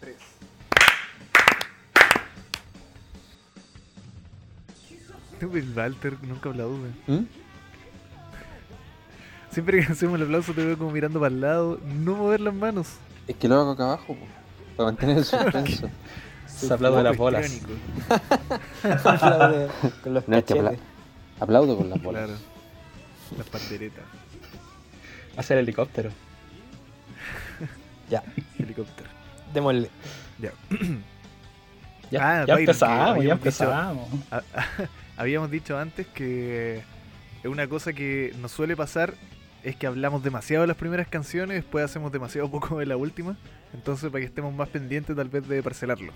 3. Este Will Walter nunca ha hablado, güey. ¿Mm? Siempre que hacemos el aplauso te veo como mirando para el lado, no mover las manos. Es que lo hago acá abajo, po, para mantener el suspenso. Soy aplaudo de las poco bolas. histriónico. Aplaude con los No, es que cachetes. apla- aplaudo con las bolas. Claro. Las panderetas, Hacer helicóptero. Ya. helicóptero. Démosle. Ya. Ya, Ah, ya Byron, que empezamos, ya habíamos dicho- empezamos. Habíamos dicho antes que una cosa que nos suele pasar es que hablamos demasiado de las primeras canciones, después hacemos demasiado poco de la última. Entonces, para que estemos más pendientes, tal vez de parcelarlo.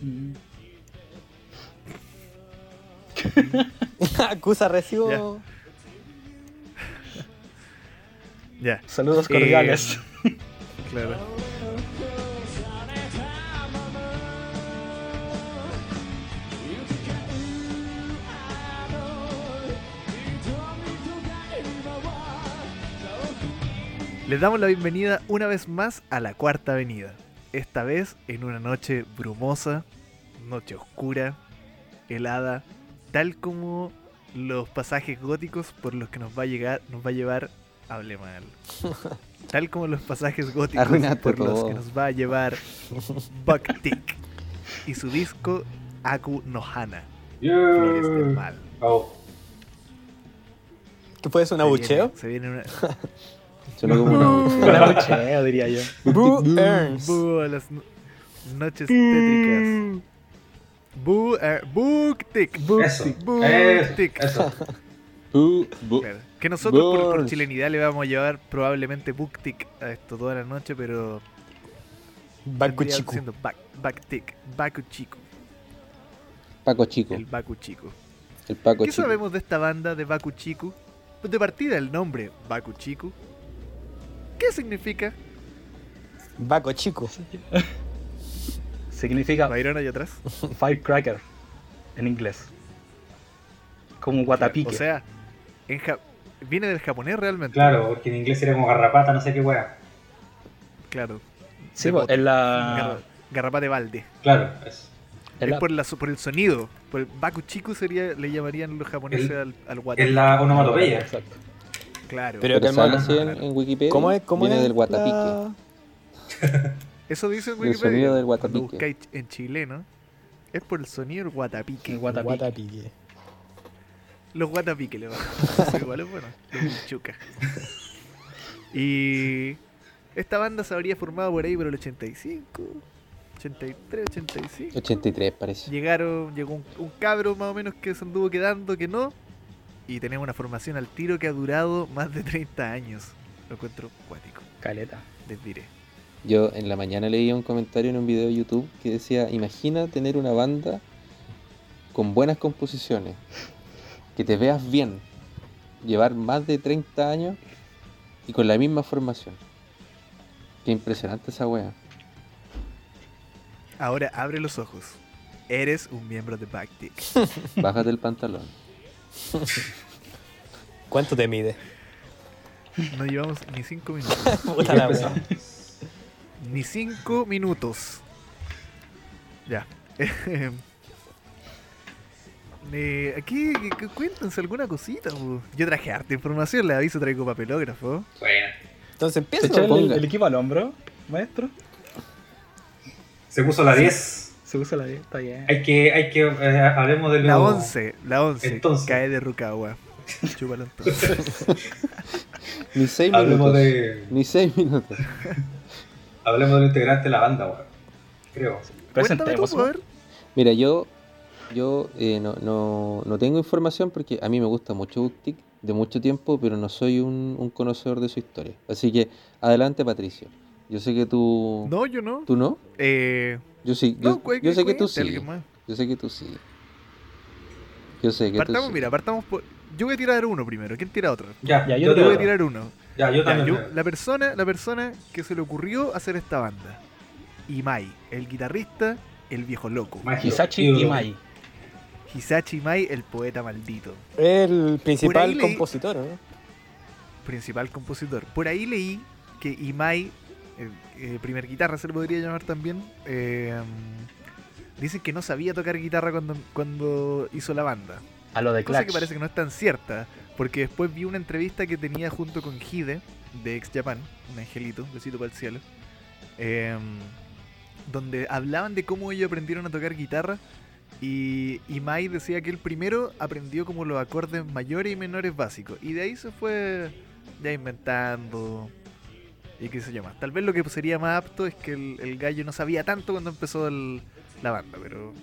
Mm. Acusa recibo. Ya, Saludos Eh, cordiales. claro. Les damos la bienvenida una vez más a la Cuarta Avenida. Esta vez en una noche brumosa, noche oscura, helada, tal como los pasajes góticos por los que nos va a llegar, nos va a llevar, hable mal. Tal como los pasajes góticos Arruinaste por los todo. que nos va a llevar Bucktick y su disco Aku Nohana, Flores del Yeah. Mal. Oh. ¿Qué puede ser un Se abucheo? viene- Se viene una. Solo como una Un buchera. abucheo, diría yo. Boo Earns. Boo a las no- noches tétricas. Boo, eh, Booktick. Eso. Booktick. Eso. Booktick. Eso. Boo, boo. Claro, Que nosotros por, por Burns. chilenidad le vamos a llevar probablemente Booktick a esto toda la noche, pero. vendría Bakuchiku. siendo Back- Backtick. Bakuchiku. Paco Chico. El Bakuchiku. El Paco ¿Qué Chico. sabemos de esta banda de Bakuchiku? Pues de partida el nombre Bakuchiku. ¿Qué significa? Bakuchiku. Significa Byron ahí atrás. firecracker en inglés. Como guatapique. O sea, en ja- viene del japonés realmente. Claro, porque en inglés era como garrapata, no sé qué wea. Claro. sí, de pues, bote. en la. Ah. Garra- garrapa de balde. Claro, eso. en Es la- por, la, por el sonido. Por el bakuchiku sería, le llamarían los japoneses El- al, al guate. Es la onomatopeya. Exacto. Claro. Pero Pero- que el sale man- así en, en Wikipedia. ¿Cómo es? ¿Cómo Viene es del guatapique. la- Eso dice en El sonido Wikipedia. del Cuando guatapique. buscáis ch- en chileno, es por el sonido del guatapique. El guatapique. Guatapique. Los guatapique le va. Eso Igual es bueno. Los michucas. Y esta banda se habría formado por ahí por el 85, 83, 85. 83 parece. Llegaron, llegó un, un cabro más o menos que se anduvo quedando, que no. Y tenemos una formación al tiro que ha durado más de 30 años. Lo encuentro cuático, Caleta. les diré. Yo en la mañana leía un comentario en un video de YouTube que decía, imagina tener una banda con buenas composiciones, que te veas bien, llevar más de 30 años y con la misma formación. Qué impresionante esa wea. Ahora abre los ojos. Eres un miembro de Backtick. Bájate el pantalón. ¿Cuánto te mide? No llevamos ni 5 minutos. Puta la wea. Ni 5 minutos. Ya. Eh, aquí que- que cuéntense alguna cosita. po. Yo traje harta información, les aviso, traigo papelógrafo. Bueno. Entonces Se empieza echa el, el- el equipo al hombro, maestro. Se puso la 10. Se usa la 10, está bien. Hay que, hay que, eh, hablemos de La lo- 11, la 11. Entonces. Cae de Rucagua. Chúpalo entonces. Ni 6 Hablemos minutos. de, Ni 6 minutos. hablemos de lo integrante de la banda, weón. Creo. Cuéntame tú, Presentemos. po, a ver. Mira, yo, yo eh, no, no, no tengo información porque a mí me gusta mucho Booktick de mucho tiempo, pero no soy un, un conocedor de su historia. Así que adelante, Patricio. Yo sé que tú. No, yo no. ¿Tú no? Eh, Yo sí. Yo, no, cu- yo sé que tú cuente sí. alguien más. Yo sé que tú sí. Yo sé que Partamos, tú sí. mira, partamos por. Yo voy a tirar uno primero. ¿Quién tira otro? Ya, yo, Ya, yo te Yo tengo voy a otro. tirar uno. Ya, yo Ya, también. yo- la, persona, la persona que se le ocurrió hacer esta banda. Imai, el guitarrista, el viejo loco. Mágico. Hisachi Ídolo. y Mai. Hisachi Imai, el poeta maldito. El Por ahí principal leí- compositor, ¿no? principal compositor. Por ahí leí que Imai, eh, eh, primer guitarra se le podría llamar también, eh, dicen que no sabía tocar guitarra cuando, cuando hizo la banda. A lo de Cosa que Clash. parece que no es tan cierta, porque después vi una entrevista que tenía junto con Hide, de Ex Japan, un angelito, un besito para el cielo, em, donde hablaban de cómo ellos aprendieron a tocar guitarra. Y, y Mai decía que él primero aprendió como los acordes mayores y menores básicos. Y de ahí se fue ya inventando. Y qué sé yo más. Tal vez lo que sería más apto es que el, el gallo no sabía tanto cuando empezó el- la banda, pero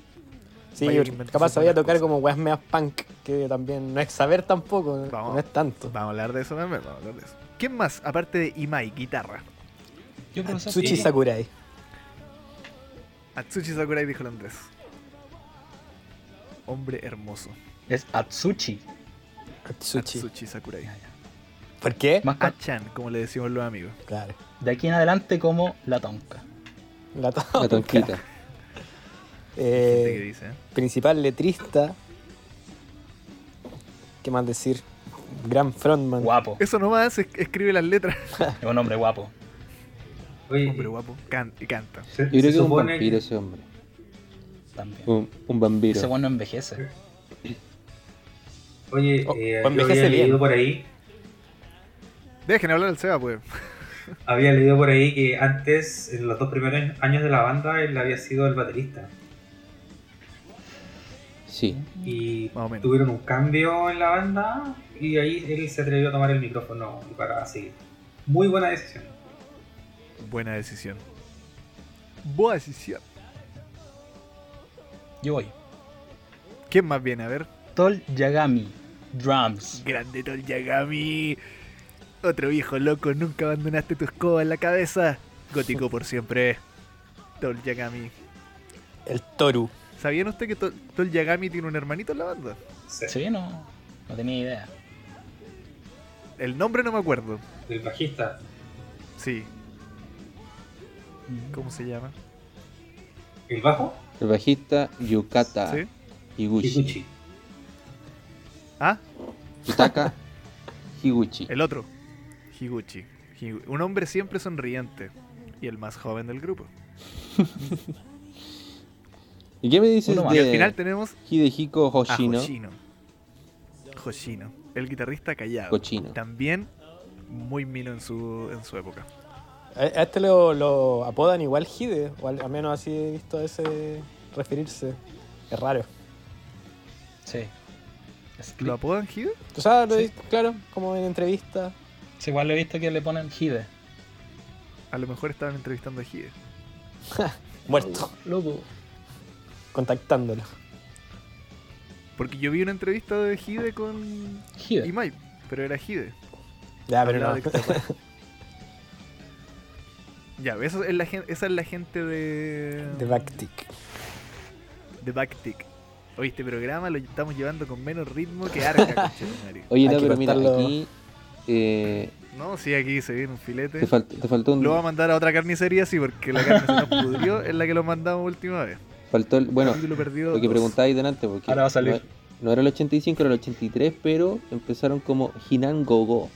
Sí, Mayor invento capaz son sabía buenas tocar cosas. como weas meas punk, que también no es saber tampoco, no- Vamos. no es tanto. Vamos a hablar de eso también, vamos a hablar de eso. ¿Quién más, aparte de Imai, guitarra? Yo, profesor, Sushi sí, Sakurai. Atsushi Sakurai dijo el Andrés. Hombre hermoso. Es Atsuchi. Atsushi. Ah. Atsushi Sakurai. ¿Por qué? Más con- Achan, como le decimos los amigos. Claro. de aquí en adelante como la tonca. La, to- La tonquita. Eh, Gente que dice, ¿eh? principal letrista. ¿Qué más decir? Gran frontman. Guapo. Eso nomás es- escribe las letras. Es un hombre guapo. Oye, Hombre guapo. can- y canta. se, Yo creo que se es un supone vampiro que- ese hombre. También. Un, un vampiro. Ese bueno no envejece. Oye, O- eh, o yo envejece había leído bien. por ahí, Dejen hablar al Seba, pues. había leído por ahí que antes, en los dos primeros años de la banda, él había sido el baterista. Sí. Y Más o menos. tuvieron un cambio en la banda y ahí él se atrevió a tomar el micrófono para seguir. Muy buena decisión. Buena decisión. Buena decisión. Yo voy. ¿Quién más viene? A ver. Tol Yagami. Drums. Grande Tol Yagami. Otro viejo loco, nunca abandonaste tu escoba en la cabeza. Gótico por siempre. Tol Yagami. El Toru. ¿Sabían usted que Tol, Tol Yagami tiene un hermanito en la banda? Sí, Sí, no. No tenía idea. El nombre no me acuerdo. El bajista. Sí. Mm. ¿Cómo se llama? ¿El bajo? El bajista Ah. Yukata ¿Sí? Higuchi. Higuchi. Ah, Yutaka Higuchi. el otro. Higuchi. Higu- un hombre siempre sonriente. Y el más joven del grupo. ¿Y qué me dices Uno más. Y al final de tenemos Hidehiko a Hoshino? Hoshino. Hoshino. El guitarrista callado. Cochino. También muy mino en su, en su época. A a este lo, lo apodan igual Hide, o al, al menos así he visto a ese referirse. Es raro. Sí. Es ¿Lo apodan Hide? ¿Tú sabes? Lo he visto, claro, como en entrevistas. Sí, igual lo he visto que le ponen Hide. A lo mejor estaban entrevistando a Hide. Muerto, Loco. contactándolo. Porque yo vi una entrevista de Hide con Hide. Imai, pero era Hide. Ya, Ah, pero Hablaba no. de Octopath. ya, eso es la gen- esa es la gente de. De Backtick. de Backtick. Oye, este programa lo estamos llevando con menos ritmo que arca, conchetumare. Oye, Hay no, que pero mira, cortarlo. aquí eh, No, sí, aquí se viene un filete. te, fal- te faltó un. Lo va a mandar a otra carnicería, sí, porque la carne se nos pudrió, es la que lo mandamos última vez. faltó el- bueno, Capítulo perdido lo que dos. preguntabais delante, porque Ahora va a salir. No, no era el 85, era el 83, pero empezaron como Hinan Gogo.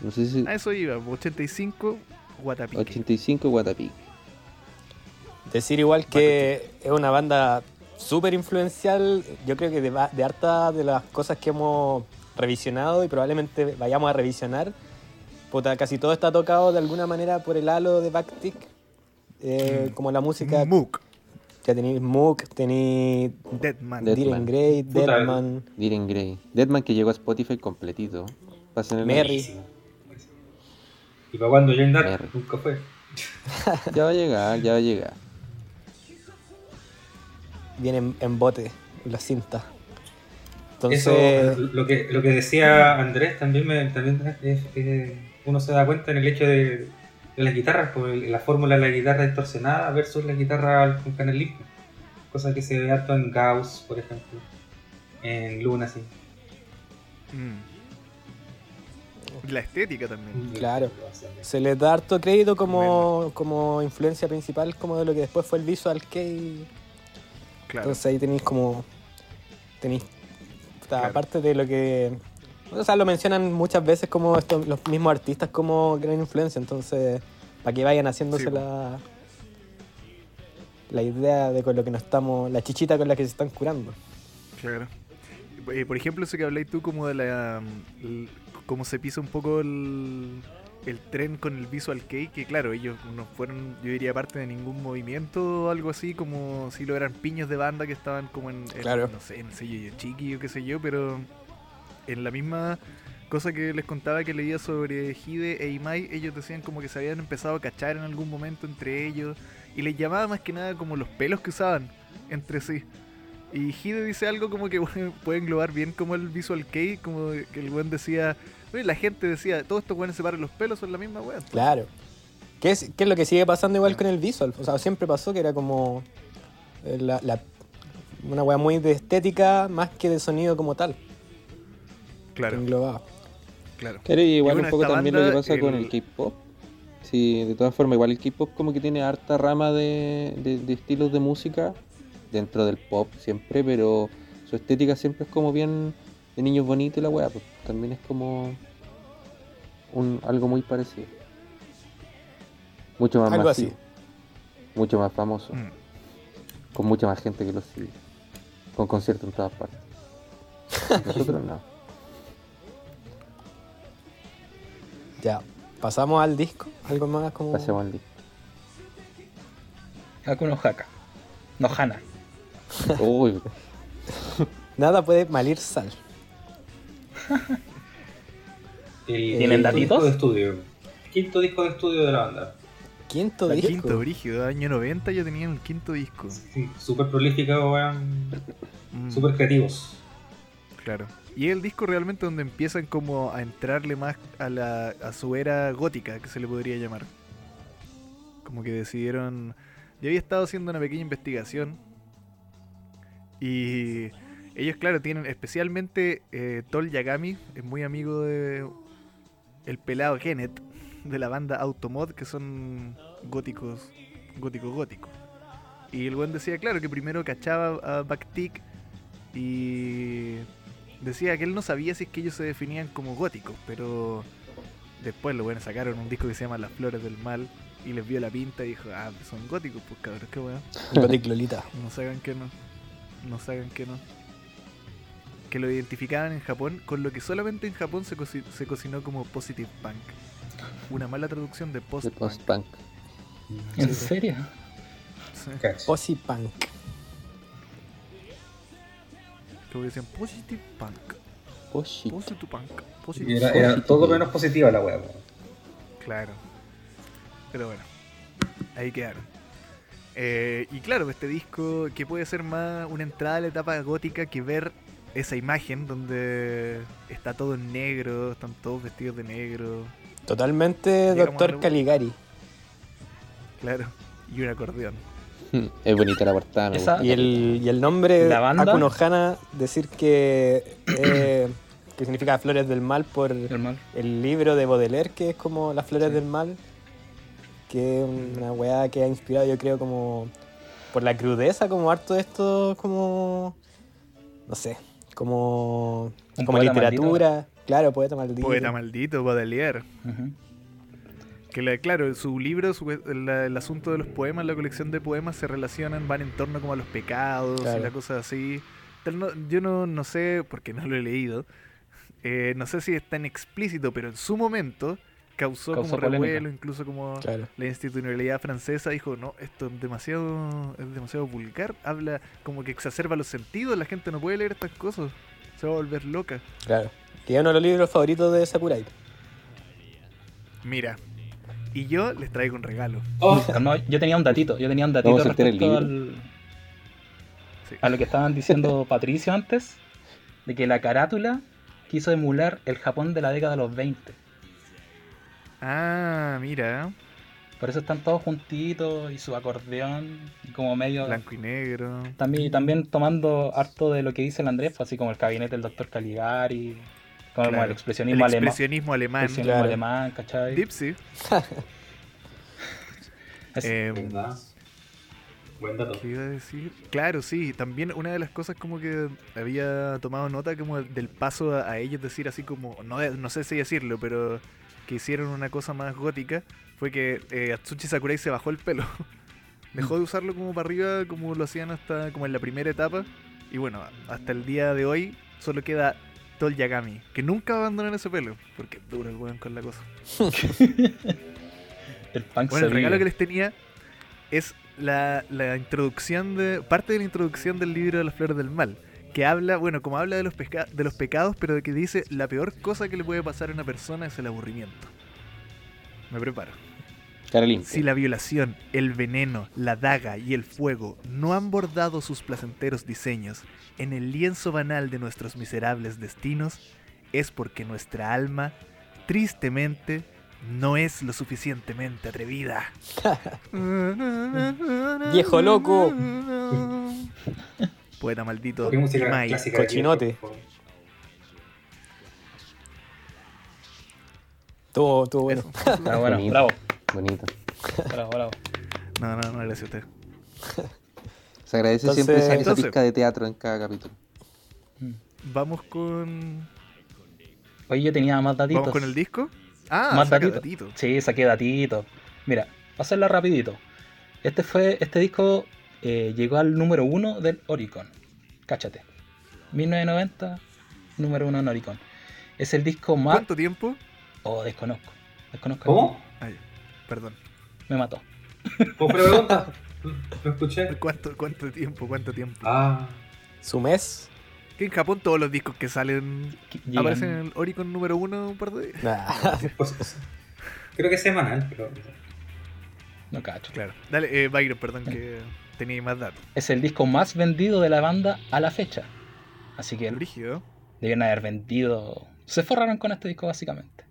No sé si A eso iba, pues, 85 Guatapique. 85 Guatapic. Decir igual que es una banda súper influencial, yo creo que de, va- de harta de las cosas que hemos revisionado y probablemente vayamos a revisionar, puta, casi todo está tocado de alguna manera por el halo de Backtick, eh, Mm. como la música, Mook, ya tenéis Mook, tenéis Deadman. Dead- Diren Man. Grey, Puta, Deadman, Diren Grey. Deadman que llegó a Spotify completito. Pasen el Merry. Buenísimo. Buenísimo. Y para cuando Jane Dark Merry. nunca fue. Ya va a llegar, ya va a llegar. vienen en bote, en la cinta. Entonces, Eso, lo que, lo que decía Andrés también, me, también es- es- uno se da cuenta en el hecho de, de las guitarras, por el- la fórmula de la guitarra distorsionada versus la guitarra con canal limpio. Cosa que se ve harto en Gauss, por ejemplo, en Luna, sí. Mm. La estética también. Claro. se les da harto crédito como, como influencia principal, como de lo que después fue el Visual Kei. Claro. Entonces ahí tenéis como. Tenéis. puta, Claro. Aparte de lo que. O sea, lo mencionan muchas veces como estos, los mismos artistas como gran influencia. Entonces, para que vayan haciéndose Sí, po. la, la idea de con lo que nos estamos, la chichita con la que se están curando. Claro. Eh, por ejemplo, eso que habláis tú como de la... mm, l- cómo se pisa un poco el, el tren con el Visual Kei, que claro, ellos no fueron, yo diría, parte de ningún movimiento o algo así, como si lo eran piños de banda que estaban como en, en, Claro. no sé, en el sello Yoshiki o qué sé yo, pero en la misma cosa que les contaba que leía sobre Hide e Imai, ellos decían como que se habían empezado a cachar en algún momento entre ellos y les llamaba más que nada como los pelos que usaban entre sí. Y Hide dice algo como que bueno, puede englobar bien como el Visual Kei, como que el buen decía, bueno, y la gente decía, todos estos buenos se paran los pelos, son la misma weá. Claro. ¿Qué es, qué es lo que sigue pasando igual Ya. con el visual? O sea, siempre pasó que era como eh, la- la- una weá muy de estética más que de sonido como tal, Claro, englobado. claro. Claro, y Y igual bueno, un poco esta también banda, lo que pasa con el el- K-pop. Sí, de todas formas, igual el K-pop como que tiene harta rama de, de- de estilos de música dentro del pop siempre, pero su estética siempre es como bien de niños bonitos y la weá, pues también es como un, algo muy parecido. Mucho más Algo así. masivo, mucho más famoso, Mm. con mucha más gente que lo sigue, con conciertos en todas partes. Nosotros no. Ya, pasamos al disco, algo más como... Pasemos al disco. Hakuno Haka. No Hana. Uy, Nada puede malir sal. El, ¿Tienen Eh, quinto datitos? disco de estudio. Quinto disco de estudio de la banda. Quinto El disco. quinto brígido, año 90 ya tenían el quinto disco. Sí, Súper prolífica, weón. Mm. Súper creativos. Claro. Y es el disco realmente donde empiezan como a entrarle más a, la, a su era gótica, que se le podría llamar. Como que decidieron... Yo había estado haciendo una pequeña investigación. Y ellos, claro, tienen especialmente eh, Tol Yagami, es muy amigo de el pelado Genet, de la banda Automod, que son góticos, gótico gótico. Y el buen decía, claro, que primero cachaba a Backtick y decía que él no sabía si es que ellos se definían como góticos, pero después lo bueno sacaron un disco que se llama Las Flores del Mal y les vio la pinta y dijo, ah, son góticos, pues cabros, qué weón. Gothic Lolita. No saben que no. No saben que no. Que lo identificaban en Japón con lo que solamente en Japón se, coci- se cocinó como positive punk. Una mala traducción de de post-punk. post-punk. ¿En serio? Sí, Cacho. Ozzy Punk. Como que decían positive punk, Oh, shit. positive punk, Y positive Era, punk. era todo menos positiva la weá, weón. Claro. Pero bueno, ahí quedaron. Eh, y claro, este disco que puede ser más una entrada a la etapa gótica que ver esa imagen donde está todo en negro, están todos vestidos de negro, Totalmente Llegamos Doctor al- Caligari. claro, y un acordeón. Es bonita la portada, me Esa- gusta. Y el, y el nombre Ah, ¿La banda? Akuno Hana, decir que, eh, que significa Flores del Mal por El el mal. libro de Baudelaire, que es como Las Flores Sí. del Mal, que es una weá que ha inspirado, yo creo, como por la crudeza, como harto de esto, como. no sé, como. Un como poeta literatura. Claro, poeta maldito. Poeta maldito, Baudelaire. Ujú. Que la- claro, su libro, su- la- el asunto de los poemas, la colección de poemas se relacionan, van en torno como a los pecados Claro. y las cosas así. Tal no- yo no, no sé, porque no lo he leído, eh, no sé si es tan explícito, pero en su momento causó, Causó como polémica. revuelo, incluso como Claro. la institucionalidad francesa dijo, no, esto es demasiado, es demasiado vulgar, habla como que exacerba los sentidos, la gente no puede leer estas cosas, se va a volver loca. Claro. Que es uno de los libros favoritos de Sakurai. Mira, y yo les traigo un regalo. Oh, No, yo tenía un datito, yo tenía un datito Vamos a sortear el respecto libro. al, Sí. a lo que estaban diciendo Patricio antes, de que la carátula quiso emular el Japón de la década de los 20. Ah, mira. Por eso están todos juntitos y su acordeón, y como medio... Blanco y negro. También, y también tomando harto de lo que dice el Andrés, pues, así como el gabinete del doctor Caligari, como Claro. el El expresionismo, alemán, expresionismo alemán. expresionismo claro. alemán, ¿cachai? Dipsy. Es- eh, verdad. Buen dato. ¿Qué iba a decir? Claro, sí. También una de las cosas como que había tomado nota como del paso a, a ellos decir así como, no, no sé si decirlo, pero que hicieron una cosa más gótica fue que eh, Atsushi Sakurai se bajó el pelo. Dejó de usarlo como para arriba, como lo hacían hasta como en la primera etapa. Y bueno, hasta el día de hoy solo queda Tol Yagami, que nunca va a abandonar ese pelo, porque es duro el weón con la cosa. El punk Bueno, el se regalo que vive. les tenía es la, la introducción de. parte de la introducción del libro de las flores del mal. Que habla, bueno, como habla de los, pesca- de los pecados, pero que dice la peor cosa que le puede pasar a una persona es el aburrimiento. Me preparo. Cara limpia. Si la violación, el veneno, la daga y el fuego no han bordado sus placenteros diseños en el lienzo banal de nuestros miserables destinos, es porque nuestra alma, tristemente, no es lo suficientemente atrevida. Viejo loco. Poeta maldito. Qué música Imai. clásica. de cochinote. Por favor. Todo, todo bueno. Eso. Está Ah, bueno, Bonito. bravo, Bonito. bravo, bravo. No, no, no, gracias a usted. Se agradece Entonces- siempre esa, esa Entonces- pizca de teatro en cada capítulo. Vamos con. Mm. Oye, yo tenía más datitos. Vamos con el disco. Ah, Más saca datito. datito. Sí, saqué datito. Mira, para hacerla rapidito. Este fue, este disco eh, llegó al número uno del Oricon. Cáchate. 1990, número uno en Oricon. Es el disco más. ¿Cuánto tiempo? Oh, desconozco. Desconozco. ¿Cómo? Ay, perdón. Me mató. ¿Cómo fue la pregunta? No escuché. ¿Cuánto, cuánto tiempo? ¿Cuánto tiempo? Ah, Su mes. Que en Japón todos los discos que salen Que llegan- aparecen en el Oricon número uno un par de días. Nah. pues, creo que es semanal, pero. No cacho. Claro. Dale, eh, Byron, perdón que tenía más datos. Es el disco más vendido de la banda a la fecha. Así que El brígido. debieron haber vendido. Se forraron con este disco básicamente.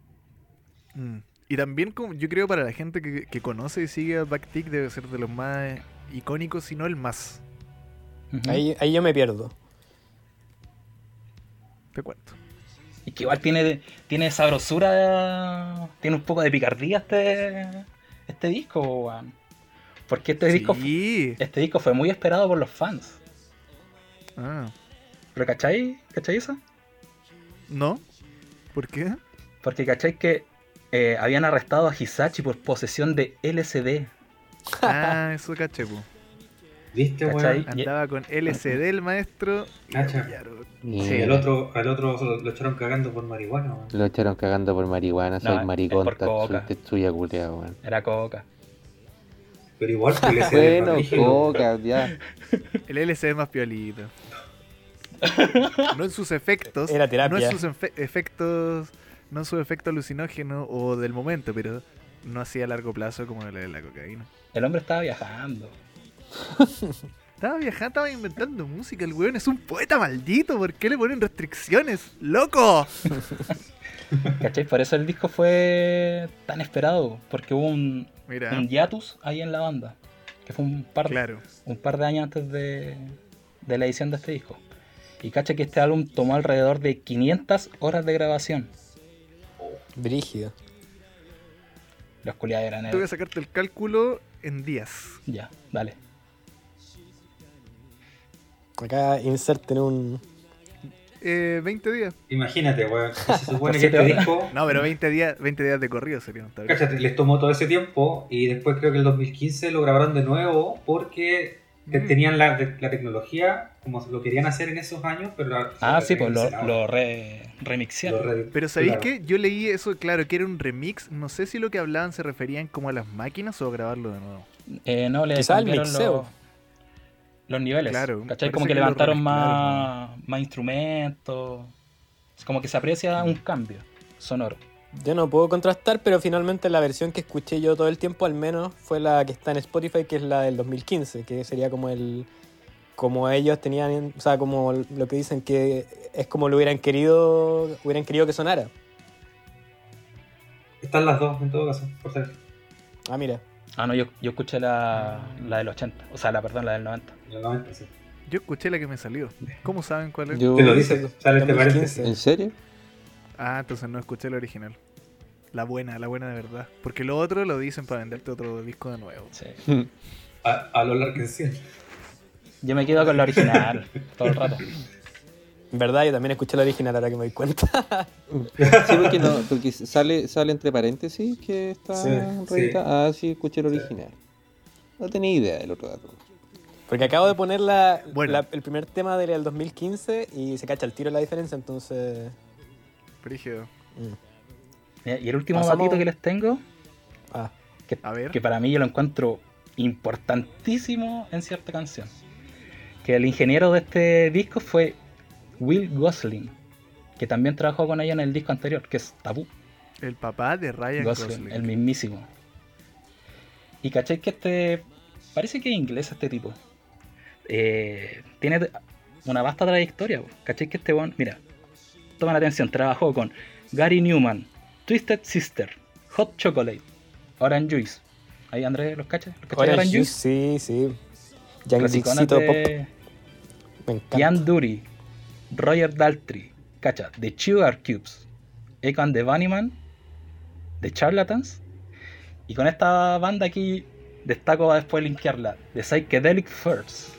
Mm. Y también como- yo creo para la gente que, que conoce y sigue a Backtick debe ser de los más icónicos, si no el más. Ujú. ahí, ahí yo me pierdo. Te cuento. Y que igual tiene, tiene sabrosura, tiene un poco de picardía este, este disco, weón. Porque este, disco, Sí. este disco fue muy esperado por los fans. Ah. ¿Pero cachai? ¿Cachai eso? ¿No? ¿Por qué? Porque cachai que eh, habían arrestado a Hisachi por posesión de LSD. Ah, eso caché, po. ¿Viste, ¿Cachai? weón? Andaba con LCD el maestro. y Cacha. lo pillaron. Y Y al otro, al otro lo, lo echaron cagando por marihuana, weón. Lo echaron cagando por marihuana, No, soy es maricón, por Tatsu- coca. Tetsuya culeado, weón. Era coca. Pero igual que le Bueno, coca, ya. El LCD es más piolito. No en sus efectos. Era terapia. No en sus efe- efectos. No en su efecto alucinógeno o del momento, pero no así a largo plazo como el de la cocaína. El hombre estaba viajando. Estaba viajando, estaba inventando música, el weón es un poeta maldito, ¿por qué le ponen restricciones? ¡Loco! ¿Cachai? Por eso el disco fue tan esperado. Porque hubo un, Mira, un hiatus ahí en la banda. Que fue un par de, claro. un par de años antes de, de la edición de este disco. Y cacha que este álbum tomó alrededor de 500 horas de grabación. Brígido. Los culiados eran Tuve que el... sacarte el cálculo en días. Ya, dale. Acá inserten un. Eh, 20 días. Imagínate, weón. Se supone que Siete este horas. disco. No, pero 20 días, 20 días de corrido sería un tablero. Cáchate, les tomó todo ese tiempo y después creo que el 2015 lo grabaron de nuevo porque te- Mm. tenían la, de- la tecnología como lo querían hacer en esos años, pero la- Ah, la sí, pues lo, cancelaron. lo re- Lo remixearon. re- Pero ¿sabéis claro. qué? Yo leí eso, claro, que era un remix. No sé si lo que hablaban se referían como a las máquinas o a grabarlo de nuevo. Eh, no, le Quizá el cambiaron mixeo. los, los niveles. Claro, ¿Cachai? parece Como que, que lo levantaron remezclaron, más, más instrumentos. Es como que se aprecia un cambio sonoro. Yo no puedo contrastar, pero finalmente la versión que escuché yo todo el tiempo, al menos, fue la que está en Spotify, que es la del 2015, que sería como el. Como ellos tenían. en- O sea, como lo que dicen que es como lo hubieran querido. Hubieran querido que sonara. Están las dos en todo caso, por ser. Ah, mira. Ah, no, yo, yo escuché la, la del 80. O sea, la perdón, la del 90. en los 90, sí. Yo escuché la que me salió. ¿Cómo saben cuál es? Yo- Te lo dice, sale este paréntesis. ¿En serio? Ah, entonces no escuché la original. La buena, la buena de verdad. Porque lo otro lo dicen para venderte otro disco de nuevo. Sí. A, a lo largo que sí. Yo me quedo con la original todo el rato. ¿Verdad? Yo también escuché la original ahora que me doy cuenta. Sí, porque no, porque sale, sale entre paréntesis que está Sí, reeditada. Ah, sí, escuché el original. No tenía idea del otro dato. Porque acabo de poner la, Bueno. la- el primer tema del del 2015 y se cacha el tiro la diferencia, entonces... mm, Brígido. Mira, Y el último Pasamos- datito que les tengo, Ah, que, A ver. que para mí yo lo encuentro importantísimo en cierta canción, que el ingeniero de este disco fue Will Gosling, que también trabajó con ella en el disco anterior, que es Tabú. El papá de Ryan Gosling, Gosling. el mismísimo. Y caché que este. Parece que es inglés este tipo. Eh, tiene una vasta trayectoria. po. Caché que este bon. Mira, tomen atención, trabajó con Gary Newman, Twisted Sister, Hot Chocolate, Orange Juice. Ahí Andrés, ¿los cachas? ¿Los cachai de Orange Orange Juice, Juice? sí, sí. Clasiconas Yankeesito pop, de me encanta. Ian Dury, Roger Daltrey, cacha, The Sugar Cubes, Econ the Bunnyman, The Charlatans. Y con esta banda aquí destaco a después linkearla, The Psychedelic First.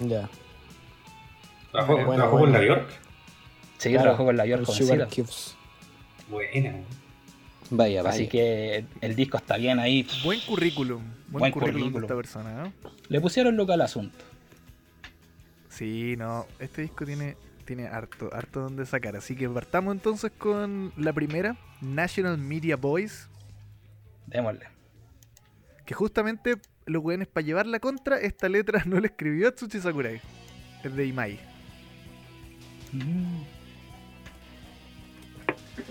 Ya. Trabajó Bueno, trabajó bueno. con la York. Sí, Claro, trabajó con la York los Sugar jovencita. Cubes. Buena. ¿no? Vaya, vaya. Así que el disco está bien ahí. Buen currículum. Buen, Buen currículum de currículum. esta persona, ¿eh? ¿no? Le pusieron loca al asunto. Sí, no, este disco tiene, tiene harto, harto donde sacar. Así que partamos entonces con la primera, National Media Boys, Démosle. que justamente los weones para llevar la contra, esta letra no la escribió Atsushi Sakurai, es de Imai. Mm.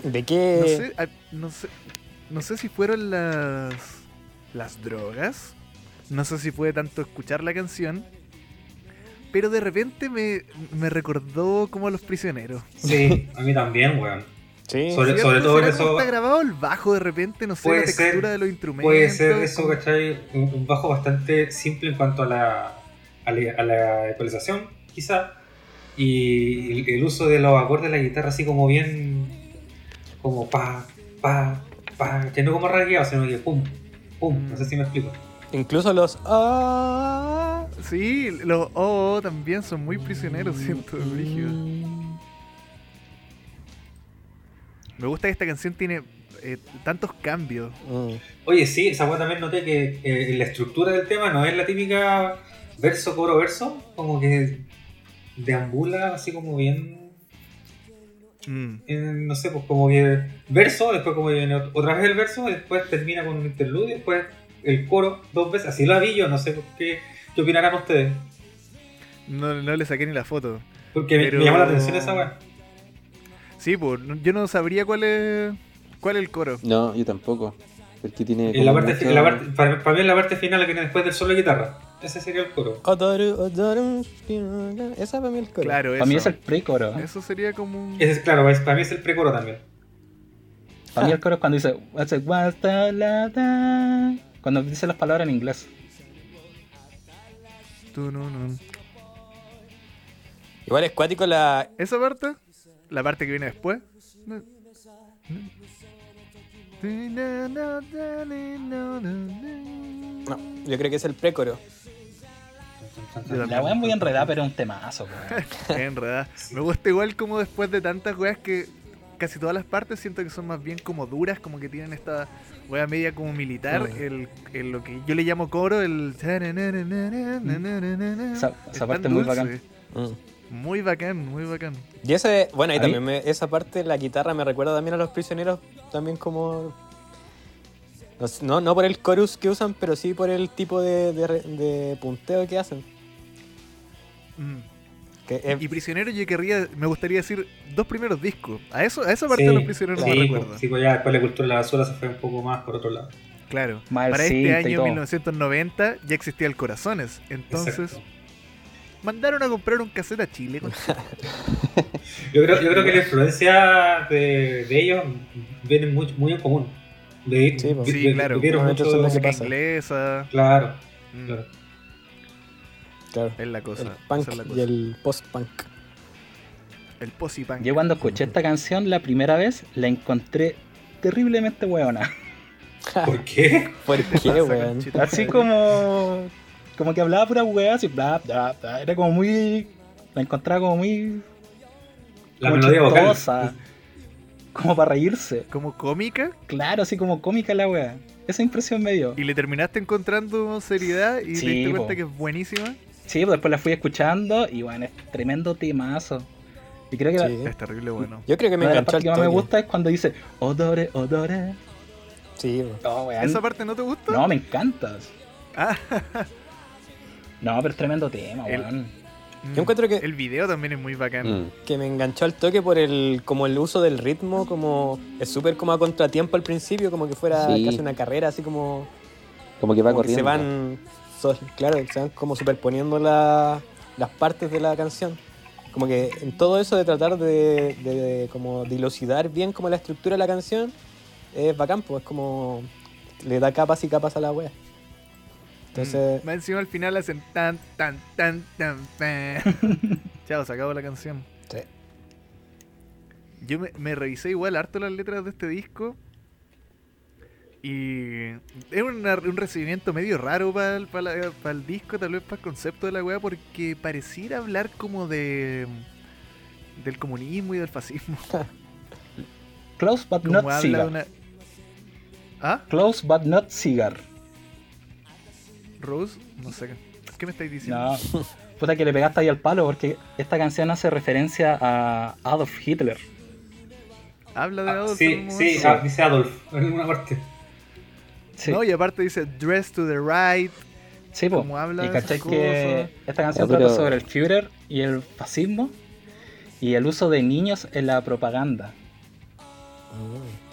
¿De qué? No sé, ah, no sé, no sé si fueron las, las drogas, no sé si fue tanto escuchar la canción, pero de repente me, me recordó como a los prisioneros. Sí, a mí también, weón. Sí. Sobre- ¿Cierto? todo ¿Será eso- como está grabado el bajo de repente, no sé, Puede la ser, textura de los instrumentos. Puede ser eso, como- ¿cachai? Un, un bajo bastante simple en cuanto a la, a la, a la ecualización, quizá. Y el, el uso de los acordes de la guitarra así como bien... Como pa, pa, pa. Que no como rasgueado, sino que pum, pum. No sé si me explico. Incluso los... Ah, Sí, los OO también son muy prisioneros, siento, brígido. Me gusta que esta canción tiene eh, tantos cambios. Mm. Oye, sí, esa weá también noté que eh, la estructura del tema no es la típica verso, coro, verso, como que deambula así como bien, Mm, bien, no sé, pues como que verso, después como que viene ot- otra vez el verso, después termina con un interludio, después el coro dos veces, así lo vi yo, no sé por qué, qué opinarán ustedes, No, no le saqué ni la foto. porque me- Pero- me llama la atención esa weá. Sí, pues no- yo no sabría cuál es cuál es el coro. No, yo tampoco. Porque tiene. En la como parte, mucho- en la parte- para, para mí es la parte final, la que viene después del solo de guitarra, ese sería el coro. Odoru, odoru, shinoga. Esa para mí el coro. Claro, eso. Para mí es el precoro. Eso sería como un... Ese es, claro, es- para mí es el precoro también. Para mí el coro es cuando dice. hace "What's the la- da", Cuando dice las palabras en inglés. Tu, nu, nu. Igual es cuático la... Esa parte, la parte que viene después. No. No, yo creo que es el precoro. La weá es muy enredada, pero es un temazo. po. En verdad. Me gusta igual como después de tantas weas que casi todas las partes siento que son más bien como duras, como que tienen esta wea media como militar, Mm. el, el lo que yo le llamo coro, el... Esa, Esa- esa parte muy bacán. Mm. Muy bacán, muy bacán. Y ese, bueno, y ¿A también me- esa parte, la guitarra me recuerda también a los prisioneros, también como... No, sé, no, no por el chorus que usan, pero sí por el tipo de, de re- de punteo que hacen. Mm. Que es- Y Prisionero yo querría, me gustaría decir dos primeros discos. A eso, a esa parte de los prisioneros sí, me pues, recuerda. Sí, pues ya después la cultura de la basura se fue un poco más por otro lado. Claro. Más el Para este cinta y año todo. 1990 ya existía el Corazones. Entonces, Exacto. mandaron a comprar un cassette a Chile. con- Yo creo, yo creo que la influencia de, de ellos viene muy, muy en común. Le- Sí, pues. vi- Sí, le- claro. vieron Bueno, mucho- entonces lo música que pasa. inglesa. Claro, Mm, claro. claro, Es la el cosa. punk esa es la y cosa. el post-punk. El posi punk. Yo cuando escuché esta canción la primera vez, la encontré terriblemente hueona. ¿Por qué? ¿Por qué, Pasa, weón? conchita. Así como... Como que hablaba pura hueá, así bla, bla, bla. Era como muy... La encontraba como muy... La como melodía vocal. chistosa, como para reírse. Como cómica Claro, así como cómica la wea. Esa impresión me dio. y le terminaste encontrando seriedad y te Sí, diste cuenta po. que es buenísima. Sí, pues después la fui escuchando y bueno, es tremendo temazo. Y creo que la- Sí. Es terrible bueno. Yo creo que me una de las enganchó partes al que más me toque. gusta es cuando dice Odore, Odore. Sí, bo. Oh, weón. ¿Esa parte no te gusta? No, me encanta. Ah, No, pero es tremendo tema, El- weón. Yo encuentro que- El video también es muy bacán. Mm. que me enganchó al toque por el como el uso del ritmo, como es súper como a contratiempo al principio, como que fuera Sí. casi una carrera, así como, Como que va como que corriendo. se van, so- claro, se van como superponiendo la- las partes de la canción. Como que en todo eso de tratar de, de como dilucidar bien como la estructura de la canción, es bacán, pues es como le da capas y capas a la wea. Entonces, Más Mm. encima al final hacen tan, tan, tan, tan, tan. Chao, se acabó la canción. Sí. Yo me, me revisé igual harto las letras de este disco. Y es una- un recibimiento medio raro para el, disco, tal vez para el concepto de la weá, porque pareciera hablar como de del comunismo y del fascismo. Close but Como not habla cigar. de una. ¿Ah? Close but not cigar. ¿Rose? No sé. ¿Qué me estáis diciendo? No. Puta que le pegaste ahí al palo porque esta canción hace referencia a Adolf Hitler. Habla de Ah, Adolf en sí, un sí, momento. ah, dice Adolf en una parte. Sí, No, y aparte dice dress to the right. sí, po. como habla Y de cachai esas que esta canción Ya, pero- trata sobre el Führer y el fascismo y el uso de niños en la propaganda.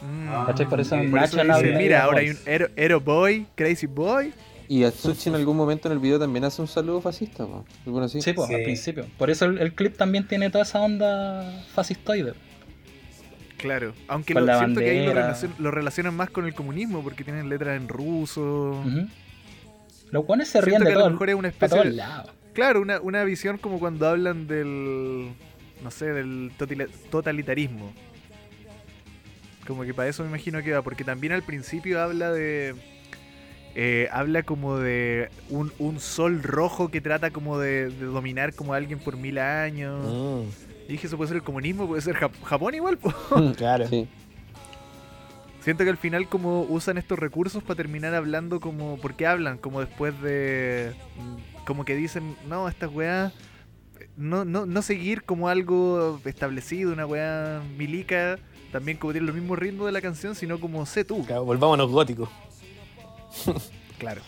Mm. Ah, ¿Cachai? Por eso ok. Por eso National dice, Media mira, ahora hay un Voice. Ero, Ero Boy, Crazy Boy. Y Atsushi en algún momento en el video también hace un saludo fascista, po. Alguno así. Sí, pues, Sí. al principio. Por eso el, el clip también tiene toda esa onda fascistoide. Claro, aunque lo, Con la siento que ahí lo, bandera. relacion- lo relacionan más con el comunismo porque tienen letras en ruso. Ujú. Los guanes se Ah. Siento ríen que de a lo todo, mejor es una a especie todos de, lados. Claro, una, una visión como cuando hablan del. No sé, del totila- totalitarismo. Como que para eso me imagino que va, porque también al principio habla de. eh, habla como de un, un sol rojo que trata como de, de dominar como a alguien por mil años. mm, Y dije, eso puede ser el comunismo, puede ser Jap- Japón igual. po. claro. Sí. Siento que al final como usan estos recursos para terminar hablando como... porque hablan? Como después de... mm, Como que dicen, no, estas weas... No, no, no seguir como algo establecido, una weá milica, también como tiene el mismo ritmo de la canción, sino como sé tú. Claro, volvámonos góticos. Claro.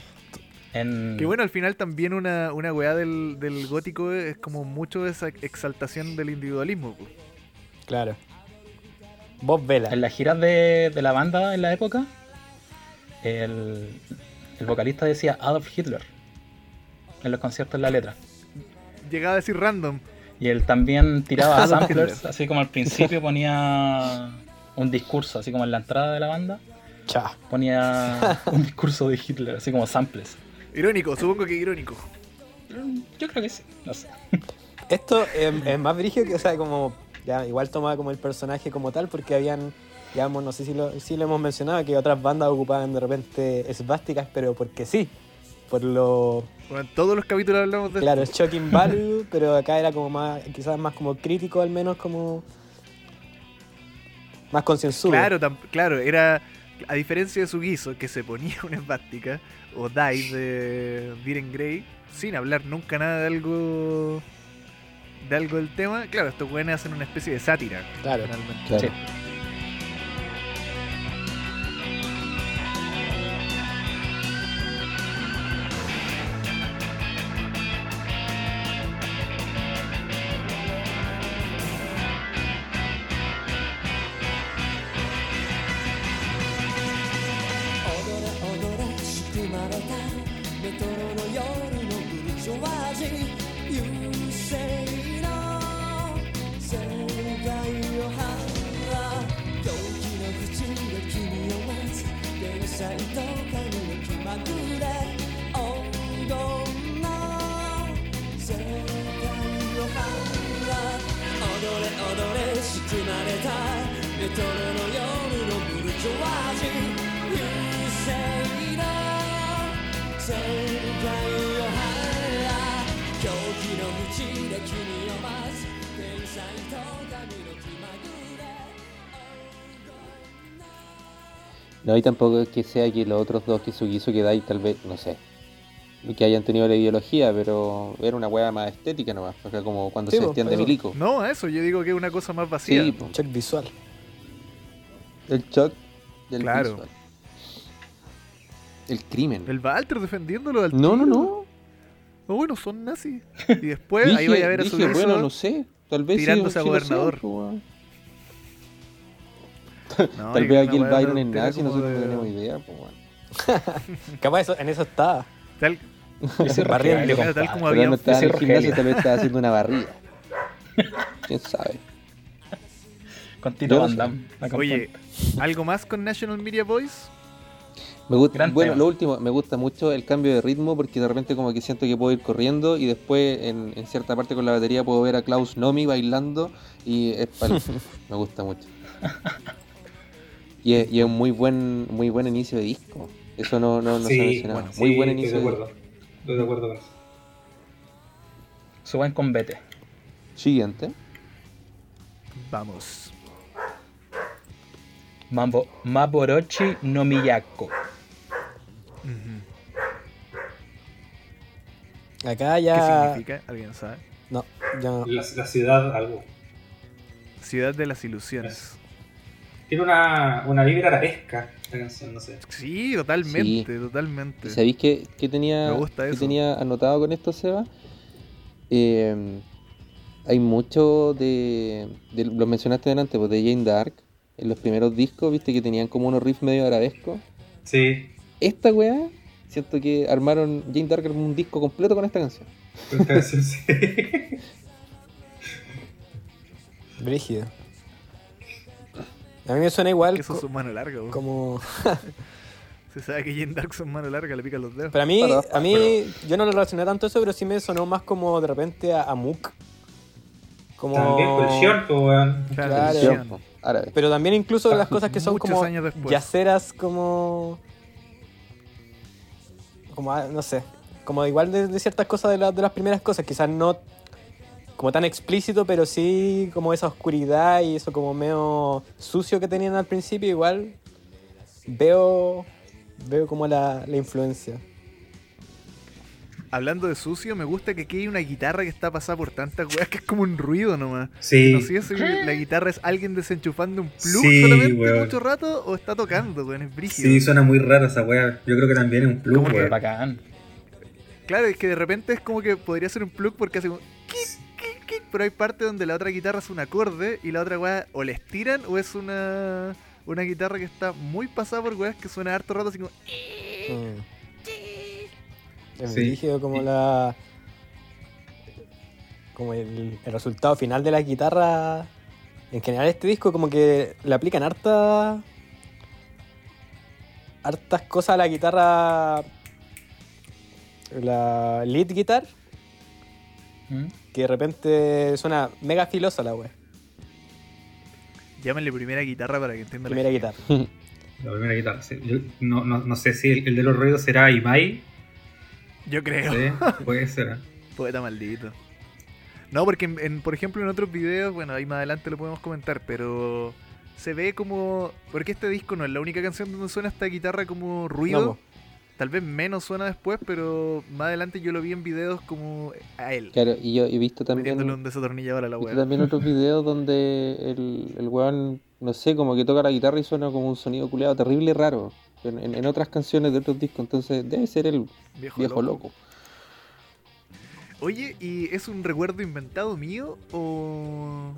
En... Que bueno, al final también una, una weá del, del gótico es como mucho esa exaltación del individualismo. po. Claro. Vos vela. En las giras de, de la banda en la época, el, el vocalista decía Adolf Hitler en los conciertos en la letra. Llegaba a decir random. Y él también tiraba Adolf samplers, Hitler. así como al principio ponía un discurso, así como en la entrada de la banda, Cha. ponía un discurso de Hitler, así como samples. Irónico, supongo que irónico. Yo creo que sí, no sé. Esto eh, es más brígido que, o sea, como. Ya, igual tomaba como el personaje como tal, porque habían. Digamos, no sé si lo, si lo hemos mencionado, que otras bandas ocupaban de repente esvásticas, pero porque sí. Por lo. Bueno, en todos los capítulos hablamos de Claro, shocking value, pero acá era como más. Quizás más como crítico, al menos como. Más concienzudo. Claro, tam- claro, era. A diferencia de su guiso, que se ponía una esvástica, o Die de Diren Grey, sin hablar nunca nada de algo. de algo del tema, claro, estos güeyes hacen una especie de sátira, claro. finalmente. Claro. Sí. 「踊れ踊れしてまれた」「レトロの夜のブリチョワージ」「優勢の世代をは狂気の淵で君を待つ」「天才と神の気まぐれ」「黄金の世代をは踊れ踊れしくなれた」「レトロの夜のブルジョワージ」「世界を離れ」「狂気の淵で君を待つ」「天才 No, y tampoco es que sea que los otros dos que Sugizo que Dai tal vez, no sé, que hayan tenido la ideología, pero era una hueá más estética nomás, porque como cuando Sí, se po, extiende eso. Milico. No, a eso yo digo que es una cosa más vacía. Sí, po, Check visual. el shock del Claro. visual. El crimen. El Walter defendiéndolo del No, no, no. No, bueno, son nazis. Y después ahí Dije- vaya a ver a su dije, bueno, no sé, tal vez sí- tirándose a sí lo sean, gobernador. po, weón. Tal vez aquí el Byron es nazi, nosotros no tenemos idea, po, weón. Capaz eso- en eso está. Tal, Yo soy Barriendo, rojinegro, claro, tal compadre. como Pero él habían no estaba en el Rogelio. gimnasio, tal vez estaba haciendo una barriga. ¿Quién sabe? Con Yo Tito no Van sé. Damme, la Oye, campana. ¿algo más con National Media Boys? Me gusta, Gran bueno, tema. lo último, me gusta mucho el cambio de ritmo porque de repente como que siento que puedo ir corriendo y después en, en cierta parte con la batería puedo ver a Klaus Nomi bailando y es pal- me gusta mucho. Y es, y es un muy buen, muy buen inicio de disco. Eso no, no, no se sí, mencionaba. bueno, muy sí, buen estoy inicio de de acuerdo. Estoy de acuerdo con eso. Su buen combate. Siguiente. Vamos. Mambo, Maborochi no Miyako. Ujú. Acá ¿Qué ya. significa? ¿Alguien sabe? No, ya no. La, la ciudad, algo. Ciudad de las Ilusiones. Tiene una, una vibra arabesca la canción, no sé. Sí, totalmente, totalmente. ¿Sabéis qué, qué tenía, Me gusta qué eso. tenía anotado con esto, Seba? Eh, hay mucho de, de- Lo mencionaste delante, pues, de Jane Dark. En los primeros discos, viste que tenían como unos riffs medio arabescos. Sí, Esta weá, siento que armaron Jane Dark armó un disco completo con esta canción. con esta canción sí. Brígido. A mí me suena igual Que eso co- es un mano larga, vos. como. Se sabe que Jane Dark son mano larga, le pican los dedos. Pero a mí, Para- a mí yo no lo relacioné tanto eso, pero sí me sonó más como de repente a, a Mook. Como... También pues, con el short, po, weón. Claro, Claro. ilusión. Yo, árabe. Pero también incluso las cosas que son Muchos como años después. yaceras como... Como, ah, no sé, como igual de, de ciertas cosas de, la- de las primeras cosas, quizás no como tan explícito, pero sí como esa oscuridad y eso como medio sucio que tenían al principio, igual veo, veo como la, la influencia. Hablando de sucio, me gusta que aquí hay una guitarra que está pasada por tantas weas que es como un ruido nomás. Sí. No sé si la guitarra es alguien desenchufando un plug Sí, solamente weón. mucho rato o está tocando, weón, es brígido. Sí, suena muy rara esa weá. Yo creo que también es un plus, ¿Cómo que weón. Bacán. Claro, es que de repente es como que podría ser un plug porque hace un pero hay parte donde la otra guitarra es un acorde y la otra weá o la estiran o es una una guitarra que está muy pasada por weas que suena harto rato así como Mm. Es Sí. brígido como la. Como el, el resultado final de la guitarra. En general, este disco, como que le aplican harta. hartas cosas a la guitarra. La lead guitar, ¿Mm? que de repente suena mega filosa la wea. llámenle primera guitarra para que entiendan. Primera guitarra. La primera guitarra. sí. Yo no, no, no sé si el, el de los ruidos será Imai. Yo creo. ¿sí? Puede ser. ¿eh? Poeta maldito. No, porque, en, en- por ejemplo, en otros videos, bueno, ahí más adelante lo podemos comentar, pero se ve como... Porque este disco no es la única canción donde suena esta guitarra como ruido. No, po. Tal vez menos suena después, pero más adelante yo lo vi en videos como a él. Claro, y yo he visto también. Metiéndole un desatornillador a la Viste wea. también otros videos donde el, el weón, no sé, como que toca la guitarra y suena como un sonido culeado terrible raro. En, en- en otras canciones de otros discos, entonces debe ser el Viejo, loco. viejo loco. Oye, ¿y es un recuerdo inventado mío o...?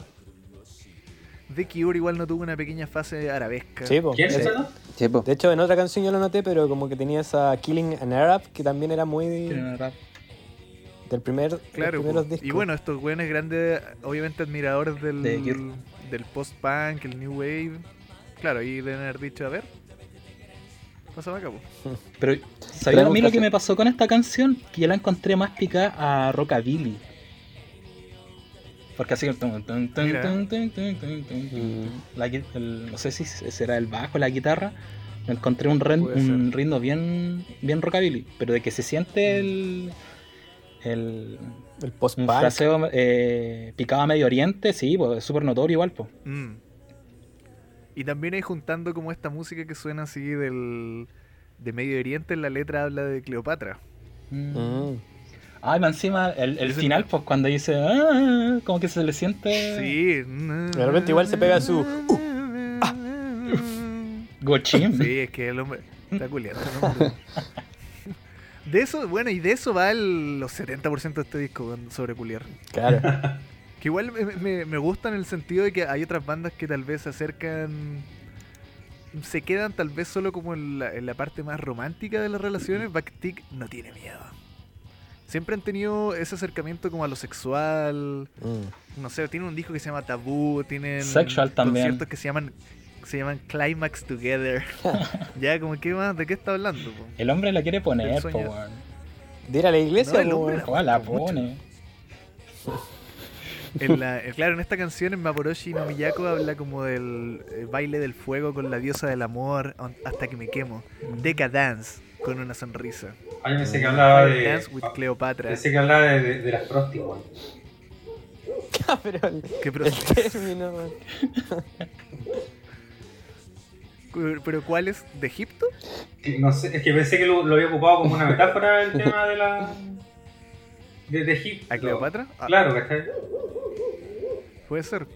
De que Uri igual no tuvo una pequeña fase arabesca. Sí, po. ¿Quién Es- será? no? Sí, po. De hecho, en otra canción yo lo noté, pero como que tenía esa Killing an Arab, que también era muy Tiene una rap. del primer, de los Claro, primeros po. discos. y bueno, estos güeyes grandes, obviamente admiradores del, De Cure. del post-punk, el new wave. Claro, ahí deben haber dicho, a ver, pasa acá, po. Pero, ¿sabían a mí lo Pregunta, que sí. me pasó con esta canción? Que yo la encontré más picada a Rockabilly. Porque así. tun, tun, tun, Mira. tun, tun, tun, tun, tun, tun. Mm. La gui- el- no sé si será el bajo, la guitarra. Lo encontré un, ren- Puede Mm. un ritmo bien, bien rockabilly. Pero de que se siente el, el, El un post-punk. fraseo eh, picado a Medio Oriente, sí, pues es súper notorio igual, pues. Mm. Y también ahí juntando como esta música que suena así del de Medio Oriente, en la letra habla de Cleopatra. Mm. Ay, Ah, más encima, el, el Ese- final, pues cuando dice, "Ah", como que se le siente Sí. De repente igual se pega su, "Uh, ah. gochín. Sí, es que el hombre está culiando. el hombre. De eso, bueno, y de eso va el, los 70% de este disco weón, sobre culiar. Claro. Que igual me, me- me gusta en el sentido de que hay otras bandas que tal vez se acercan. Se quedan tal vez solo como en la, en la parte más romántica de las relaciones. Backtick no tiene miedo. Siempre han tenido ese acercamiento como a lo sexual. Mm. No sé, tienen un disco que se llama Tabú, tienen Sexual también. conciertos que se llaman se llaman Climax Together. ya, como que más, ¿de qué está hablando? po? El hombre la quiere poner, El pues, sueño. De ir a la iglesia, No, el po, hombre weón. Ojalá la pone. En la- eh, claro, en esta canción en Maporoshi no Miyako habla como del eh, baile del fuego con la diosa del amor on- hasta que me quemo. Mm. Decadance con una sonrisa. Ah, yo pensé que hablaba de. Ah, Dance with Cleopatra. Pensé que hablaba de, de- de las prostis, weón. Pero el, Que pro- el término, weón. cu- ¿Pero cuál es? ¿De Egipto? Que No sé, es que pensé que lo, lo había ocupado como una metáfora el tema de la. de, de Egipto. ¿A Cleopatra? Ah, Claro, ¿cachai? Puede ser.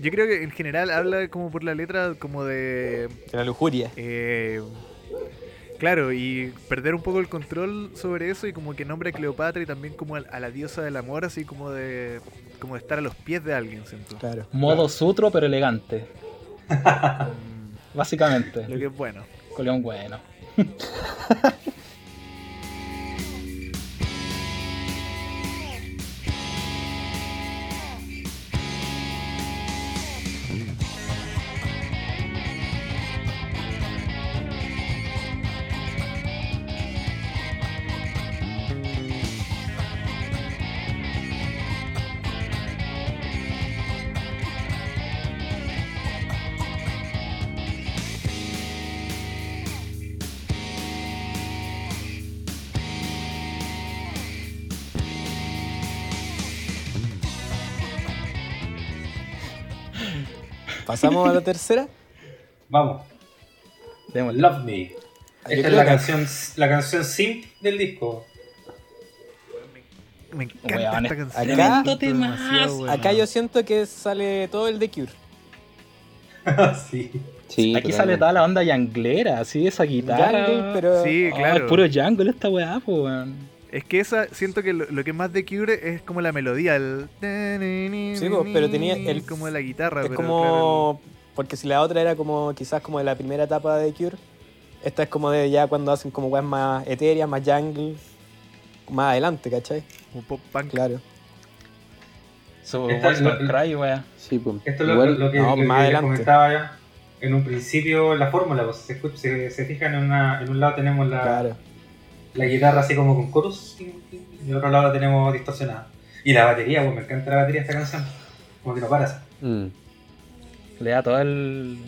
Yo creo que en general habla como por la letra como de De la lujuria. Eh, claro, y perder un poco el control sobre eso y como que nombra a Cleopatra y también como al- a la diosa del amor, así como de como de estar a los pies de alguien, siento. Claro. Modo sutro, pero elegante. Básicamente. Lo que es bueno. Coleón bueno. Pasamos a la tercera. Vamos. Démosle. Love Me. Ah, Yo Esta es creo la que- canción, la canción simp del disco. Me encanta Weón, esta canción. acá- me encanta demasiado, weón. Acá yo siento que sale todo el de Cure. sí. Sí, Aquí totalmente. sale toda la onda yanglera, así, esa guitarra. Jungle, pero. Sí, Oh, claro. es puro jungle esta weá, po, weón. Es que esa, siento que lo, lo que más de Cure es como la melodía. El... Sí, po, pero tenía el- Como de la guitarra. Es pero claro, como. Porque si la otra era como quizás como de la primera etapa de Cure, esta es como de ya cuando hacen como weas más etéreas, más jungle, más adelante, ¿cachai? el- un pop punk. Claro. Su Esta- voice don't lo- cry, weá. Sí, pues. Esto es lo, Igual- lo que, no, lo que más adelante. comentaba ya en un principio, la fórmula. Pues, se, escu- se, se fijan en, una, en un lado tenemos la, Claro. la guitarra así como con chorus y, y en otro lado la tenemos distorsionada. Y la batería, pues me encanta la batería de esta canción. Como que no paras. Mm. Le da todo el,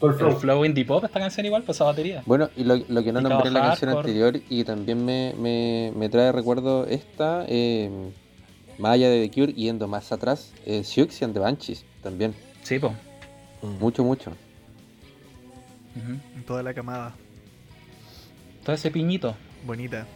Todo el el flow. flow indie pop a esta canción igual, pues esa batería. Bueno, y lo, lo que no Y nombré en la trabajar canción por- anterior y también me, me, me trae recuerdo esta, eh, más allá de The Cure, yendo más atrás, eh, Siouxsie and the Banshees también. Sí, po. Mm. Mucho, mucho. Ujú. Toda la camada. Todo ese piñito. Bonita.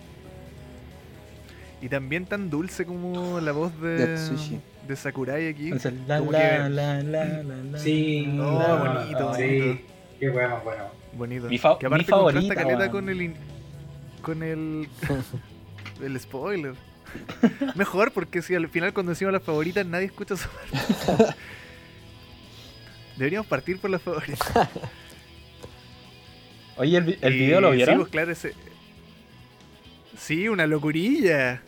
Y también tan dulce como la voz De de, Atsushi. de Sakurai aquí. Entonces, la, Como la, que- la, la, la, la, Sí, la, No, la, bonito, la, Sí, bonito. qué bueno, bueno. Bonito. Mi fa- que aparte mi contrasta favorita, caleta weón. con el. in- con el. el spoiler. Mejor, porque si al final cuando decimos las favoritas nadie escucha su Deberíamos partir por las favoritas. Oye, el, vi- el Y video lo Sí, vieron. pues, claro, ese- Sí, una locurilla.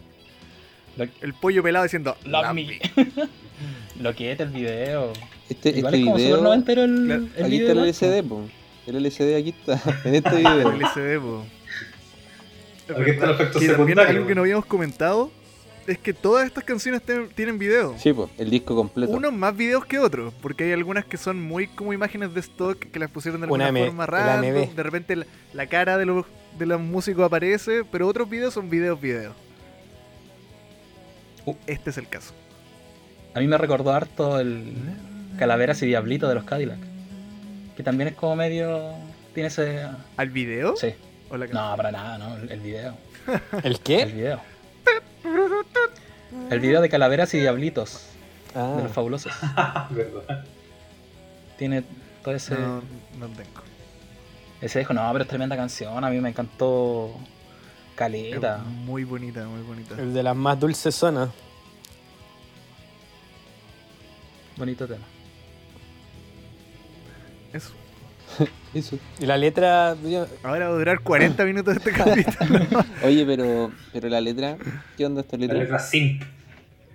Lo- El pollo pelado diciendo. Love "Love me". me". Lo que es el video. Este, Igual este es como super video, noventero el, Claro. aquí el está video. el igual, LCD, po. el LCD aquí está, en este Ah, video. LCD, po. Es Aquí está el verdad. efecto Que también secundario. algo que no habíamos comentado es que todas estas canciones ten- tienen video. Sí, pues, el disco completo. Unos más videos que otros, porque hay algunas que son muy como imágenes de stock que las pusieron de Una alguna M- forma el random. AMV. De repente la, la cara de los, de los músicos aparece, pero otros videos son videos, videos. Este es el caso. A mí me recordó harto el Calaveras y Diablito de los Cadillac. Que también es como medio. Tiene ese. ¿Al video? Sí. ¿O la canción? No, para nada, no. El el video. ¿El El qué? video. El video de Calaveras y Diablitos de Ah, los Fabulosos. ¿verdad? Tiene todo ese. No, no tengo. Ese dijo, no, pero es tremenda canción. A mí me encantó. Es Caleta. muy bonita, muy bonita. el de las más dulces zonas. Bonito tema. Eso. Eso. Y la letra. yo- Ahora va a durar 40 minutos este capítulo. Oye, pero, pero la letra, ¿qué onda esta La letra? letra simp.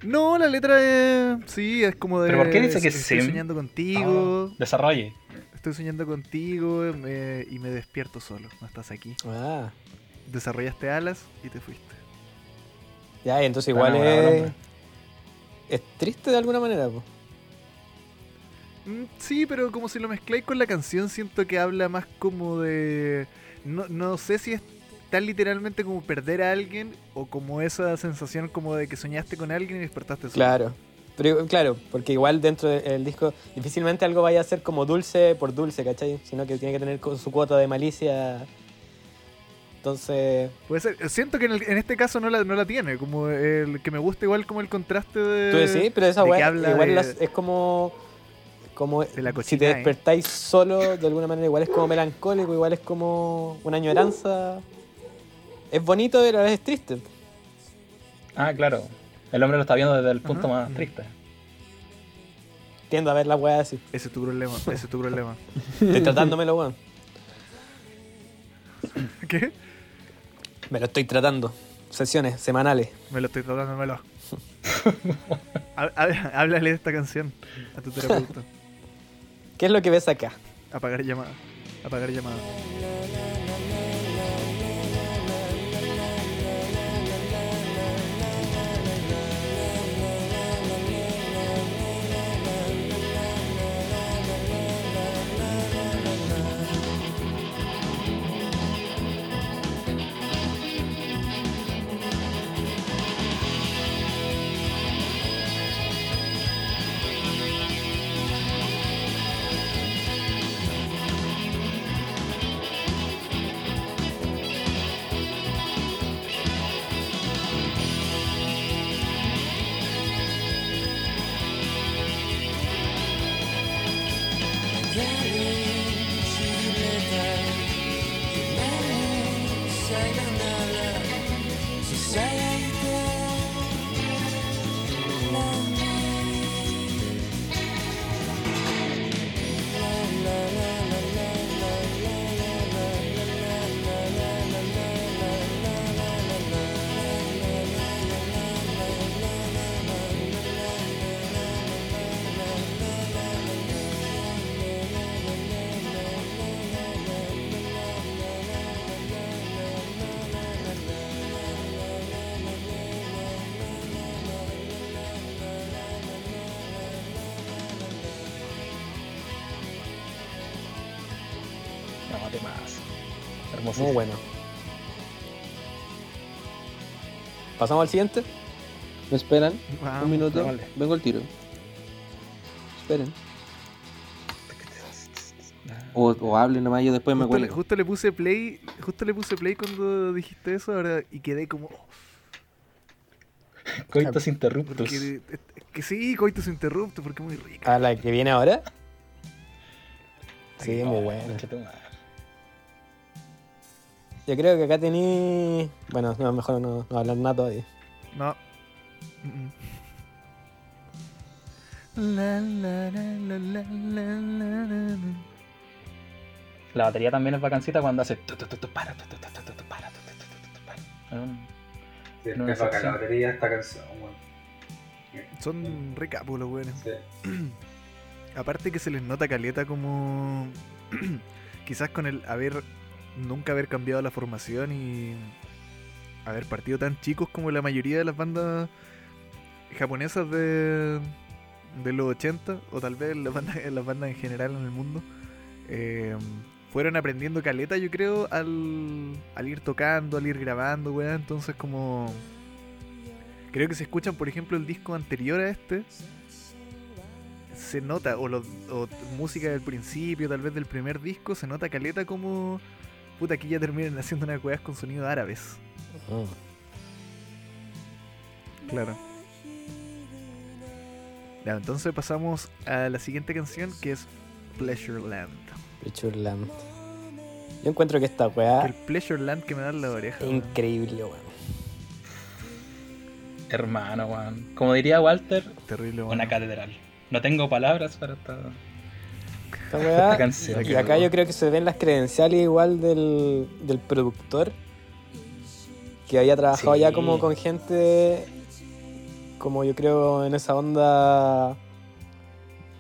no, la letra es. Sí, es como de. ¿Pero por qué dice que Estoy sim? soñando contigo. Ah, desarrolle. Estoy soñando contigo me- y me despierto solo. No estás aquí. Ah, Desarrollaste alas y te fuiste. ya, y entonces igual Está enamorado el es. hombre. Es triste de alguna manera, po. Mm, Sí, pero como si lo mezcláis con la canción, siento que habla más como de. No, no sé si es tan literalmente como perder a alguien o como esa sensación como de que soñaste con alguien y despertaste solo. Claro. Pero claro, porque igual dentro del disco difícilmente algo vaya a ser como dulce por dulce, ¿cachai? Sino que tiene que tener co- su cuota de malicia. Entonces, Puede ser. Siento que en, el- en este caso no la, no la tiene. Como el que me gusta igual como el contraste de. tú decís, pero esa Eh, de que weá habla igual de- las- es como. como la si te cochina, ¿eh? despertáis solo, de alguna manera, igual es como melancólico, igual es como una añoranza. Es bonito, pero a la vez es triste. Ah, claro. El hombre lo está viendo desde el punto Ajá. más triste. Tiendo a ver la weá así. Ese es tu problema, ese es tu problema. Estoy tratándomelo, weón. ¿Qué? Me lo estoy tratando. Sesiones semanales. Me lo estoy tratando, me lo. Há- há- Háblale de esta canción a tu terapeuta. ¿Qué es lo que ves acá? Apagar llamada. Apagar llamada. 「光を知れた夢をさよなら」「ささやいてラララララララ No, temas. Hermoso. Muy bueno. ¿Pasamos al siguiente? ¿Me esperan? Vamos, Un minuto. Ah, vale. Vengo al tiro. Esperen. O, o hablen nomás, yo después me Justo le, cuelgo. justo le puse play, justo le puse play cuando dijiste eso ahora y quedé como oh, Coitus interruptus. porque eh, que sí, coitus interrupto porque es muy rica. ¿A la que viene ahora? Sí, Oh, muy bueno. concha tu madre. Yo creo que acá tení. Bueno, no, mejor no, no hablar nada todavía. No. Mm, mm. La, la, la, la, la, la, la, la, la. La batería también es vacancita cuando hace. tu, tu, tu, tu, para, tu, tu, tu, tu, tu, para, tu, tu, tu, tu, tu, para. Mm. Sí, No, es no sé, bacán la sí. batería de esta canción, weón. Son recapos los weones. Sí. Aparte que se les nota caleta como. Quizás con el haber. Nunca haber cambiado la formación y. Haber partido tan chicos como la mayoría de las bandas japonesas de. De los 80, o tal vez las bandas, las bandas en general en el mundo, eh, fueron aprendiendo caleta, yo creo, al, al ir tocando, al ir grabando, weón. Entonces, como Creo que si escuchan, por ejemplo, el disco anterior a este, se nota, o, los- o t- música del principio, tal vez del primer disco, se nota caleta como. Puta, aquí ya terminan haciendo unas weas con sonido árabes. Mm, Claro. Ya, entonces pasamos a la siguiente canción que es Pleasureland. Pichurland. Yo encuentro que esta weá Que El Pleasureland que me da en la oreja. es weón. increíble, weón. Hermano, weón. Como diría Walter, Terrible, weón. una catedral. No tengo palabras para esta, Esta esta weá. canción. Y acá yo creo que se ven las credenciales igual del, del productor que había trabajado Sí. ya como con gente como yo creo en esa onda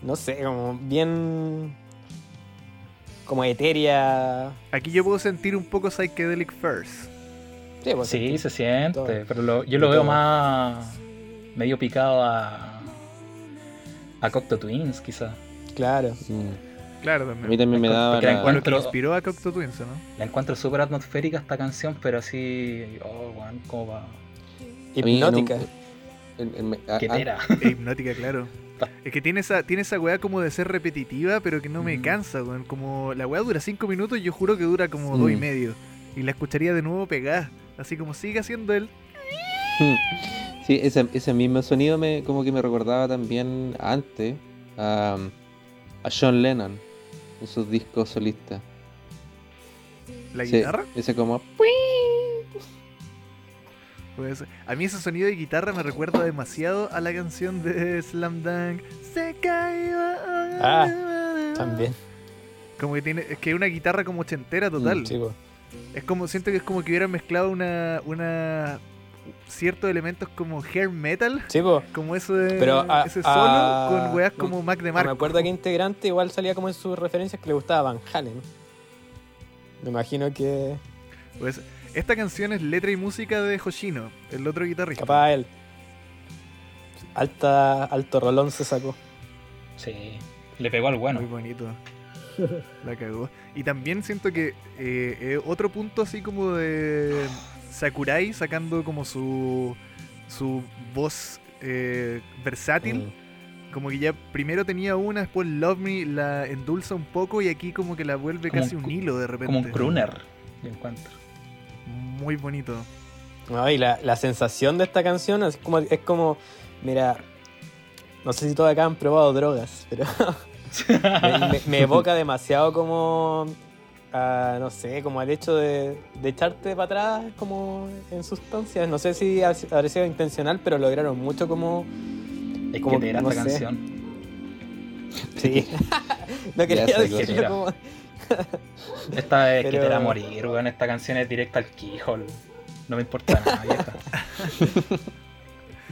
no sé, como bien como etérea. Aquí yo puedo sentir un poco Psychedelic First. Sí, pues, Sí, se siente, Todo. pero lo- yo lo Todo. veo más medio picado a a Cocteau Twins, quizá. claro. Mm. Claro, A mí también me daba Porque la la- Bueno, que Encuentro- inspiró a Cocteau Twins, ¿o ¿no? La encuentro súper atmosférica esta canción, pero así, oh, weón, como va. a mí en un- Hipnótica. en- en- a- ¿Qué a- tera? E hipnótica, claro. Es que tiene esa, tiene esa weá como de ser repetitiva, pero que no Mm. me cansa, weón. Como la weá dura 5 minutos, yo juro que dura como 2 y Mm. medio. Y la escucharía de nuevo pegada. Así como sigue haciendo él. Sí, ese, ese mismo sonido me, como que me recordaba también antes a, a John Lennon en sus discos solistas. La Sí, guitarra. ese como... Pues, a mí ese sonido de guitarra me recuerda demasiado a la canción de Slam Dunk. Se cayó. Ah, También. Como que tiene. Es que es una guitarra como ochentera total. Mm, sí, pues. Es como, siento que es como que hubieran mezclado una, una ciertos elementos como hair metal, Sí, pues. como eso de, Pero a- ese solo, a- con weas no- como Mac de me Marco. acuerdo que integrante igual salía como en sus referencias que le gustaba Van Halen. Me imagino que Pues, esta canción es letra y música de Hoshino, el otro guitarrista. capaz él. Alta, alto rolón se sacó. Sí, le pegó al Muy bueno. bonito. La cagó. Y también siento que eh, eh, otro punto así como de Sakurai sacando como su, su voz eh, versátil. Mm. Como que ya primero tenía una, después Love Me la endulza un poco y aquí como que la vuelve Como casi un un, cru- hilo de repente. Como un crooner, yo encuentro. Muy bonito. No, y la, la sensación de esta canción es como, es como, mira, no sé si todos acá han probado drogas, pero me, me- me evoca demasiado como, ah, no sé, como el hecho de, de echarte para atrás como en sustancias. No sé si ha- habrá sido intencional, pero lograron mucho como... Es Como- que tera no esta sé. canción. Sí. no quería sé, decirlo Clara. como... Esta es que Pero- te hará morir, weón. Esta canción es directa al Keyhole. No me importa nada, vieja.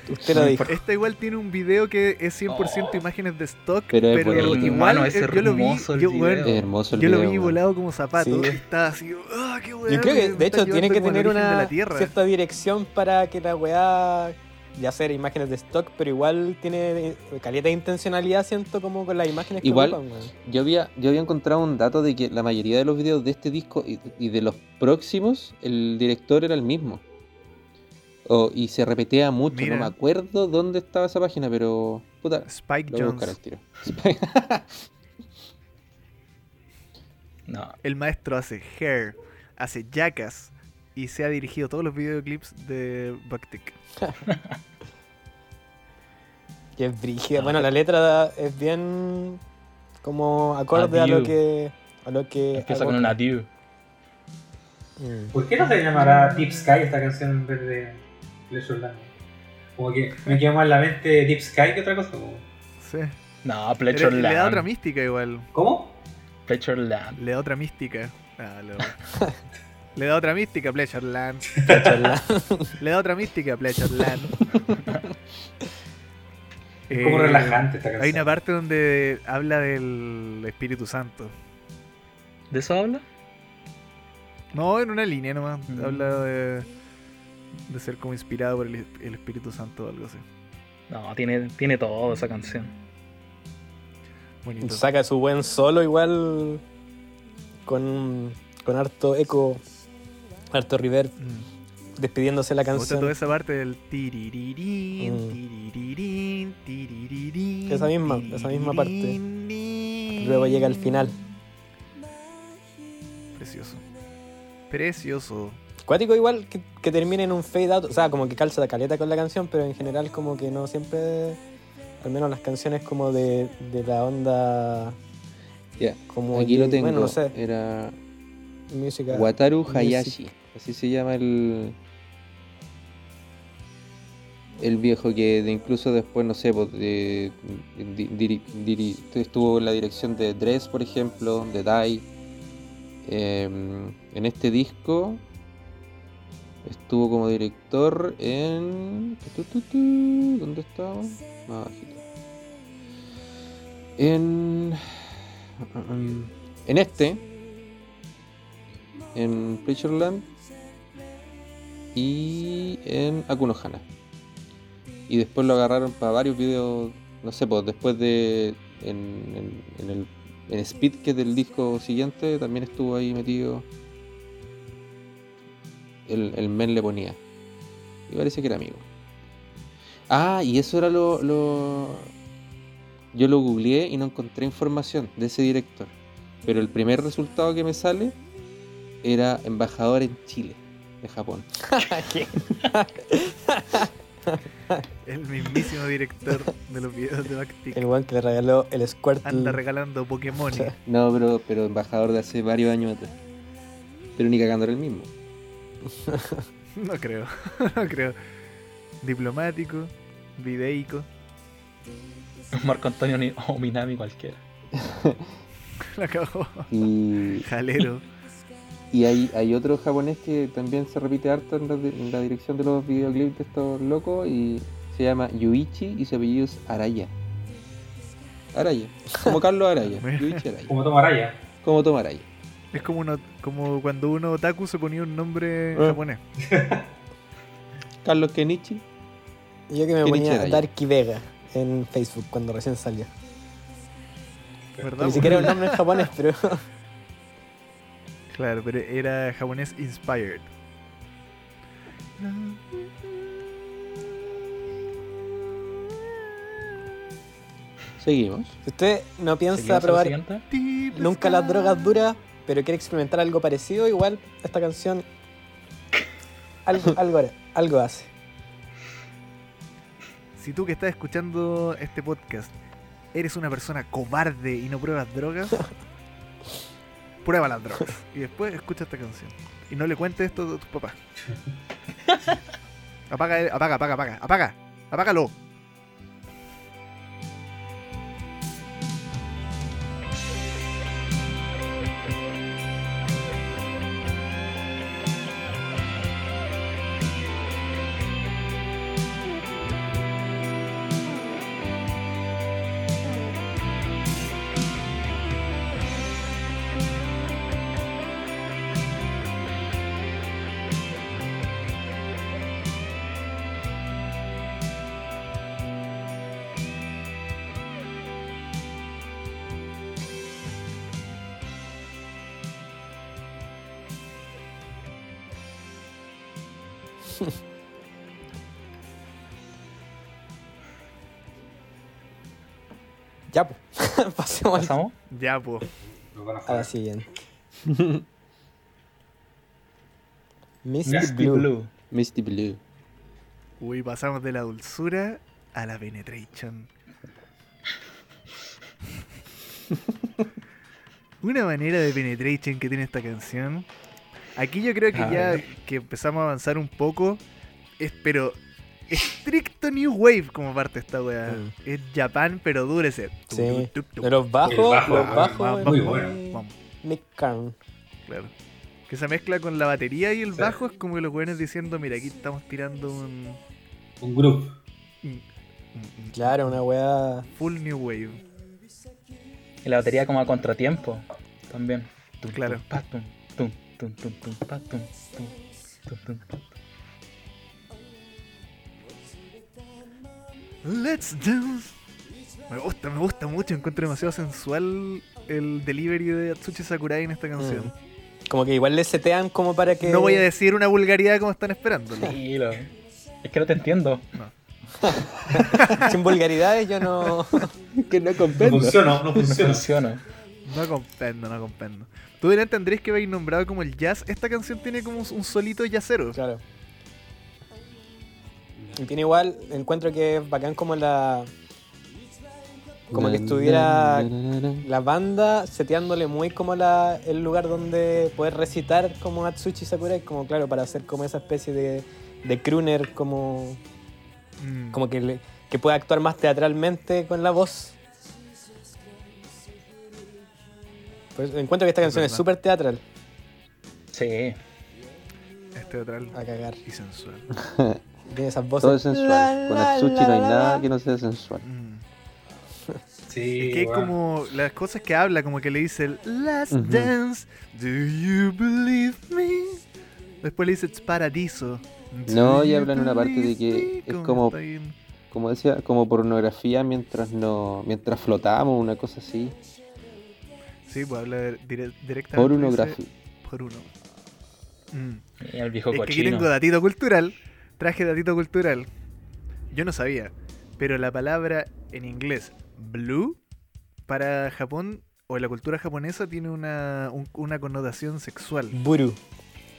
Usted lo dijo. Esta igual tiene un video que es 100% Oh. imagen imágenes de stock, Pero pero, es bonito. igual Hermano, es eh, yo lo vi, hermoso el yo, weón, video. Es hermoso el yo lo video, vi weón. volado como zapato, Sí. y estaba así, ah, qué weón, Yo creo que, me de está hecho, tiene llevando que como al tener origen de una la tierra. cierta dirección para que la weá ya sea imágenes de stock, pero igual tiene eh, calidad de intencionalidad, siento, como con las imágenes que Igual- ocupan, weón. Yo había, yo había encontrado un dato de que la mayoría de los videos de este disco y, y de los próximos, el director era el mismo. O- y se repetía mucho, Mira. no me acuerdo dónde estaba esa página, pero. Puta, Spike lo voy a buscar al Jones, tiro. No, el maestro hace Hair, hace Jackass y se ha dirigido todos los videoclips de Bucktick. Que es Ah. brígida. Bueno, la letra es bien como acorde a lo Adieu. que. A lo Eh, que empieza a con lo- un adieu. Mm. ¿Por qué no se llamará Deep Sky esta canción en vez de Pleasureland? Como que me queda más en la mente Deep Sky que otra cosa. como- Sí. No, Le, Pleasure le da otra Land. mística igual. ¿Cómo? Pleasure Land. Le da otra mística. Ah, lo- Le da otra mística, Pleasureland. Le da otra mística, Pleasureland. Es como Eh, relajante esta Hay una canción. parte donde habla del Espíritu Santo. ¿De eso habla? No, en una línea nomás. Mm. Habla de, de ser como inspirado por el, el Espíritu Santo o algo así. No, tiene, tiene todo esa canción. Bonito. Saca su buen solo igual con, con harto eco, harto reverb. Mm. despidiéndose la Me gusta toda canción. esa parte del tiririrín, Mm. tiririrín, tiririrín. Esa misma, esa misma parte. tiririrín. Luego llega el final. Precioso. Precioso. Cuático igual que, que termine en un fade out, o sea, como que calza la caleta con la canción, pero en general como que no siempre, al menos las canciones como de, de la onda Ya, como Aquí de- lo tengo. bueno, no sé, Era música. Wataru Music. Hayashi. Así se llama el. El viejo que de- incluso después, no sé, pues, de- di- diri- diri- estuvo en la dirección de Dress, por ejemplo, de Dai. Em, en este disco estuvo como director en. tu, tu, tu, tu, ¿Dónde estaba? Más bajito. En. En este, en Preacherland y en Akunohana. Y después lo agarraron para varios videos, no sé, pues después de. En, en- en el en Speed, que es del disco siguiente, también estuvo ahí metido. El, el men le ponía. Y parece que era amigo. Ah, y eso era lo. lo... Yo lo googleé y no encontré información de ese director. Pero el primer resultado que me sale era embajador en Chile, de Japón. El mismísimo director de los videos de Bactic. El one que le regaló el Anda Squirtle. regalando Pokémon. Sí. No, pero, pero embajador de hace varios años atrás. Pero ni cagando era el mismo. No creo. No creo. Diplomático, videico. Marco Antonio Ni- o Minami cualquiera. La cagó. Y, Jalero. y hay, hay otro japonés que también se repite harto en la, di- en la dirección de los videoclips de estos locos y se llama Yuichi y su apellido es Araya. Araya. Como Carlos Araya. Yuichi Araya. Como Tomaraya. Como Tom Araya. Es como, uno, como cuando uno otaku se ponía un nombre Ah. japonés. Carlos Kenichi. Yo que me ¿Qué ponía nichera ya? Darky Vega en Facebook cuando recién salió. ¿Verdad? Ni siquiera era un nombre en japonés, pero Claro, pero era japonés inspired. Seguimos. si usted no piensa ¿Seguimos a la probar siguiente? nunca las drogas duras, pero quiere experimentar algo parecido, igual esta canción algo, algo, hará- algo hace. Si tú que estás escuchando este podcast eres una persona cobarde y no pruebas drogas, prueba las drogas. Y después escucha esta canción. Y no le cuentes esto a tus papás. Apaga, apaga, apaga, apaga, apaga. Apágalo. やぼ pues. pasemos al- ¿Pasamos? Ya, pues. Lo van a a la jugar. siguiente. Misty Misty Blue. Blue. Misty Blue. Uy, pasamos de la dulzura a la penetration. Una manera de penetration que tiene esta canción. Aquí yo creo que A ya ver. que empezamos a avanzar un poco, es pero estricto new wave como parte de esta weá. Mm. Es Japan pero duro ese. Sí. Tup, tup, tup. De los bajos, El bajo, los ah, bajos. va- es muy muy- bueno. Vamos, Nick Carn. claro. Que se mezcla con la batería y el Sí. bajo es como que los weones diciendo, mira, aquí estamos tirando un- Un grupo. un- un un Claro, una weá. full new wave. Y la batería como a contratiempo. También. Tum, Claro. tum, pa, tum, tum, tum, tum, tum, pa, tum, tum, tum, tum, pa, tum. Let's dance. Me gusta, me gusta mucho. Encuentro demasiado sensual el delivery de Atsushi Sakurai en esta canción. Como que igual le setean como para Mm, que. No voy a decir una vulgaridad como están esperando. ¿no? Sí, lo- Es que no te entiendo. Sin vulgaridades yo no. Que no No comprendo. funciona, no No funciona. funciona. No comprendo, no comprendo. Tú dirás, Andrés, que habéis nombrado como el jazz. Esta canción tiene como un solito jazzero. Claro. Y tiene igual, encuentro que es bacán como la. Como que estuviera la banda seteándole muy como la, el lugar donde poder recitar como Atsushi Sakurai, como claro, para hacer como esa especie de, de crooner, como, Mm. como que, le- que pueda actuar más teatralmente con la voz. Pues encuentro que esta canción es verdad. súper teatral, Sí. Es este teatral a cagar. y sensual. Tiene esas Todo es voces. sensual. Con Atsushi no hay nada que no sea sensual. Mm. Sí, Es que es weón. como las cosas que habla, como que le dice el Last Ujú. Dance, Do you believe me? Después le dice It's Paradiso. "Do No, y you habla en una parte de believe que es me?" como- está bien. Como decía, como pornografía mientras no mientras flotamos, una cosa así. Sí, pues habla de- dire- directamente. Pornografía. dice, Por uno. Mm. Y El viejo Es que aquí cochino. tengo datito cultural. Traje datito cultural. Yo no sabía. Pero la palabra en inglés blue para Japón o en la cultura japonesa tiene una, un- una connotación sexual. Buru.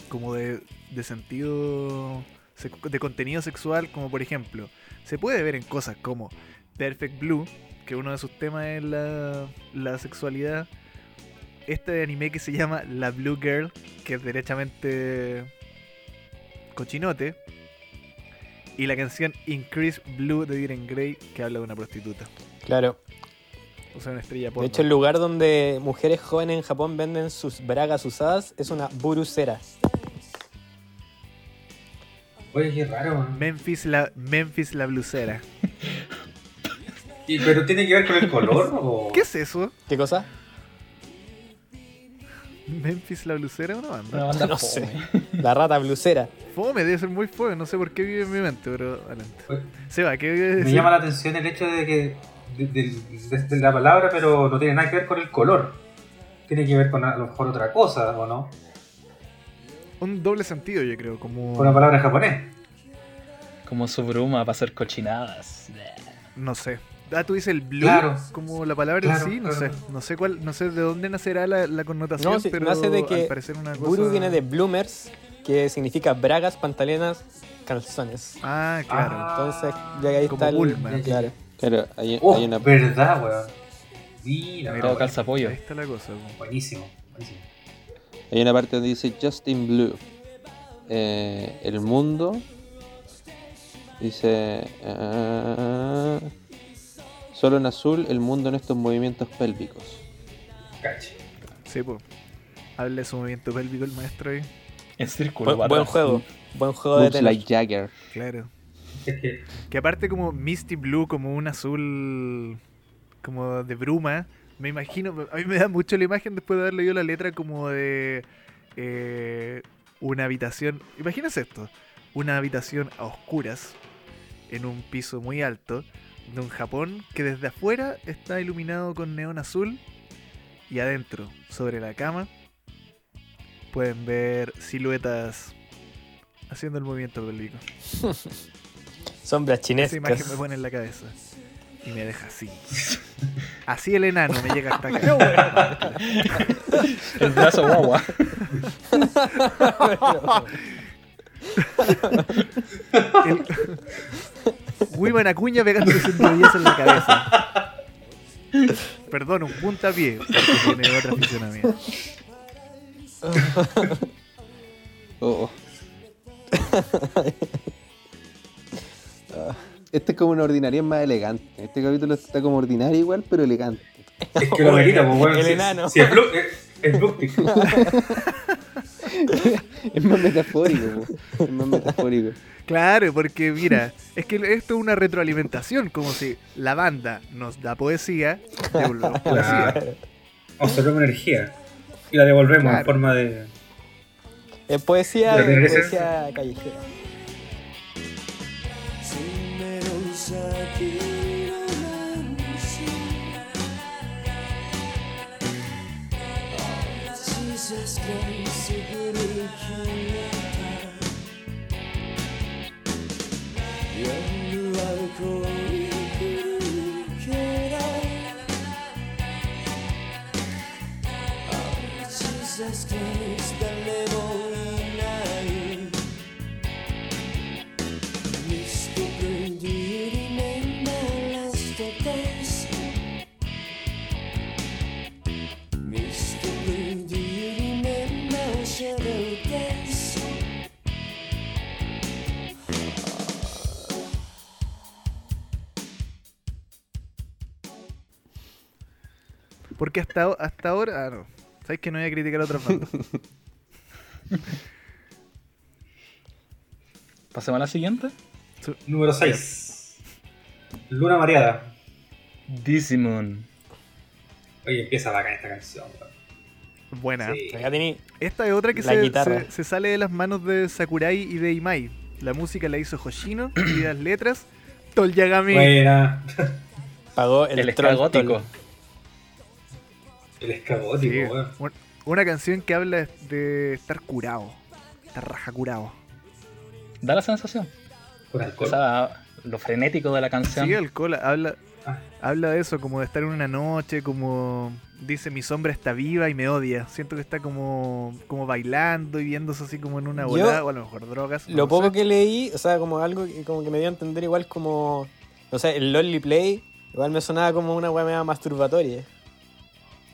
como de, de sentido, sex- de contenido sexual, como por ejemplo, se puede ver en cosas como Perfect Blue, que uno de sus temas es la, la sexualidad, este anime que se llama La Blue Girl, que es derechamente cochinote, y la canción Increase Blue de Diren Grey, que habla de una prostituta, Claro. o sea, una estrella porno. De hecho, el lugar donde mujeres jóvenes en Japón venden sus bragas usadas es una burucera. Oye, qué raro, weón. Memphis la, Memphis la blusera. Y- Pero tiene que ver con el color, o... ¿Qué es eso? ¿Qué cosa? Memphis la blusera es una banda. Una banda No fome. sé. La rata blusera. Fome, debe ser muy fome, no sé por qué vive en mi mente, pero adelante. Oye, Seba, ¿qué debe Me decir? llama la atención el hecho de que. De, de- de- de la palabra, pero no tiene nada que ver con el color. Tiene que ver con a lo mejor otra cosa, ¿o no? Un doble sentido, yo creo, como... Con la palabra en japonés. Como su bruma para hacer cochinadas. No sé. Ah, tú dices el blue, Claro. como la palabra en Claro, sí, no claro. sé. No sé cuál, no sé de dónde nacerá la, la connotación, No, sí, pero nace de que al parecer una cosa... Buru viene de bloomers, que significa bragas, pantalenas, calzones. Ah, claro. Entonces, de ahí Como está el- Bulmer. Claro. Claro, hay, Oh, hay una verdad, weón. Mira, Mirado weón. calza pollo. Ahí está la cosa. po. Buenísimo, buenísimo. Hay una parte donde dice Just in Blue. Eh, el mundo. Dice. ah, solo en azul el mundo en estos movimientos pélvicos. Cache. Sí, pues. Habla de su movimiento pélvico el maestro ahí. En círculo. Buen, para buen atrás. juego. Buen juego de Looks tener. like Jagger. Claro. Es que. Que aparte como Misty Blue, como un azul como de bruma, me imagino, a mí me da mucho la imagen después de haber leído la letra como de eh, una habitación, imagínense esto, una habitación a oscuras en un piso muy alto de un Japón que desde afuera está iluminado con neón azul y adentro, sobre la cama, pueden ver siluetas haciendo el movimiento pélvico. Sombras Esa imagen me chinescas. pone en la cabeza. Y me deja así. Así el enano me llega hasta acá. El brazo guagua. El... Wiman Acuña pegándose un rodillazo en la cabeza. Perdón, un puntapié. Porque tiene otra fisonomía. Oh. este es como una ordinaria más elegante. Este capítulo está como ordinario igual, pero elegante. Es que lo merita, pues, weón. El Si- enano. Si es blue. Es, es blúctico. Es más metafórico. po. Es más metafórico. Claro, porque mira, es que esto es una retroalimentación. Como si la banda nos da poesía, devolvemos poesía. Claro. Observemos energía. Y la devolvemos Claro. en forma de. Es Eh, poesía, ¿De regreso? poesía callejera. 爪の先の話小 Jesus Christ すぐに消えた夜は恋来るけど Oh Jesus Christ 誰もいない Mr. Green, do you remember last days? Mr. Green, do you remember shadow days? Porque hasta, o- hasta ahora. Ah, no. Sabes que no voy a criticar a otras bandas. Pasemos a la siguiente. Número 6. Luna Mareada. Digimon. Oye, empieza bacán esta canción, weón. Buena. Sí. Acá tení- Esta es otra que La se, guitarra. se- se sale de las manos de Sakurai y de Imai. La música la hizo Hoshino y las letras Tol Yagami. Buena. pagó el, El, troll escagótico. El Sí, escabótico, weón. un- Una canción que habla de estar curado. Estar raja curado. Da la sensación. Con O alcohol. sea, lo frenético de la canción. Sí, alcohol. Habla, Ah. habla de eso, como de estar en una noche, como dice mi sombra está viva y me odia. Siento que está como, como bailando y viéndose así como en una Yo- volada, o a lo mejor drogas. no Lo poco sé. que leí, o sea, como algo que, como que me dio a entender igual como, no sé, el Lonely Play, igual me sonaba como una weá media masturbatoria.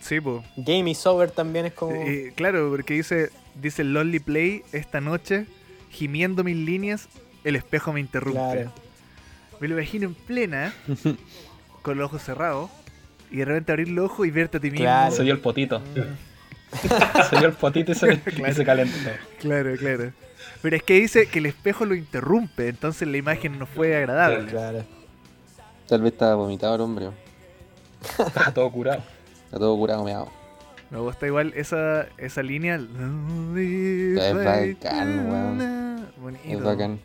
Sí, po. Game is Over también es como... Eh, claro, porque dice, dice Lonely Play esta noche, gimiendo mis líneas, el espejo me interrumpe. Claro. Me lo imagino en plena, con los ojos cerrados, y de repente abrir los ojos y verte a ti mismo. Claro. Se dio el potito. se dio el potito y se, y se calentó. Claro, claro. Pero es que dice que el espejo lo interrumpe, entonces la imagen no fue agradable. Claro. Tal vez estaba vomitado el hombre. Estaba todo curado. Está todo curado, meado. Me gusta igual esa, esa línea. Es Es bacán, weón. Bonito. Es bacán.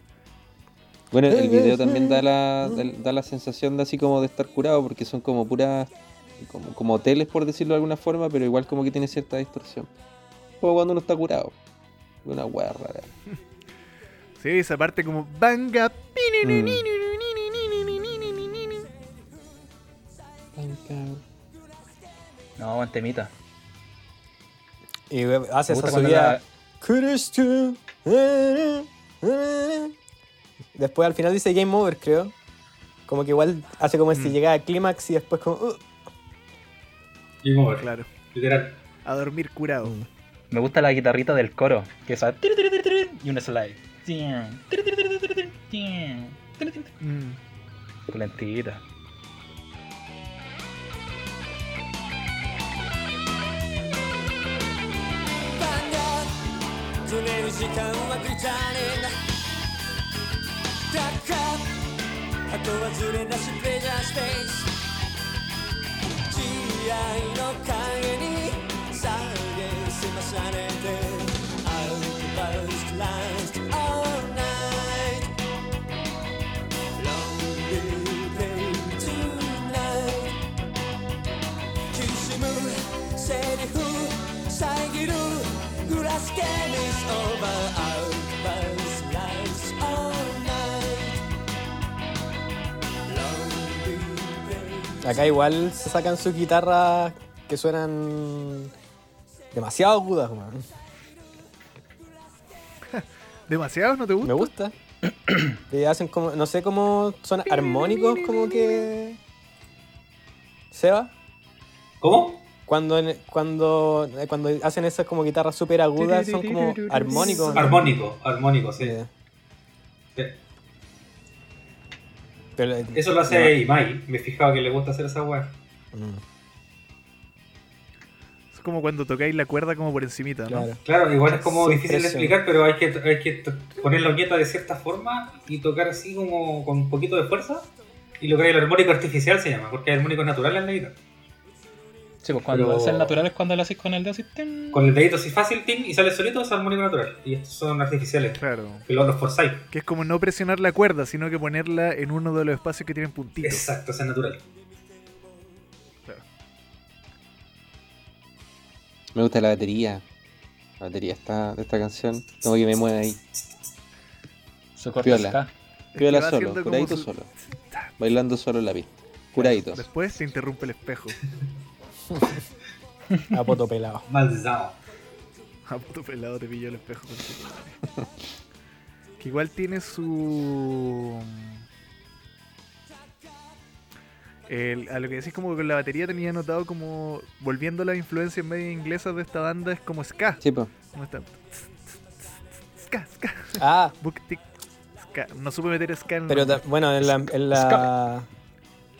Bueno, el video también da la, Mm. da, da la sensación de así como de estar curado, porque son como puras. Como, como hoteles, por decirlo de alguna forma, pero igual como que tiene cierta distorsión. Como cuando uno está curado. Una hueá rara. Sí, esa parte como banga. Mm. No, buen temita. Y we- hace Me esa gusta cuando la- subida... "Kudos to- eh, eh, eh". Después al final dice Game Over, creo. Como que igual hace como si Mm. llegara al clímax y después como... "Uh". Game over, Claro, literal. a dormir curado. Me gusta la guitarrita del coro, que es y un slide. Mm. Lentita. 「バンド」「くれる時間はくじゃねえんだ」「だからあとはずれなしプレジャースペース」「慈愛の影に下げすまされて」「アウトバウストランストオールナイト」「ロングプレイトゥナイト」きしむセリフ遮るグラスケミスオーバーアウトバウスライスオーナイトロングプレ Acá イ igual se sacan sus guitarras que suenan demasiado agudas, man. ¿Demasiados no te Me gusta? gusta. y hacen como, no sé cómo son armónicos, como que. Seba, ¿Cómo? cuando, en- cuando, eh, cuando hacen esas como guitarras súper agudas, son como armónicos. Ah, Armónico, armónico, sí. Eh, Sí. pero- Eso lo hace Imai. Me he fijado que le gusta hacer esa weá. Mm, Es como cuando tocáis la cuerda como por encimita, ¿no? Claro. Claro, igual es como Su difícil de expresión. explicar, pero hay que, hay que t- poner la uñeta de cierta forma y tocar así como con un poquito de fuerza. Y lograr el armónico artificial se llama, porque hay armónicos naturales en la guitarra. Sí, pues cuando Pero- es el natural es cuando lo haces con el dedo así. tin. Con el dedito así fácil, ping, y sale solito, es armónico natural. Y estos son artificiales, Claro. que los, los forzáis. Que es como no presionar la cuerda, sino que ponerla en uno de los espacios que tienen puntitos. Exacto, ese es natural. Me gusta la batería. La batería está, de esta canción, como que me mueve ahí. Su corte Piola. ska. Es que va Viola haciendo solo, como curadito su- solo. Bailando solo en la pista. Curaditos. Después se interrumpe el espejo. A poto pelado. Maldado. A puto pelado te pilló el espejo. con tu madre. que igual tiene su. El- a lo que decís, como que con la batería tenía notado como volviendo las influencias medio inglesas de esta banda, es como ska. Sí, po. Como esta- Ska, ska, Ah, buktik, ska. No supe meter ska en el Pero ta- nombre. bueno, en la. en la-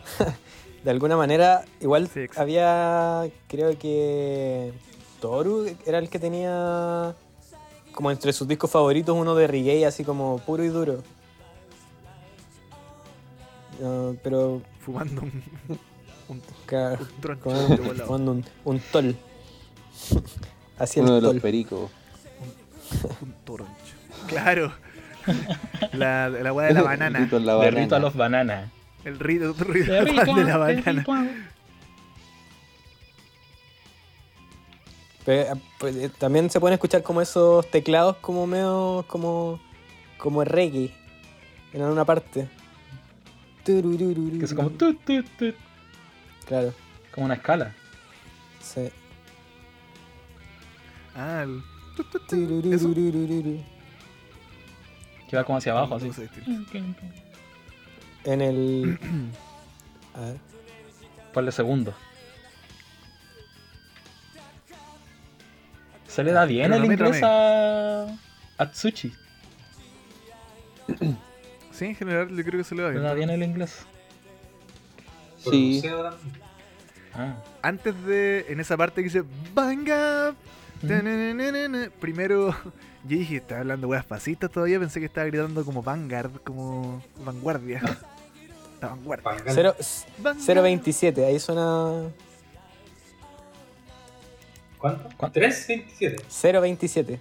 de alguna manera, igual Sí, exacto. había. Creo que. Toru era el que tenía. Como entre sus discos favoritos, uno de reggae, así como puro y duro. No, pero. Fumando un, un, ca- un troncho como- de volado. como un, un tol. Así el Uno de los tol. pericos. Un toroncho. Claro. La, la weá de la banana. Rito en la De rito banana. a los bananas. El rito, otro rito de la banana. Pe- pues, eh, también se pueden escuchar como esos teclados como medio como como reggae en una parte. Tururururu. Que es como tut, tut, tut, Claro, como una escala. sí. Ah, el... Tururururururu. Que va como hacia abajo, así. no sé, distinto. En el A ver. Ponle segundo. Se le Ah, da bien el Cronométrame. inglés a. a Tsuchi. Sí, en general yo creo que se le va Se le da bien. bien el inglés. Sí. Pronunciado también. Ah. Antes de, en esa parte que dice Banga, tananana", primero yo dije, está hablando weas pasitas todavía, pensé que estaba gritando como Vanguard, como vanguardia. La vanguardia. Pangal. Cero- Vanguard. 027, ahí suena ¿Cuánto? ¿Cuánto? 3.27. 027.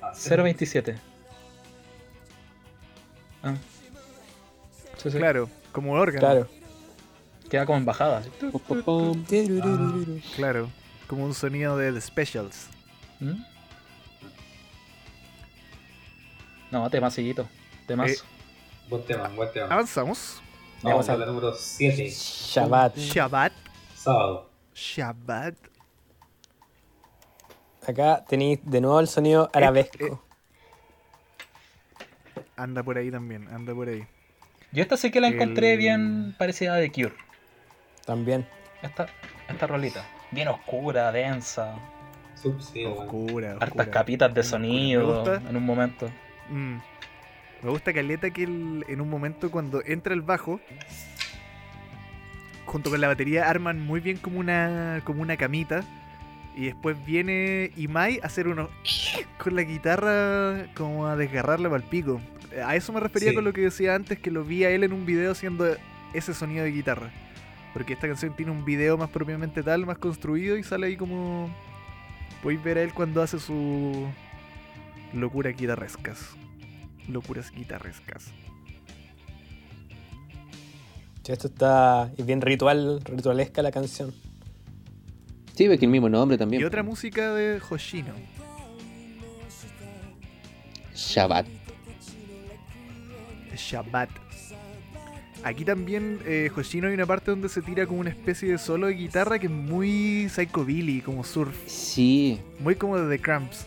Ah, 0.27. Ah. Sí, sí. Claro, como órgano. Claro. Claro. Queda como en bajada. así. Pum, pum, pum. Turururururu. Ah. Como un sonido de The Specials. ¿Mm? No, temacillito. Eh, Temazo. Buen tema, buen tema. Ah, Avanzamos. Vamos Vamos a- a la número 7. Shabbat. Shabbat. Sábado. Shabbat. Acá tenéis de nuevo el sonido eh. arabesco. Anda por ahí también, anda por ahí. Yo esta sí que la encontré El- bien parecida a The Cure. También. Esta, esta rolita. Bien oscura, densa. Sub, sí, bueno. Oscura, Hartas oscura. capitas de Bien oscura. sonido Me gusta, en un momento. mm, me gusta Caleta que el- en un momento cuando entra el bajo, junto con la batería arman muy bien como una, como una camita. Y después viene Imai a hacer unos con la guitarra como a desgarrarla para el pico. A eso me refería Sí. con lo que decía antes, que lo vi a él en un video haciendo ese sonido de guitarra. Porque esta canción tiene un video más propiamente tal, más construido y sale ahí como... Podéis ver a él cuando hace su... Locuras guitarrescas. Locuras guitarrescas. Sí, Esto está es bien ritual, ritualesca la canción. Sí, ve que el mismo nombre también. Y otra música de Hoshino. Shabbat. Shabbat. Aquí también, eh, Hoshino, hay una parte donde se tira como una especie de solo de guitarra que es muy psychobilly, como surf, Sí. muy como de The Cramps.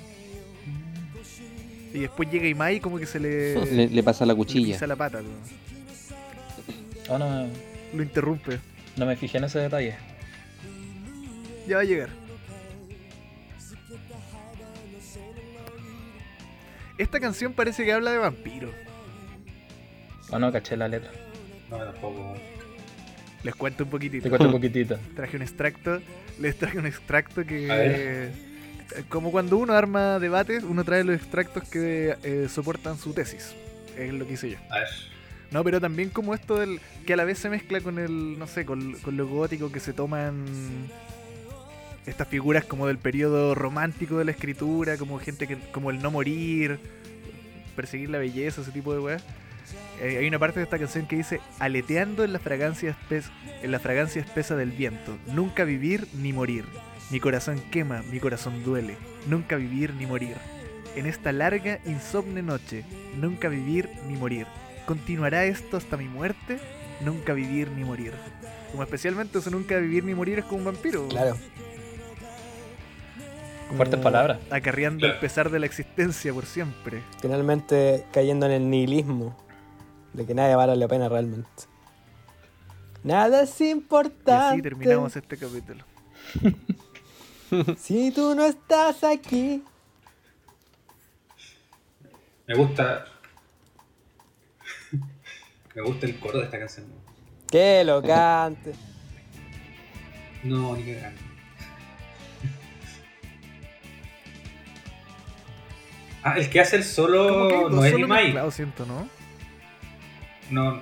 Y después llega Imai y como que se le, Le, le pasa la Eh, le cuchilla. pisa la pata, ¿no? Oh, no, me- lo interrumpe. no me fijé en ese detalle. Ya va a llegar. Esta canción parece que habla de vampiros. Oh, no, caché la letra. No, tampoco. Les cuento un poquitito. Te cuento un poquitito. traje un extracto. Les traje un extracto A que. eh, Como cuando uno arma debates, uno trae los extractos que eh, soportan su tesis. Es lo que hice yo. A ver. No, pero también como esto del. que a la vez se mezcla con el. no sé, con, con lo gótico que se toman. estas figuras como del periodo romántico de la escritura, como gente que. como el no morir, perseguir la belleza, ese tipo de weas. Eh, hay una parte de esta canción que dice aleteando en la fragancia espesa en la fragancia espesa del viento, nunca vivir ni morir. Mi corazón quema, mi corazón duele. Nunca vivir ni morir. En esta larga, insomne noche, nunca vivir ni morir. ¿Continuará esto hasta mi muerte? Nunca vivir ni morir. Como especialmente eso nunca vivir ni morir es como un vampiro. Claro. como Fuertes palabras. Acarreando el Claro. pesar de la existencia por siempre. Finalmente cayendo en el nihilismo de que nada vale la pena realmente. Nada es Y importante. así terminamos este capítulo. Si tú no estás aquí. Me gusta. Me gusta el coro de esta canción. Que lo cante. No, ni que gane. Ah, el que hace el Como que hay solo dos no es solos Imai. mezclados, siento, ¿no? No,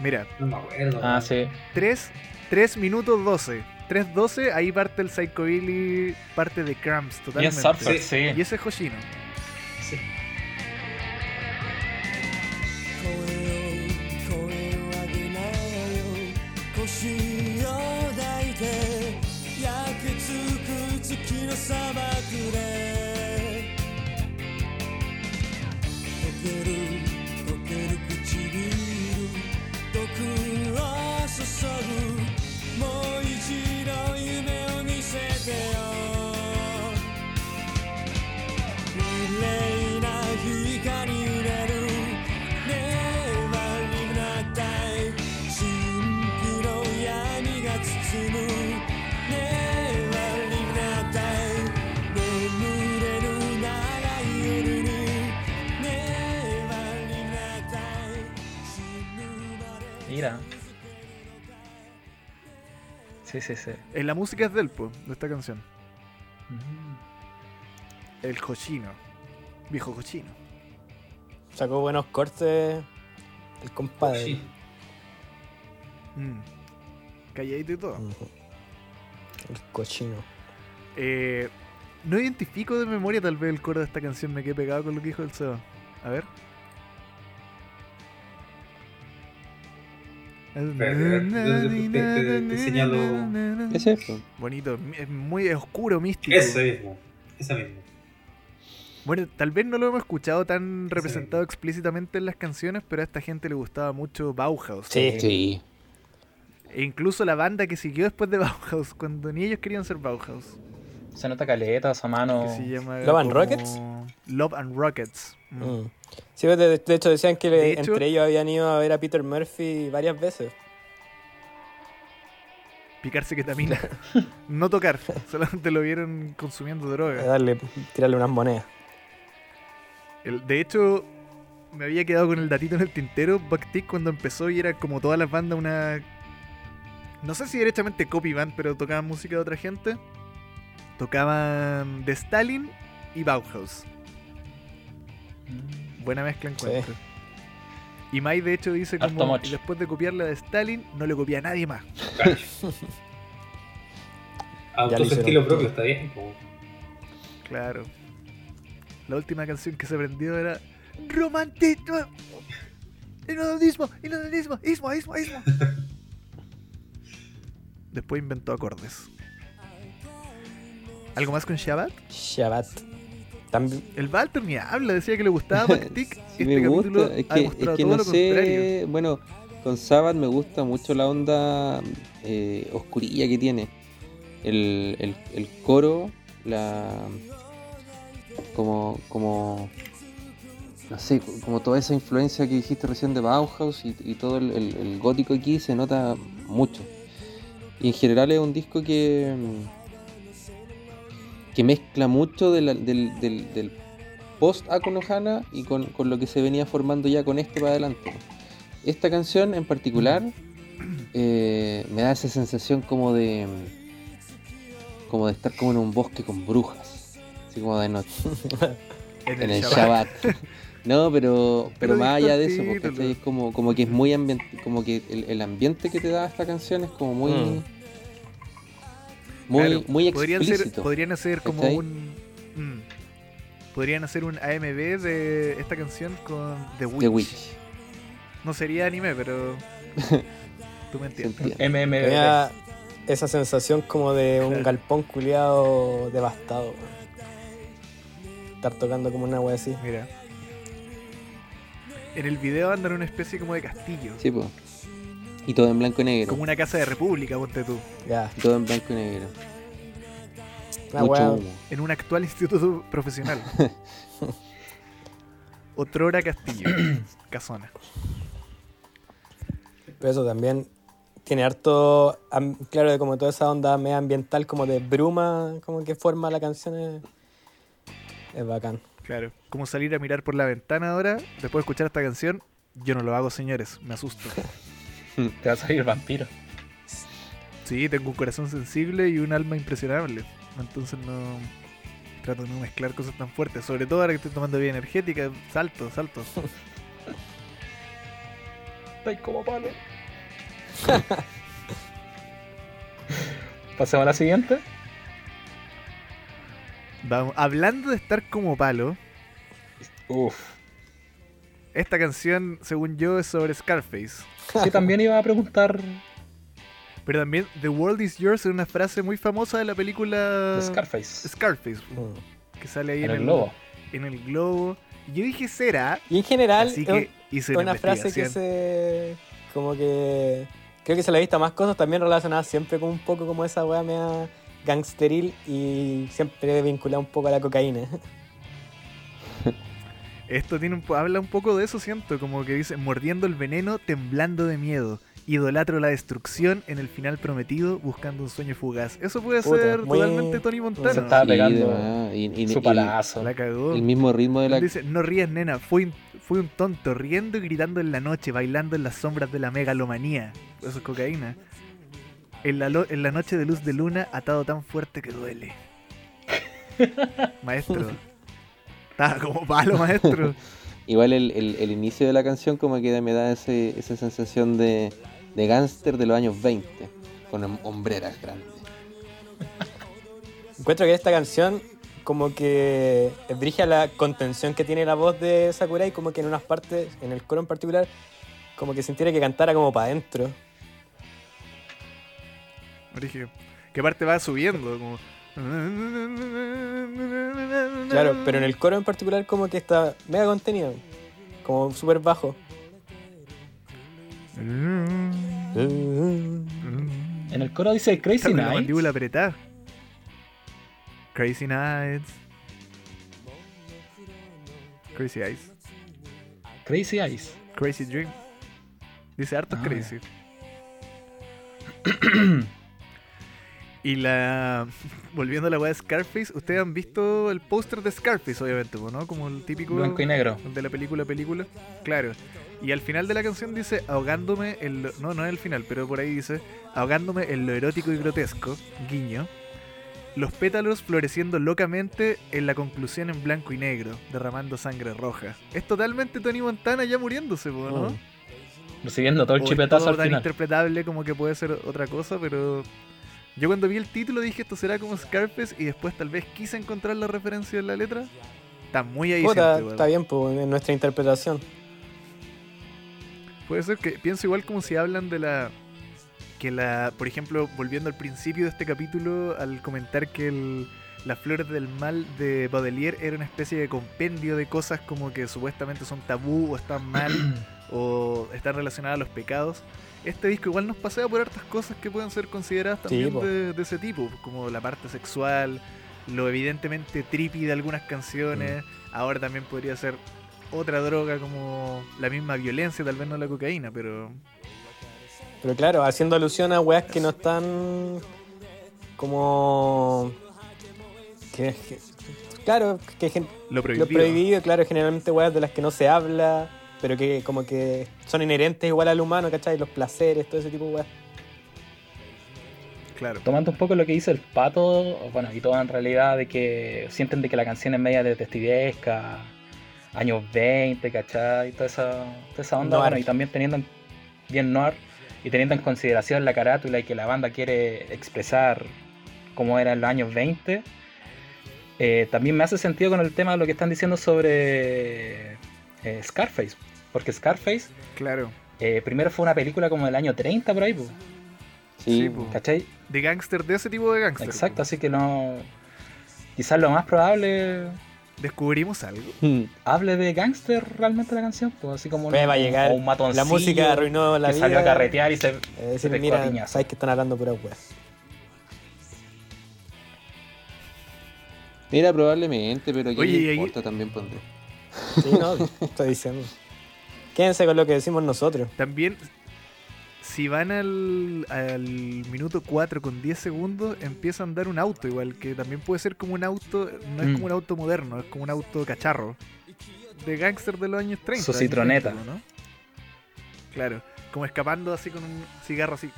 Mira, no me acuerdo. Ah, sí. 3, 3 minutos 12. 3.12, ahí parte el Psychobilly, parte de Cramps Bien totalmente. Surfer, Sí. sí. Y ese es Hoshino. Sí. 声を声を上げなよ腰を抱いて焼きつく月の砂漠で溶ける溶ける唇毒を注ぐもう一度夢を見せてよ綺麗な光に揺れる Never になったい神秘の闇が包む Never になったい眠れる長い夜に Never になったい死ぬまで Mira. Sí, sí, sí. Eh, La música es Delpo, de esta canción. Mm. El Hoshino. Viejo Hoshino. Sacó buenos cortes el compadre. Sí. Mm. Calladito y todo. Ujú. El cochino. Eh, no identifico de memoria tal vez el coro de esta canción, me quedé pegado con lo que dijo el Seba. A ver. Espera, espera, te- te- te- te señalo- Ese es. po. Bonito, mi- es muy oscuro, místico. Ese mismo. Ese mismo. Bueno, tal vez no lo hemos escuchado tan representado explícitamente en las canciones, pero a esta gente le gustaba mucho Bauhaus. Sí. Sí. E incluso la banda que siguió después de Bauhaus, cuando ni ellos querían ser Bauhaus. Se nota caleta, esa mano. Que se llama ¿Love and como Rockets? Love and Rockets. Mm. Mm. Sí, de, de hecho decían que De entre hecho- ellos habían ido a ver a Peter Murphy varias veces. Picarse ketamina. no tocar, solamente lo vieron consumiendo A droga. darle, tirarle unas monedas. El- de hecho, me había quedado con el datito en el tintero. Backtick cuando empezó y era como todas las bandas una... No sé si directamente copy band, pero tocaban música de otra gente. Tocaban de Stalin y Bauhaus. Mm. Buena mezcla encuentro. Y Mai de hecho dice Harto como moch. "Y después de copiar la de Stalin, no le copia a nadie más. Ya lo Auto su hicieron estilo todo. propio, está bien. po. Claro. La última canción que se aprendió era Romantismo. Inodismo, inodismo, ismo, ismo, ismo. Después inventó acordes. ¿Algo más con Shabbat? Shabbat. También, El Walter ni habla, decía que le gustaba Backtick. Sí me gusta. Es Este ha demostrado que, es que todo no lo contrario. sé. Bueno, con Sabbath me gusta mucho la onda eh, oscurilla que tiene. El, el, el coro, la. Como. como no sé, co- como toda esa influencia que dijiste recién de Bauhaus y, y todo el, el- el gótico aquí se nota mucho. Y en general es un disco que. mm, que mezcla mucho de la- del, del, del post Akonohana y con, con lo que se venía formando ya con este para adelante. Esta canción en particular eh, me da esa sensación como de como de estar como en un bosque con brujas, así como de noche, en el Shabbat. No, pero, pero, Pero más allá de eso, distortídolo. porque ¿cachai? es como, como que es muy ambien- como que el, el ambiente que te da esta canción es como muy Mm. muy, Claro, muy podrían ser, explícito. podrían hacer como ¿cachai? un mm, podrían hacer un AMV de esta canción con The Witch. The Witch, No sería anime, pero tú me entiendes. eh. ¿se entiende? MMB. tenía, esa sensación como de un galpón culiado devastado. weón. Estar tocando como una wea así. Mira. En el video andan en una especie como de castillo. Sí, po. Y todo en blanco y negro. Como una casa de república, ponte tú. Ya, Todo en blanco y negro. una Mucho wea. humo. En un actual instituto profesional. Otrora castillo. Casona. Pero eso también tiene harto, am- claro, de como toda esa onda media ambiental, como de bruma, como que forma la canción. Es, es bacán. Claro. Como salir a mirar por la ventana ahora, después de escuchar esta canción. Yo no lo hago, señores. Me asusto. Te va a salir vampiro. Sí, tengo un corazón sensible y un alma impresionable. Entonces no. Trato de no mezclar cosas tan fuertes. Sobre todo ahora que estoy tomando vida energética. Saltos, saltos. Estoy como palo. Pasemos a la siguiente. Vamos. Hablando de estar como palo. Uf. Esta canción, según yo, es sobre Scarface. Sí, también iba a preguntar Pero también The World is Yours es una frase muy famosa de la película de Scarface. Scarface, Mm. Ah, que sale ahí En en, el globo. En el globo. Y yo dije, será. Y en general, Así es que hice una una, frase que investigación. se. como que. creo que se le ha visto a más cosas también relacionadas siempre con un poco como esa wea media gangsteril y siempre vinculada un poco a la cocaína. Esto tiene un po- habla un poco de eso, siento. Como que dice, mordiendo el veneno, temblando de miedo. Idolatro la destrucción en el final prometido, buscando un sueño fugaz. Eso puede Puta, ser muy- totalmente Tony Se Montana. estaba Sí, pegando demás. Y- y- su y- palazo. La cagó. El mismo ritmo de la. Él Dice, no rías, nena, fui, un- fui un tonto, riendo y gritando en la noche, bailando en las sombras de la megalomanía. Eso es cocaína. En la, lo- en la noche de luz de luna, atado tan fuerte que duele. Maestro. Estaba como palo, maestro. Igual el, el- el inicio de la canción como que me da ese- esa sensación de, de gángster de los años 20, con hom- hombreras grandes. Encuentro que esta canción como que dirige a la contención que tiene la voz de Sakurai, como que en unas partes, en el coro en particular, como que sintiera que cantara como para adentro. Brígido. Que parte va subiendo, como... Claro, Mm. pero en el coro en particular como que está mega contenido, como súper bajo. Mm. En el coro dice Está Crazy con la Night. mandíbula apretada. Crazy Nights. Crazy Eyes. Crazy Eyes. Crazy Dream. Dice harto Ah, Crazy. y la. Volviendo a la weá de Scarface, ustedes han visto el póster de Scarface, obviamente, po, ¿no? Como el típico. Blanco y negro. El de la película, película. Claro. Y al final de la canción dice, ahogándome en lo... No, no es el final, pero por ahí dice, ahogándome en lo erótico y grotesco, guiño. Los pétalos floreciendo locamente en la conclusión en blanco y negro, derramando sangre roja. Es totalmente Tony Montana ya muriéndose, po, ¿no? Mm. Recibiendo todo Oh, el O es chipetazo todo al tan final. interpretable como que puede ser otra cosa, pero... Yo cuando vi el título dije esto será como Scarface y después tal vez quise encontrar la referencia en la letra. Está muy ahí. Puta, siempre, weón. está bien, pues, en nuestra interpretación. Puede ser que pienso igual como si hablan de la que la, por ejemplo, volviendo al principio de este capítulo al comentar que el las flores del mal de Baudelaire era una especie de compendio de cosas como que supuestamente son tabú o están mal o están relacionadas a los pecados. Este disco igual nos pasea por hartas cosas que pueden ser consideradas también po. de, de ese tipo, como la parte sexual, lo evidentemente trippy de algunas canciones. Ahora también podría ser otra droga como la misma violencia, tal vez no la cocaína, pero Pero claro, haciendo alusión a weas que no están como... que- que- claro, que gen- lo Lo prohibido. prohibido, claro, generalmente weas de las que no se habla, pero que como que son inherentes igual al humano, ¿cachai? Los placeres, todo ese tipo de weas. Claro. Tomando un poco lo que dice el pato, bueno, y todo en realidad de que sienten de que la canción es media detectivesca, años 20, ¿cachai? Toda esa, toda esa onda, Noir. bueno, y también teniendo en- bien noir, y teniendo en consideración la carátula y que la banda quiere expresar cómo era en los años 20, eh, también me hace sentido con el tema de lo que están diciendo sobre eh, Scarface, porque Scarface Claro. eh, primero fue una película como del año 30 por ahí, pues. Sí, Sí, Sí, po. ¿Cachai? De gángster, de ese tipo de gángster. Exacto, pues. así que no. Quizás lo más probable Descubrimos algo. Hmm. hable de gángster realmente la canción, pues así como Pues un, va a llegar o un matoncillo La música arruinó la que vida. salió a carretear y se. Eh, decirle, se pescó a mira, piñazo". sabes que están hablando pura weas. Mira, probablemente, pero ¿qué Oye, y le ahí- importa también pondré? Sí, no, estoy diciendo. Quédense con lo que decimos nosotros. También, si van al, al minuto 4 con 10 segundos, empieza a andar un auto igual, que también puede ser como un auto, no es Mm. como un auto moderno, es como un auto cacharro. De gángster de los años 30. Su años citroneta. 20, ¿no? Claro, como escapando así con un cigarro así.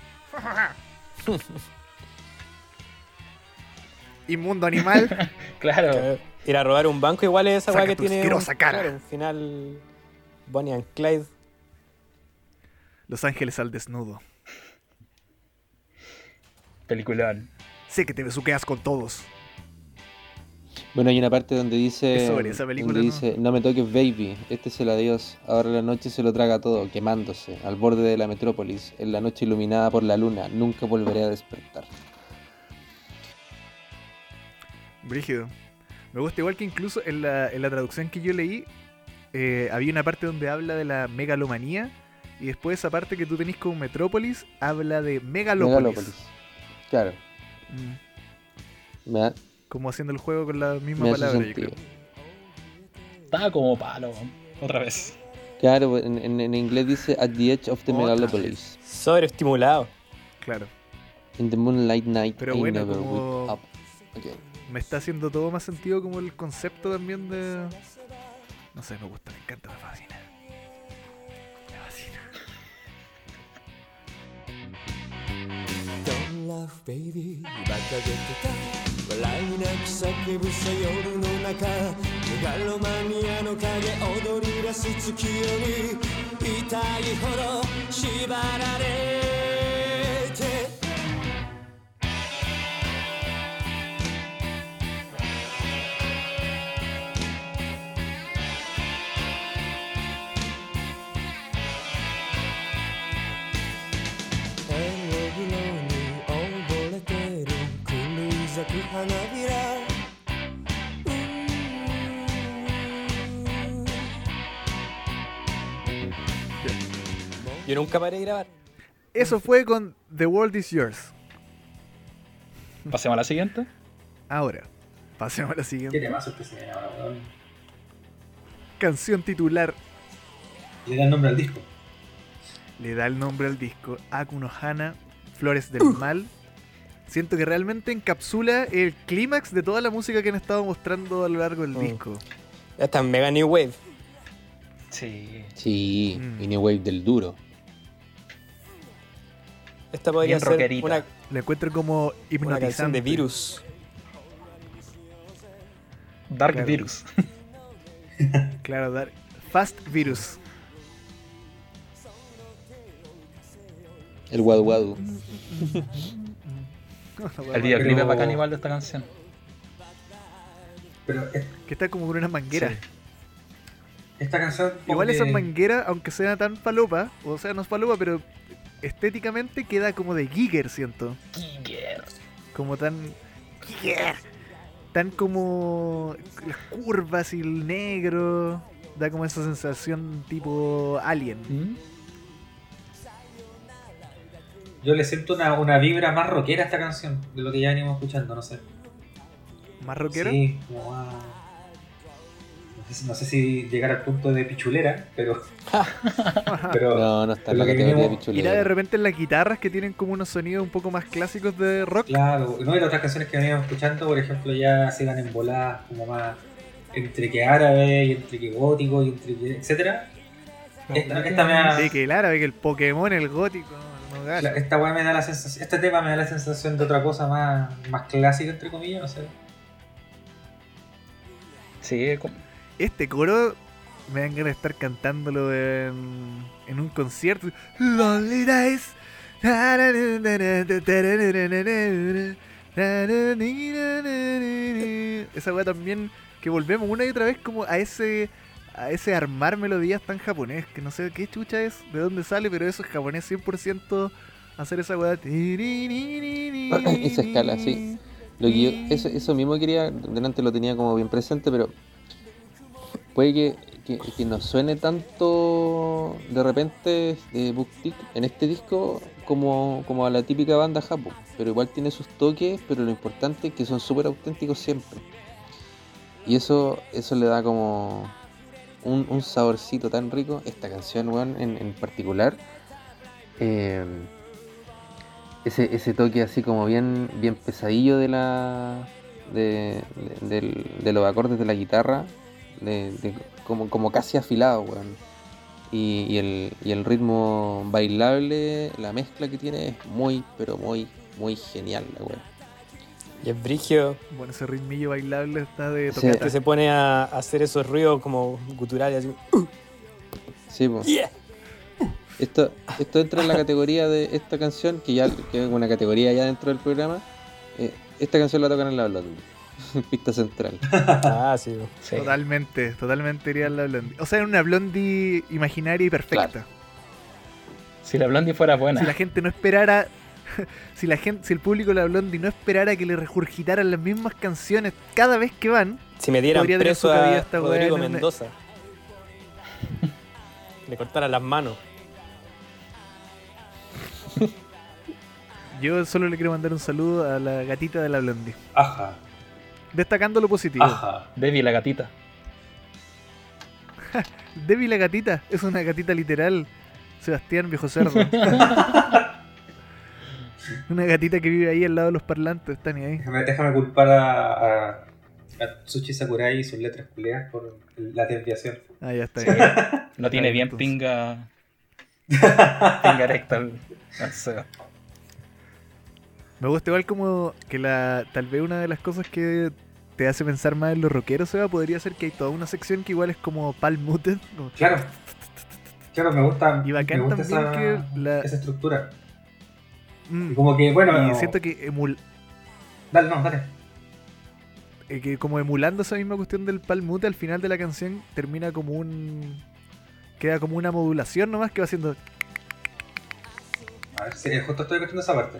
Inmundo animal. Claro. Ir a robar un banco igual es esa Saca wea que tu tiene. Un, asquerosa cara. claro, un final. Bonnie and Clyde. Los Ángeles al desnudo. Peliculón. Sé que te besuqueas con todos. Bueno, hay una parte donde dice, Eso, esa película, donde ¿no? dice, no me toques baby, este es el adiós, ahora la noche se lo traga todo, quemándose, al borde de la metrópolis, en la noche iluminada por la luna, nunca volveré a despertar. Brígido. Me gusta igual que incluso en la, en la traducción que yo leí eh, había una parte donde habla de la megalomanía y después esa parte que tú tenés con Metrópolis habla de megalópolis. Megalópolis. pues. Claro, Mm, me da- como haciendo el juego con la misma me hace palabra, yo sentido. creo. Estaba como palo, otra vez. Claro, pues, en, en- en inglés dice at the edge of the Otra megalopolis. Sobreestimulado. Claro. In the moonlight night, Pero I bueno, never como- wake up again. Me está haciendo todo más sentido como el concepto también de. No sé, me gusta, me encanta, me fascina. Me fascina. Don't laugh, baby バカげてた笑いなき叫ぶさ夜の中メガロマニアの影踊り出す月夜に痛いほど縛られて天国のに溺れてる狂い咲く花びらうん Yo nunca paré de grabar. Eso fue con The World Is Yours. Pasemos a la siguiente. Ahora, pasemos a la siguiente ¿Qué temazo este que se me llama, weón? canción titular Le da nombre al disco. le da el nombre al disco Akuno Hana, Flores del Mal. Siento que realmente encapsula el clímax de toda la música que han estado mostrando a lo largo del Mm. disco. Esta es Mega New Wave. Sí. Sí, Mm. y New Wave del duro. Esta podría Bien ser rockerita. una, La encuentro como una canción hipnotizante. de virus. Dark Claro. Virus. Claro, dar Fast Virus. El Wadu Wadu. El videoclip Pero- es bacán igual de esta canción. Pero es- Que está como por una manguera. Sí. esta canción. como Igual que- esa manguera, aunque sea tan palopa, o sea, no es palopa, pero estéticamente queda como de Giger, siento. Como tan. Giger. Tan como. Las curvas y el negro. Da como esa sensación tipo alien. ¿Mm? Yo le siento una, una vibra más rockera a esta canción de lo que ya venimos escuchando, no sé. ¿Más rockero? Sí, como más- no, sé, si- no sé si llegar al punto de pichulera, pero. pero No, no está en Lo la que categoría venimos- Y da de pichulera. repente en las guitarras que tienen como unos sonidos un poco más clásicos de rock. Claro, no eran otras canciones que veníamos escuchando, por ejemplo, ya se iban en voladas como más entre que árabe y entre que gótico y entre que etcétera. Esta, esta me da, Sí, que el árabe, que el Pokémon, el gótico. no, no, la- gala. esta weá me da la sensación, este tema me da la sensación de otra cosa más, más clásica entre comillas, no sé. Sí, es como- Este coro me dan ganas de estar cantándolo en, en un concierto. Lonely Days. Esa weá también que volvemos una y otra vez como a ese a ese armar melodías tan japonés que no sé qué chucha es, de dónde sale, pero eso es japonés 100% hacer esa weá. Esa Esa escala, sí. Lo que yo- eso, eso mismo quería, delante lo tenía como bien presente, pero puede que, que, que no suene tanto de repente de Booktick en este disco como, como a la típica banda Japo, pero igual tiene sus toques, pero lo importante es que son súper auténticos siempre. Y eso, eso le da como un, un saborcito tan rico. Esta canción, weón, en, en particular. eh, ese, ese toque así como bien, bien pesadillo de la. De, de- del- de los acordes de la guitarra. De, de- como, como casi afilado, weón. Y, y el, y el ritmo bailable, la mezcla que tiene es muy, pero muy, muy genial la weón. Y es brigio Bueno, ese ritmillo bailable está de Sí. tocata. que se pone a hacer esos ruidos como guturales. Así. Sí, po. Yeah. Esto, esto entra en la categoría de esta canción, que ya que es una categoría ya dentro del programa. Eh, esta canción la tocan en la blonda. Pista central. Ah, sí. Sí. Totalmente, totalmente iría en la blondie. O sea, en una blondie imaginaria y perfecta. Si la Blondie fuera buena. Si la gente no esperara. Si la gente, si el público de la blondie no esperara que le regurgitaran las mismas canciones cada vez que van, Si me dieran Podría tener preso su cabida a esta weá en Rodrigo una- Mendoza. Le cortaran las manos. yo solo le quiero mandar un saludo a la gatita de la blondie. Ajá, Destacando lo positivo. Ah. ajá. Debbie, la gatita. Debbie la gatita es una gatita literal. Sebastián, viejo cerdo. una gatita que vive ahí al lado de los parlantes, están ahí. Déjame, déjame culpar a, a, a Tsuchi Sakurai y sus letras culeas por la desviación. Ah, ya está. Sí. bien. No tiene bien Entonces. pinga. Pinga recta. el- el Seba. Me gusta igual como que la tal vez una de las cosas que te hace pensar más en los rockeros, Seba, podría ser que hay toda una sección que igual es como palmute. como- Claro. Claro, me gusta, Y me bacán gusta también esa, que la- esa estructura. Mm. Y como que, bueno, Y siento que, emul- dale, no, dale. eh, que como emulando esa misma cuestión del palmute al final de la canción termina como un... Queda como una modulación nomás que va haciendo... A ver, sí, justo estoy escuchando esa parte.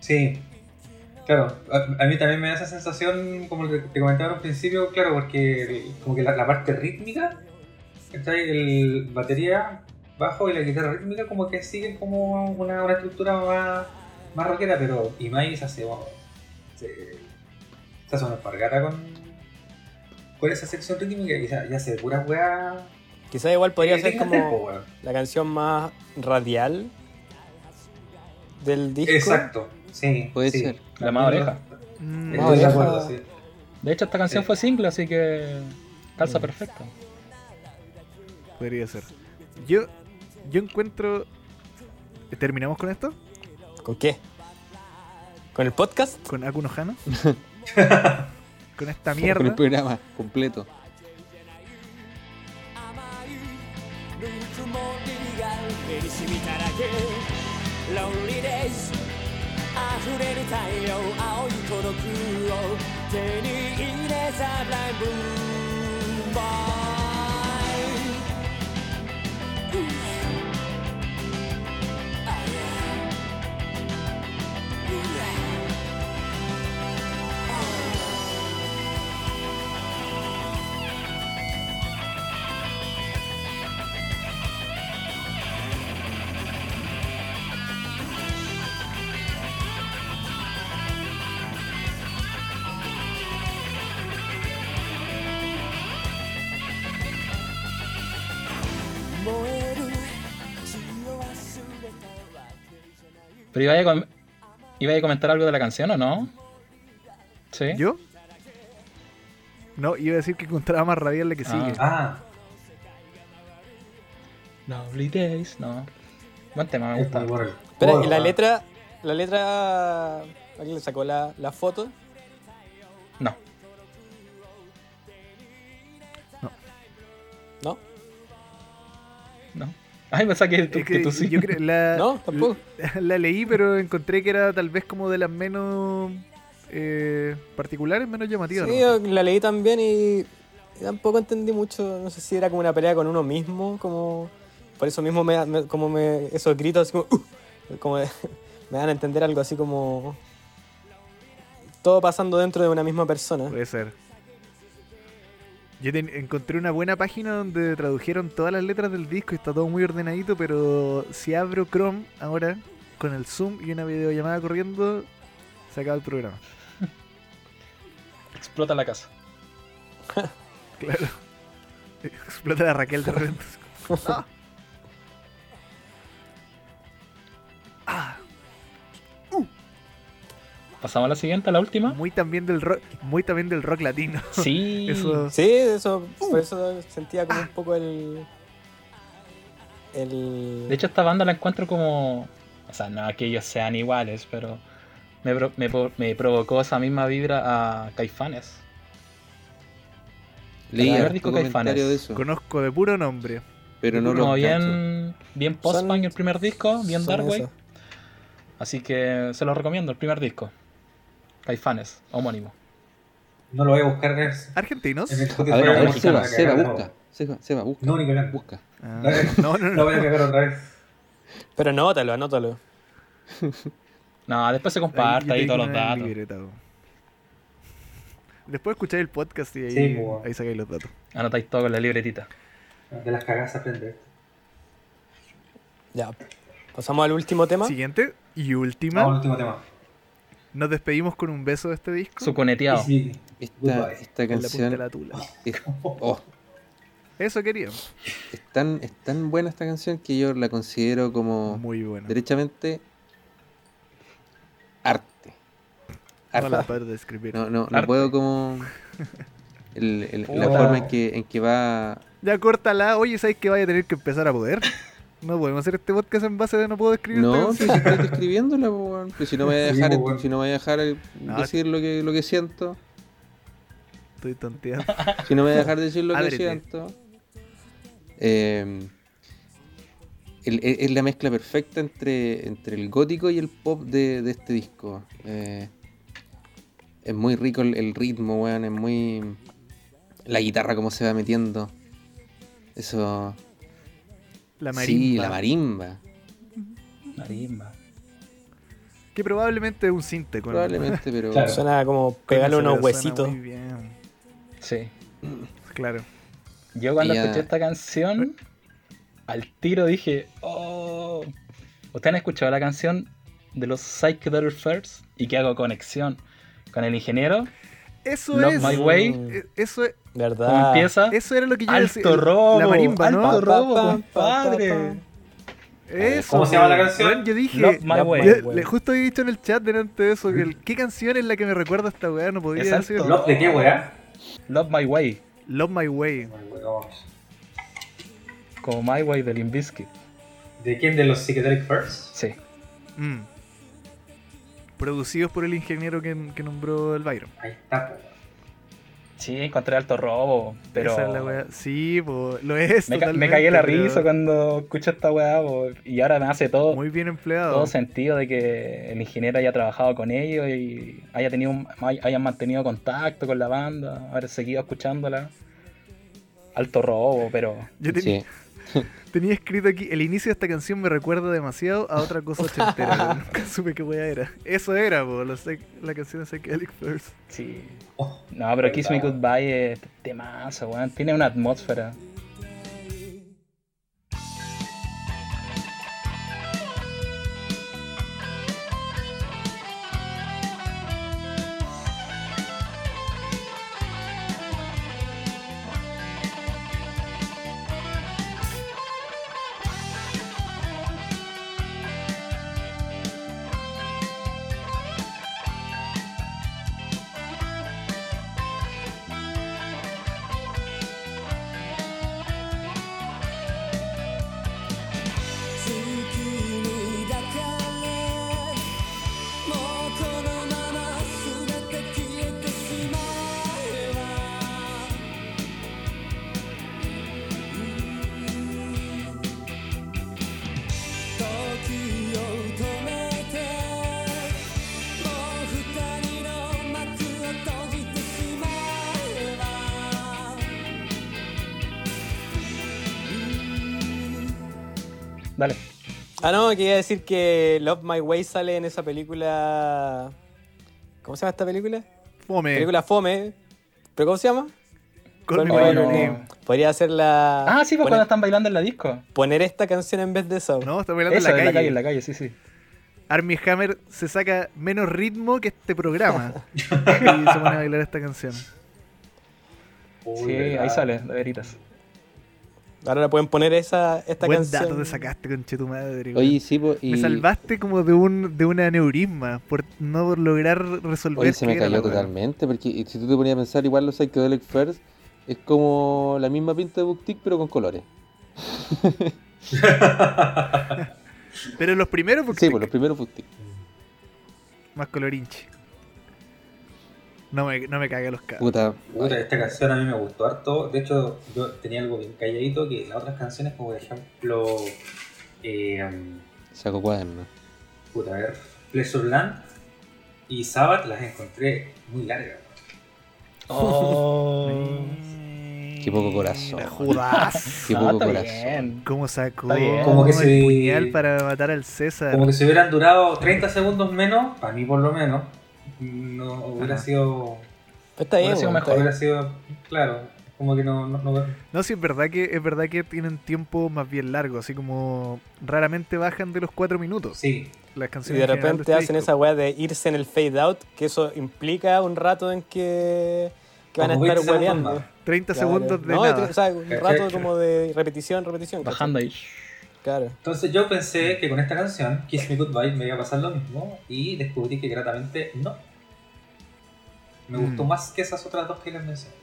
Sí. Claro, a, a mí también me da esa sensación, como lo que te comentaba al principio, claro, porque el- como que la, la parte rítmica, está el batería, bajo y la guitarra rítmica como que siguen como una, una estructura más, más rockera, pero Imais hace, wow, se, se hace una espargata con, con esa sección rítmica y ya, ya hace pura weá. Quizás igual podría que ser tenga tempo, como weón. la canción más radial del disco. Exacto, sí. Puede sí. ser. La más oreja. mm, Estoy de oreja. acuerdo, sí. De hecho, esta canción Sí. fue single, así que. Calza Mm. perfecta. Podría ser. Yo, yo encuentro... ¿Terminamos con esto? ¿Con qué? ¿Con el podcast? ¿Con Akuno Hana? ¿Con esta mierda? Con el programa completo. 甘いぬくもりが目に染みただけ Lonely days 溢れる太陽青い孤独を手に入れサブライムボーイ Ah, yeah. Yeah. Oh. Pero iba a, com- iba a comentar algo de la canción, ¿o no? Sí. ¿Yo? No, iba a decir que encontraba más radial la que Ah. sigue. Ah, Lovely Days, no. Buen tema, me ahí está, gusta. bueno. Espera, Bueno, ¿y la ah, letra? ¿La letra? ¿Alguien le sacó la, la foto? No. ¿No? No. Ay, pensaba que tú, Es que tú sí. yo creo- la, ¿No? ¿Tampoco? la leí, pero encontré que era tal vez como de las menos eh, particulares, menos llamativas. Sí, ¿no? yo la leí también y y tampoco entendí mucho. No sé si era como una pelea con uno mismo, como por eso mismo me, me- como me, esos gritos así como, "Uh", como de- me dan a entender algo así como todo pasando dentro de una misma persona. Puede ser. Yo ten- encontré una buena página donde tradujeron todas las letras del disco y está todo muy ordenadito, pero si abro Chrome ahora con el Zoom y una videollamada corriendo, se acaba el programa. Explota la casa. Claro. Explota la Raquel de repente. ¡Ah! Ah, Pasamos a la siguiente, a la última. muy también del rock, muy también del rock latino. ¿Ah? Sí. Eso Sí, eso, Uh. por eso sentía como un poco el... el De hecho, esta banda la encuentro como. O sea, no que ellos sean iguales, pero. Me, pro- me, po- me provocó esa misma vibra a Caifanes. Leí Para ver harto disco comentario Caifanes. de eso, conozco de puro nombre. pero no como lo bien... bien, bien Son- post-punk el primer disco, bien son Darkway. eso. Así que se los recomiendo, el primer disco. Caifanes, homónimo. No lo voy a buscar en ¿Argentinos? en el Spotify. A ver, a ver, vamos Seba, la Seba, cagar, busca. no. Seba, Seba, busca. No, ni cagando. Busca. Ah, no, no, Lo no. voy a cagar otra vez. Pero anótalo, anótalo. No, después se Ahí comparte yo ahí, tengo todos los una datos. libreta, po. Después escucháis el podcast y ahí, Sí, po. ahí sacáis los datos. Anotáis todo con la libretita. De las cagadas aprende. Ya. Pasamos al último tema. Siguiente y última. Vamos al último tema. Nos despedimos con un beso de este disco. Su coneteado. Easy. Esta, Goodbye. esta con la punta de canción la tula. es- oh, Eso queríamos. es, tan, es tan buena esta canción que yo la considero como Muy bueno. derechamente arte. No la Arte. puedo describir. No, no, no Arte. puedo como el- el- la Oh. Puta. forma en que, en que va Ya córtala. Oye, ¿sabes que vaya a tener que empezar a poder? No podemos hacer este podcast en base de no puedo escribir. esta No, canción. pero si estoy describiéndola, po, weón. Pero si no me voy a Sí, dejar, po, ent- weón. si no me voy a dejar eh, pues, No, decir lo que, lo que siento, Estoy tonteando. si no me voy a dejar decir lo que Ábrete. siento. eh, el- es es la mezcla perfecta entre, entre el gótico y el pop de, de este disco. Eh, es muy rico el, el ritmo, weón. Es muy. La guitarra, cómo se va metiendo. Eso. La marimba. Sí, la marimba. Marimba. Que probablemente es un cinte. Con Probablemente, pero. Claro. Suena como pegarle Pero unos suena huesitos. muy bien. Sí. Claro. Yo cuando Ya. escuché esta canción, al tiro dije, oh. ¿Ustedes han escuchado la canción de los Psychedelic First? Y que hago conexión con el ingeniero. Eso Love es. My Way. Mm, eh, Eso, es- ¿Cómo ¿Verdad? empieza? eso era lo que yo decía. Alto robo. La marimba, alto ¿no? Pa, robo, pa, pa, compadre. pa, pa. Eso, ¿Cómo se llama la canción? weón, yo dije. Love My Ya, Way. ya. yo- le- justo he dicho en el chat delante de eso. Que el- ¿Qué canción es la que me recuerda a esta weá? No podría Exacto. decir. ¿Love de qué, weá? Love My Way. Love My Way. Como My Way de Limp Bizkit. ¿De quién? ¿De los Psychedelic First? Sí. Mm. Producidos por el ingeniero que, que nombró el Byron. Ahí está, po. Sí, encontré alto robo. Pero. Esa es la weá. Sí, po, lo es. Me, ca- me totalmente, cagué la pero risa cuando escucho esta weá. po, Y ahora me hace todo. Muy bien empleado. todo sentido de que el ingeniero haya trabajado con ellos y haya tenido un- hay- hayan mantenido contacto con la banda, haber seguido escuchándola. Alto robo, pero Yo ten- Sí. tenía escrito aquí: el inicio de esta canción me recuerda demasiado a otra cosa ochentera. pero nunca supe qué weá era. Eso era, po, lo sé- la canción de Psychedelic First. sí. Oh, No, pero Kiss Me Goodbye es temazo, weón. Tiene una atmósfera. 「 Dale. Ah, no, quería decir que Love My Way sale en esa película. ¿Cómo se llama esta película? Fome. Película Fome. ¿Pero cómo se llama? Call me Oh, by no. your name. Podría hacer la. Ah, sí, pues poner, cuando están bailando en la disco. poner esta canción en vez de eso. No, está bailando Eso, en la calle. en la calle, sí, sí. Armie Hammer se saca menos ritmo que este programa. y se pone a bailar esta canción. Uy, sí, verdad. ahí sale, de veritas. Ahora la pueden poner esa, esta Buen canción. dato te sacaste, conche tu madre. weón. Oye, sí, po, y, Me salvaste como de un de un aneurisma por no lograr resolver. oye, se me qué era cayó la weá. totalmente, porque y si tú te ponías a pensar, igual los Psychedelic First es como la misma pinta de Booktick, pero con colores. Pero los primeros, porque Sí, pues los primeros Booktick. más colorinche. No me, no me cagué los cabros. Puta, Puta, esta canción a mí me gustó harto. De hecho, yo tenía algo bien calladito que las otras canciones, como por ejemplo, eh, saco cuaderno. puta, a ver, Pleasure Land y Sabbath las encontré muy largas. Oh. Qué poco corazón. Mira, Judas. Qué no, poco está corazón. bien. Eh, ¿Cómo sacó Está bien. Como que el se- puñal para matar al César? Como que si hubieran durado 30 segundos menos, para mí por lo menos, no hubiera Ajá. sido. Está bien, Hubiera sido bueno, mejor. Hubiera sido, claro, como que no. no, no- No, sí, es verdad que es verdad que tienen tiempo más bien largo, así como raramente bajan de los cuatro minutos sí, las Y canciones. de en general repente este hacen disco. esa weá de irse en el fade out, que eso implica un rato en que, que van a como estar 20 segundos hueveando. más. 30 Claro. segundos de No, nada. o sea, un Perfecto. rato como de repetición, repetición. ¿cachai? Bajando ahí. Claro. Entonces yo pensé que con esta canción, Kiss Me Goodbye, me iba a pasar lo mismo y descubrí que gratamente no. Me Mm. gustó más que esas otras dos que les mencioné.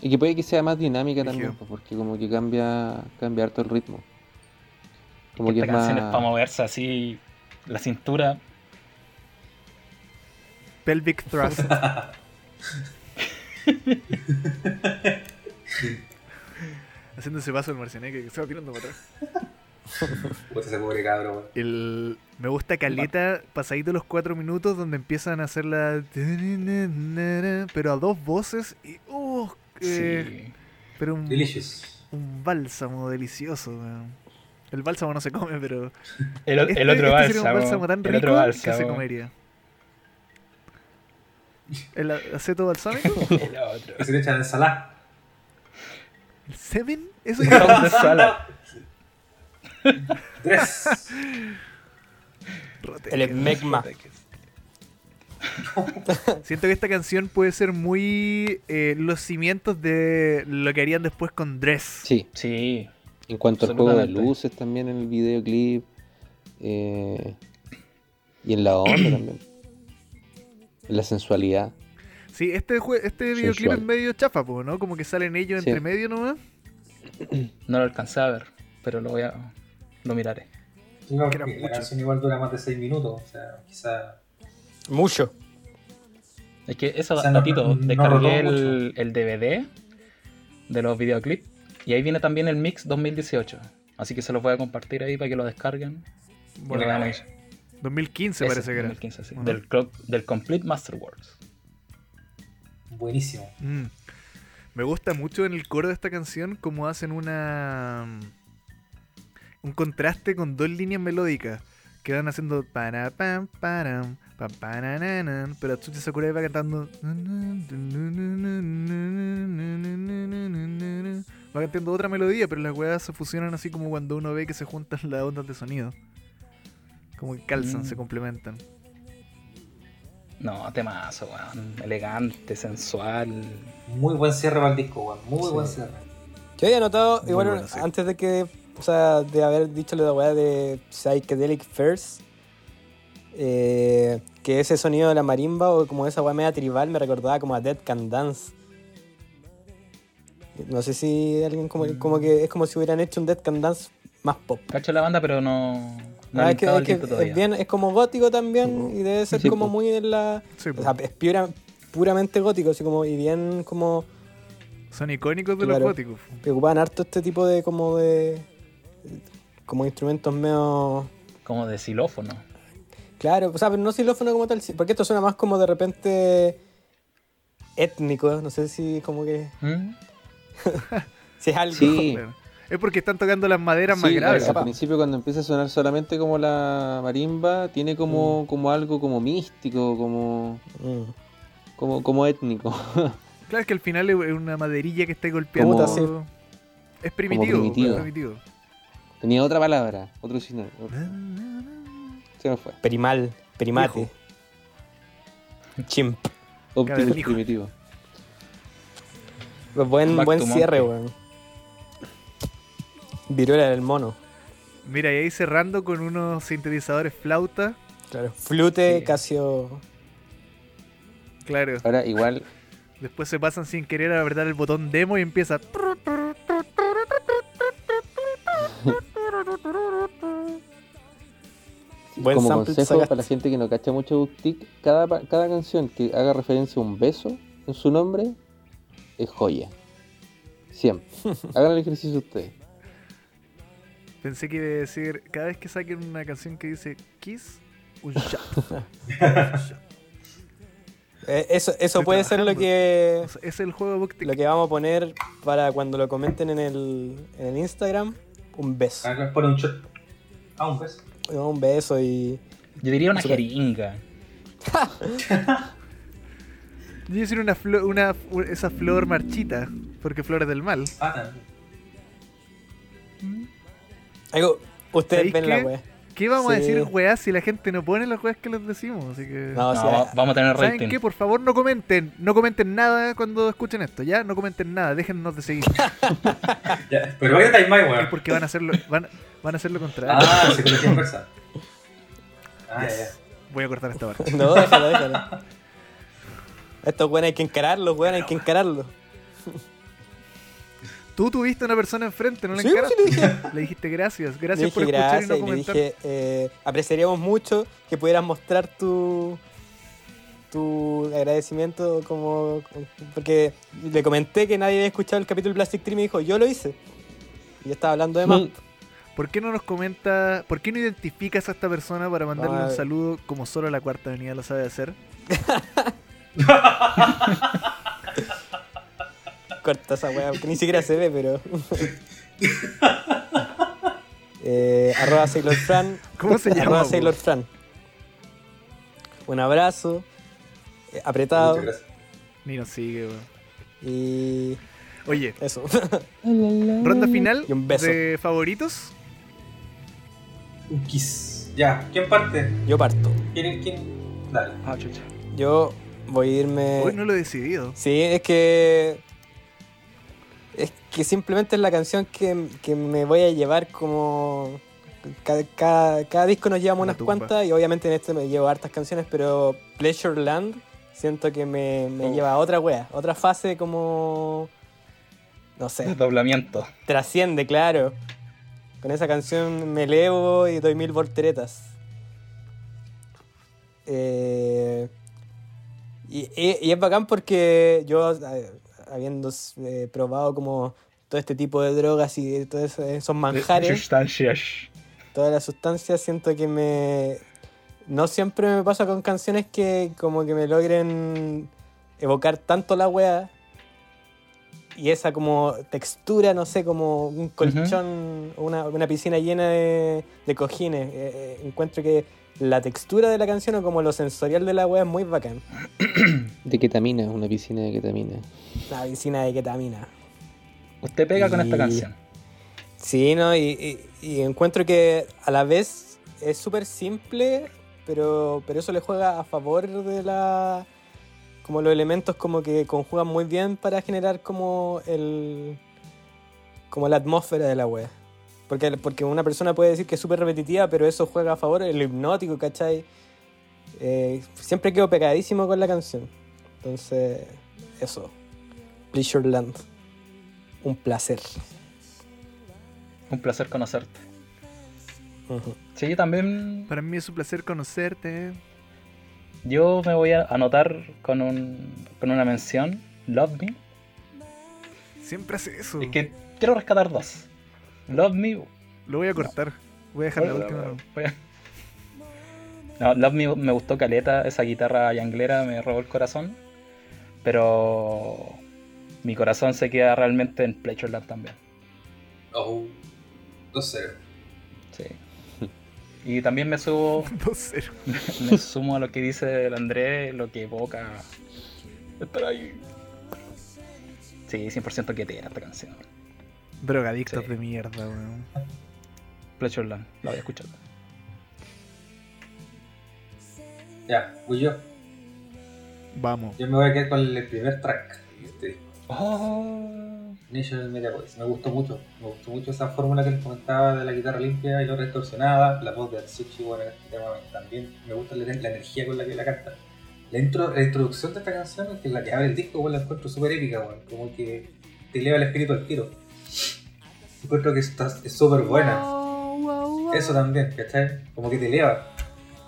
Y que puede que sea más dinámica también, Brígido. po, porque como que cambia, cambia harto el ritmo. Como que es Esta canción es para más. moverse así, la cintura. Pelvic Thrust. Haciéndose paso el Marcianeque que se va tirando para atrás. Puta ese pobre cabro, weón. El... Me gusta Caleta, pasadito los cuatro minutos, donde empiezan a hacer la. Pero a dos voces y. ¡Oh! eh, Sí. Pero Mm. un, Delicious. un bálsamo delicioso, weón. El bálsamo no se come, pero. El, o- el este- otro este sería balsa. un bálsamo tan el rico otro balsa. que se comería. ¿El aceto balsámico? El otro. Que se le echa la ensalada. ¿El semen? Eso ya Ron de sala. Tres. El Megma. Siento que esta canción puede ser muy eh, los cimientos de lo que harían después con Dress. Sí, Sí. en cuanto al juego de Absolutamente. luces también en el videoclip. eh, y en la onda también. En la sensualidad. Sí, este, jue- este Sí, videoclip es suave. medio chafa, po, ¿no? Como que salen ellos Sí. entre medio nomás. No lo alcancé a ver, pero lo voy a. Lo miraré. Digo, Que era que la mucho. canción igual dura más de seis minutos. O sea, quizá. Mucho. Es que eso, O sea, no- datito, no rodó descargué el, el DVD de los videoclips y ahí viene también el mix 2018. Así que se los voy a compartir ahí para que lo descarguen. y lo Bueno, vean ahí. 2015 Ese, parece que era. 2015, sí. Ajá. del, clo- del Complete Masterworks. Buenísimo. Mm. Me gusta mucho en el coro de esta canción cómo hacen una mm, un contraste con dos líneas melódicas que van haciendo para pam param pam parananan, pero Atsushi Sakurai va cantando va cantando otra melodía, pero las weas se fusionan así como cuando uno ve que se juntan las ondas de sonido. Como que calzan, Mm. se complementan. No, temazo, weón. Elegante, sensual. Muy buen cierre para el disco, weón. Muy Sí. buen cierre. Yo había notado, Muy igual bueno, sí. antes de que, o sea, de haber dicho la weá de Psychedelic First, eh, que ese sonido de la marimba o como esa weá media tribal me recordaba como a Dead Can Dance. No sé si alguien como, como que es como si hubieran hecho un Dead Can Dance más pop. Cacho la banda, pero no. No Ah, he es, que, entrado es al que disco todavía. es bien, es como gótico también y debe ser Sí, como po. muy en la... Sí, O po. sea, es pura- puramente gótico, así como y bien como... son icónicos de Claro. los góticos. que ocupaban harto este tipo de como de como instrumentos medio Como de xilófono. claro o sea pero no xilófono como tal si- porque esto suena más como de repente étnico no sé si como que ¿Mm? si es algo Sí, Claro. Es porque están tocando las maderas más Sí, graves. al, al principio cuando empieza a sonar solamente como la marimba, tiene Mm. como, como algo como místico, como, Mm. como, como étnico, Claro, es que al final es una maderilla que está golpeando. Puta, sí. Es primitivo. es primitivo. primitivo. Tenía otra palabra, otro signo. Se me fue. Primal, primate. Chimp. Optimus hijo. primitivo. Buen, Back buen to cierre, weón. Viruela del mono. Mira, y ahí cerrando con unos sintetizadores flauta. Claro. Flute, Sí. Casio. Claro. Ahora igual, Después se pasan sin querer a apretar el botón demo y empieza. Buen como sample consejo sacaste. para la gente que no cacha mucho Booktick, cada, pa- cada canción que haga referencia a un beso en su nombre es joya. Siempre. Hagan el ejercicio ustedes. Pensé que iba a decir, cada vez que saquen una canción que dice Kiss, un shot. Eh, eso eso Estoy puede ser lo trabajando. que, O sea, es el juego Book lo que vamos a poner para cuando lo comenten en el, en el Instagram. Un beso. Acá pone un shot. Ah, un beso. Un beso y. Yo diría una Súper. jeringa. Yo iba a decir una, flo- una u- esa flor marchita, porque flor es del mal. Ah, también. Algo. Ustedes ¿Sabéis ven la qué? wea. ¿Qué vamos a Sí. decir, weá, si la gente no pone las weas que les decimos? Así que. No, o No, sea, va- vamos a tener ¿Saben rating. qué? Por favor, no comenten. No comenten nada cuando escuchen esto, ¿ya? No comenten nada. Déjennos de seguir. Ya, pero vaya time más, Es weón. porque van a hacer lo, van, van a hacer lo contrario. Ah, psicología inversa. Ah, ya. Voy a cortar esta parte. No, déjalo, déjalo. A Estos weones hay que encararlos, weón, hay que encararlos. Tú tuviste a una persona enfrente, no la Sí, pues, sí, encaraste. le dije. Le dijiste gracias. Le Gracias dije por escuchar gracias y y no le comentar. dije, eh, apreciaríamos mucho que pudieras mostrar tu tu agradecimiento como porque le comenté que nadie había escuchado el capítulo Plastic Tree y me dijo, yo lo hice. Y yo estaba hablando de más. ¿Por qué no nos comenta, por qué no identificas a esta persona para mandarle un Ay. saludo como solo la cuarta avenida lo sabe hacer? Corta esa weá, porque ni siquiera se ve, pero. eh, arroba Sailor Fran. ¿Cómo se llama, Arroba po? Sailor Fran. Un abrazo. eh, apretado. Muchas gracias. Ni nos sigue, weón. Y. Oye, Eso. ronda final Mm. Y un beso. de favoritos. Un kiss. Ya, ¿quién parte? Yo parto. ¿Quién? quién? Dale. Yo voy a irme. Hoy no lo he decidido. Sí, es que. Es que simplemente es la canción que, que me voy a llevar como. Cada, cada- cada disco nos llevamos Una unas tumba. cuantas y obviamente en este me llevo hartas canciones, pero Pleasure Land siento que me, me lleva a otra wea, otra fase como. No sé, Desdoblamiento. trasciende, claro. Con esa canción me elevo y doy mil volteretas. Eh, y, y- y es bacán porque yo, eh, habiendo eh, probado como todo este tipo de drogas y todos esos- esos manjares, Sustancias. todas las sustancias, siento que me. No siempre me pasa con canciones que como que me logren evocar tanto la weá. Y esa como textura, no sé, como un colchón, una, una piscina llena de, de cojines. Eh, eh, encuentro que la textura de la canción o como lo sensorial de la weá es muy bacán. Mm, De ketamina, una piscina de ketamina. La piscina de ketamina. Usted pega con esta Y- canción. Sí, ¿no? Y, y- y encuentro que a la vez es súper simple, pero, pero eso le juega a favor de la... Como los elementos como que conjugan muy bien para generar como el... Como la atmósfera de la web. Porque, porque una persona puede decir que es súper repetitiva, pero eso juega a favor, el hipnótico, ¿cachai? Eh, siempre quedo pegadísimo con la canción. Entonces, eso. Pleasure Land. Un placer. Un placer conocerte. Ujú. Sí, yo también. Para mí es un placer conocerte. Yo me voy a anotar con, un, con una mención. Love Me. Siempre hace eso. Es que quiero rescatar dos. Love Me Lo voy a cortar. Voy a dejar la última. Voy a- No, Love Me me gustó Caleta, esa guitarra yanglera me robó el corazón. Pero mi corazón se queda realmente en Pleasureland también. Oh, 2-0. Sí. Y también me subo 2-0. me sumo a lo que dice el Andrés, lo que evoca estar ahí. Sí, 100% que tiene esta canción. Drogadictos Sí. de mierda, weón. Fletcherland, la voy a escuchar. Ya, voy yo. Vamos. Yo me voy a quedar con el primer track de este disco. Oh, National Media Voice. Me gustó mucho, me gustó mucho esa fórmula que les comentaba de la guitarra limpia y la distorsionada, la voz de Atsushi bueno, en este tema también me gusta la, la energía con la que la canta. La, intro, la introducción de esta canción, que es la que abre el disco, bueno, la encuentro súper épica, bueno, como que te eleva el espíritu al tiro. Encuentro que está- es súper buena. Eso también, ¿cachai? Como que te eleva,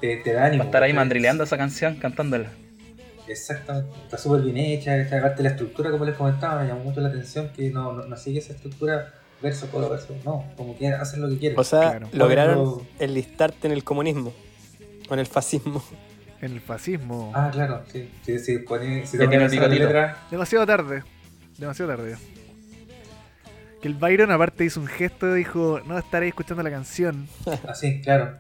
te, te da ánimo. va a estar ahí ¿cachai? mandrileando esa canción, cantándola. Exactamente, está súper bien hecha, esta parte de la estructura, como les comentaba, me llamó mucho la atención que no, no, no sigue esa estructura verso, coro, verso, no, como que hacen lo que quieren. O sea, Claro. lograron Cuando- enlistarte en el comunismo o en el fascismo. En el fascismo. ah, claro, sí, sí, sí, pone, si Ya tiene el pones la bigotito. letra, Demasiado tarde. Demasiado tarde. Que el Byron aparte hizo un gesto, dijo, no estaréis escuchando la canción, así, claro,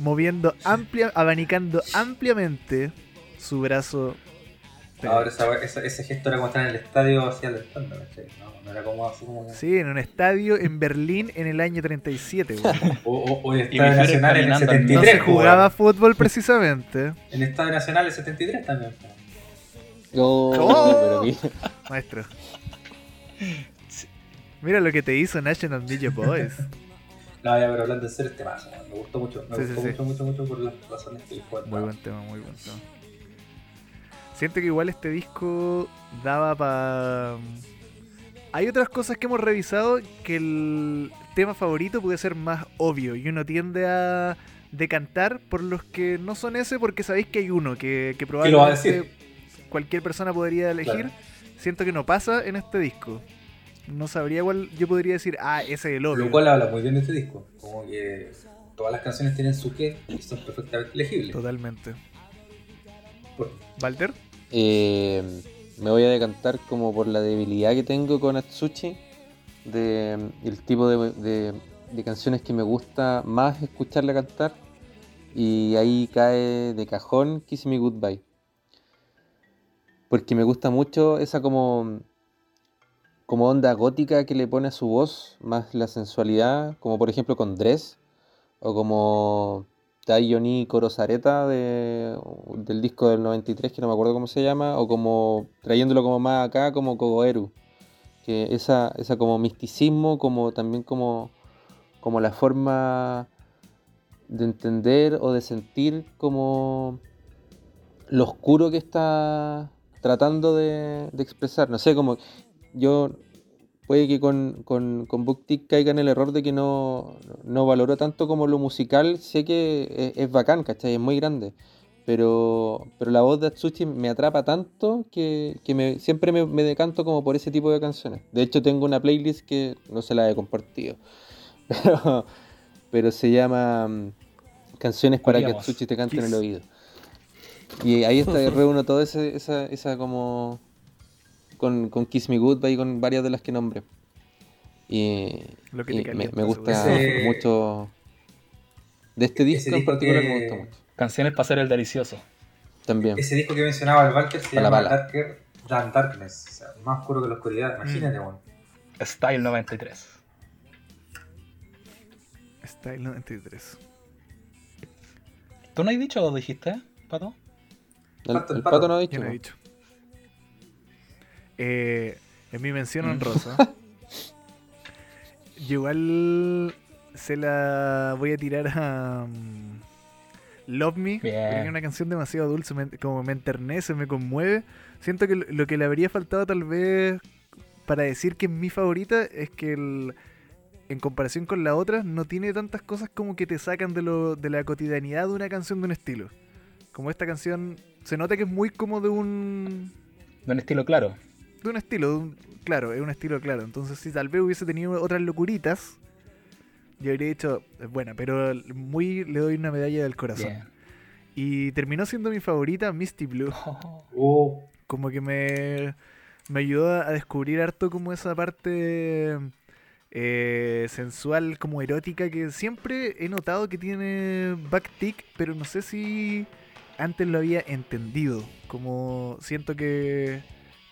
moviendo amplia, abanicando ampliamente su brazo. ahora esa- esa- ese gesto era como estar en el estadio hacia el estándar, ¿cachai? no, no era como así como... Sí, en un estadio en Berlín en el año 37. weón. O, o, o el Y Estadio Mijares Nacional en el caminando al No 73, se jugaba fútbol precisamente. weón. En el Estadio Nacional en el 73 también. weón. Oh, Oh. pero qué- Maestro. Mira lo que te hizo National Media Boys. No, ya, pero hablando en serio, este mazo, weón, me gustó mucho, me Sí, sí, gustó sí. mucho, mucho, mucho por las razones que les Muy comentaba. buen tema, muy buen tema. Siento que igual este disco daba para... Hay otras cosas que hemos revisado que el tema favorito puede ser más obvio y uno tiende a decantar por los que no son ese porque sabéis que hay uno que, que ¿Qué lo va a decir? probablemente cualquier persona podría elegir. Siento que no pasa en este disco. No sabría cuál yo podría decir, ah, ese es el obvio. Lo cual habla muy bien de este disco. Como que todas las canciones tienen su qué y son perfectamente legibles. Totalmente. Por- ¿Walter? Eh, me voy a decantar como por la debilidad que tengo con Atsushi, de mm, el tipo de, de- de canciones que me gusta más escucharla cantar. Y ahí cae de cajón Kiss Me Goodbye. Porque me gusta mucho esa como, como onda gótica que le pone a su voz, más la sensualidad, como por ejemplo con Dress, o como Tayoni Corozareta de, del disco del 93, que no me acuerdo cómo se llama, o como trayéndolo como más acá, como Kogoeru. Que esa, esa como misticismo, como también como, como la forma de entender o de sentir como lo oscuro que está tratando de, de expresar. No sé, como yo puede que con, con, con Book Tick caiga en el error de que no, no valoro tanto como lo musical. Sé que es, es bacán, ¿cachai? Es muy grande. Pero, pero la voz de Atsushi me atrapa tanto que, que me, siempre me, me decanto como por ese tipo de canciones. De hecho, tengo una playlist que no se la he compartido. Pero, pero se llama mm, Canciones para que Culiamos. Atsushi te cante en el Kiss. oído. Y ahí está, reúno todo ese, esa, esa como con, con Kiss Me Goodbye y con varias de las que nombré. Y, Lo que y te me, calienta, me gusta seguro. Ese- mucho. De este ese disco en disco particular que- me gusta mucho. Canciones para hacer el delicioso. También. Ese disco que mencionaba el Walter se Pala, llama pala. Darker Than Darkness. O sea, más oscuro que la oscuridad, imagínate, weón. Style 93. Style 93. ¿Tú no has dicho o dijiste, Pato? El, Pato, el el Pato. pato no ha dicho. pues, ¿Quién ha ¿no? dicho? Eh, en mi mención Mm. honrosa. yo igual se la voy a tirar a mm, Love Me. porque Bien. Es una canción demasiado dulce, me- como me enternece, me conmueve. Siento que lo- lo que le habría faltado tal vez para decir que es mi favorita es que el- en comparación con la otra no tiene tantas cosas como que te sacan de, lo, de la cotidianidad de una canción de un estilo. Como esta canción se nota que es muy como de un De un estilo claro. de un estilo, de un- claro, es un estilo claro. Entonces, si tal vez hubiese tenido otras locuritas, yo habría dicho, "Es buena, pero muy le doy una medalla del corazón. Bien. Y terminó siendo mi favorita Misty Blue. Oh, Oh, Como que me, me ayudó a descubrir harto como esa parte eh, sensual, como erótica, que siempre he notado que tiene Backtick, pero no sé si antes lo había entendido. Como siento que,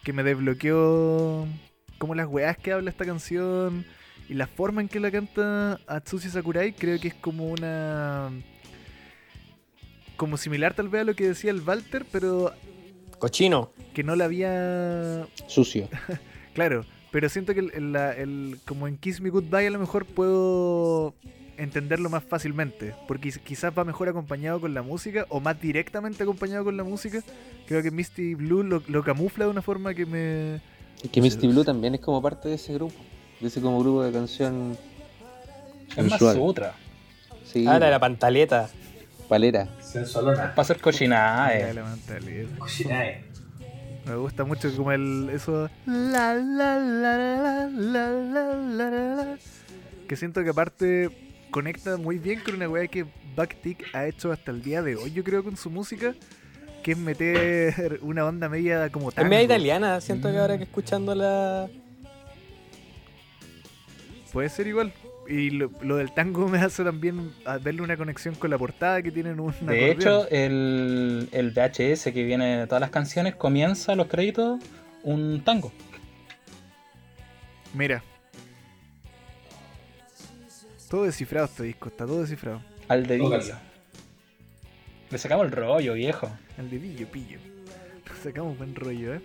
que me desbloqueó como las weás que habla esta canción y la forma en que la canta Atsushi Sakurai creo que es como una... Como similar tal vez a lo que decía el Walter, pero Cochino. que no la había Sucio. Claro, pero siento que el- el- la- el- como en Kiss Me Goodbye a lo mejor puedo entenderlo más fácilmente, porque quiz- quizás va mejor acompañado con la música o más directamente acompañado con la música. Creo que Misty Blue lo, lo camufla de una forma que me... Y que Sí, Misty sí. Blue también es como parte de ese grupo. De ese como grupo de canción. Es más sensual. sutra. Sí, Ah, la de la pantaleta. palera. Sensualona. Para hacer Mira cochinadas. eh. la mentalidad. Cochinae. Me gusta mucho como el eso la, la, la, la, la, la, la, la, la, que siento que aparte conecta muy bien con una weá que Backtick ha hecho hasta el día de hoy, yo creo, con su música, que es meter una onda media como Es tango. media italiana, siento que ahora que escuchándola. Puede ser igual. Y lo, lo del tango me hace también a verle una conexión con la portada que tienen un De hecho, el, el VHS que viene de todas las canciones comienza los créditos un tango. Mira. Todo descifrado este disco, está todo descifrado. Al dedillo. Pónganse. Le sacamos el rollo, viejo. El dedillo, pillo. Nos sacamos buen rollo, ¿eh?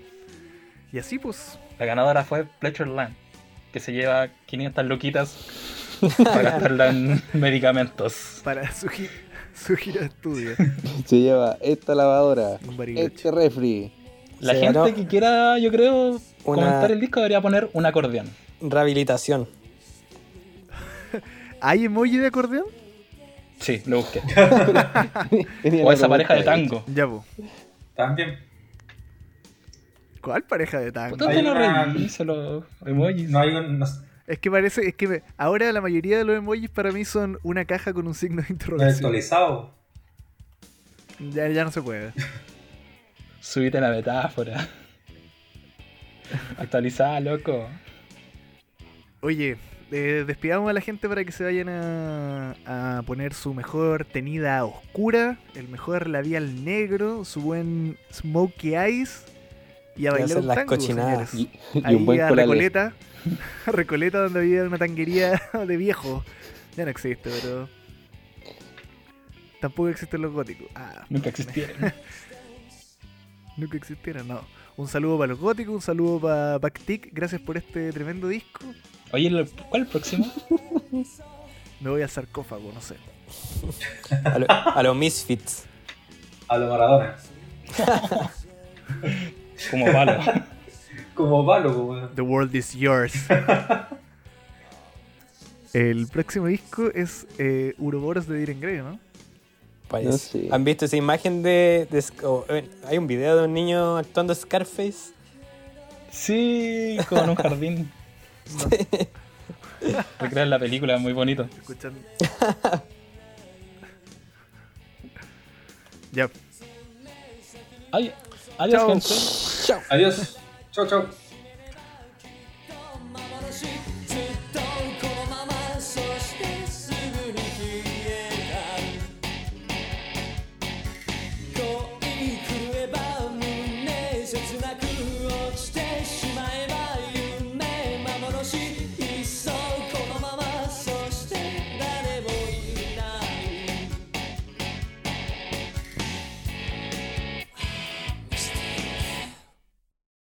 Y así pues, La ganadora fue Fletcher Land, que se lleva 500 loquitas para gastarla en medicamentos. para su, gi- su gira de estudio Se lleva esta lavadora. en Bariloche. Este refri. La Se gente ganó que quiera, yo creo, comentar una el disco debería poner un acordeón. rehabilitación. ¿Hay emoji de acordeón? Sí, lo busqué. Tenía O la esa pareja de pregunta ahí. tango. Ya, po. También. ¿Cuál pareja de tango? Puta, Hay no una- reís los emojis. No hay un. no- Es que parece, es que me- ahora la mayoría de los emojis para mí son una caja con un signo de no es interrogación. actualizado. Ya, ya no se puede. Subite la metáfora. Actualizada, loco. Oye, eh, despidamos a la gente para que se vayan a, a poner su mejor tenida oscura, el mejor labial negro, su buen smokey eyes y a Y bailar hacer un las tango, cochinadas. señores. Y, y Ahí un buen a colale. Recoleta, a Recoleta donde había una tanguería de viejo. Ya no existe, pero tampoco existen los góticos. Ah, Nunca existieron. Nunca existieron, no. Un saludo para los góticos, un saludo para Backtick, gracias por este tremendo disco. Oye, lo- ¿cuál próximo? Me voy al sarcófago, no sé. A, lo- a los Misfits. A lo Maradona. Como palo. Como palo, como. The World is Yours. El próximo disco es eh, Uroboros de Diren Grey, ¿no? parece. No sé. pues. ¿Han visto esa imagen de. de Sc- o, eh, hay un video de un niño actuando Scarface? Sí, como en un jardín. Recrear la película, muy bonito. Escuchando. ya. Ay, adiós, Chao. gente. Adiós. Chau, chau.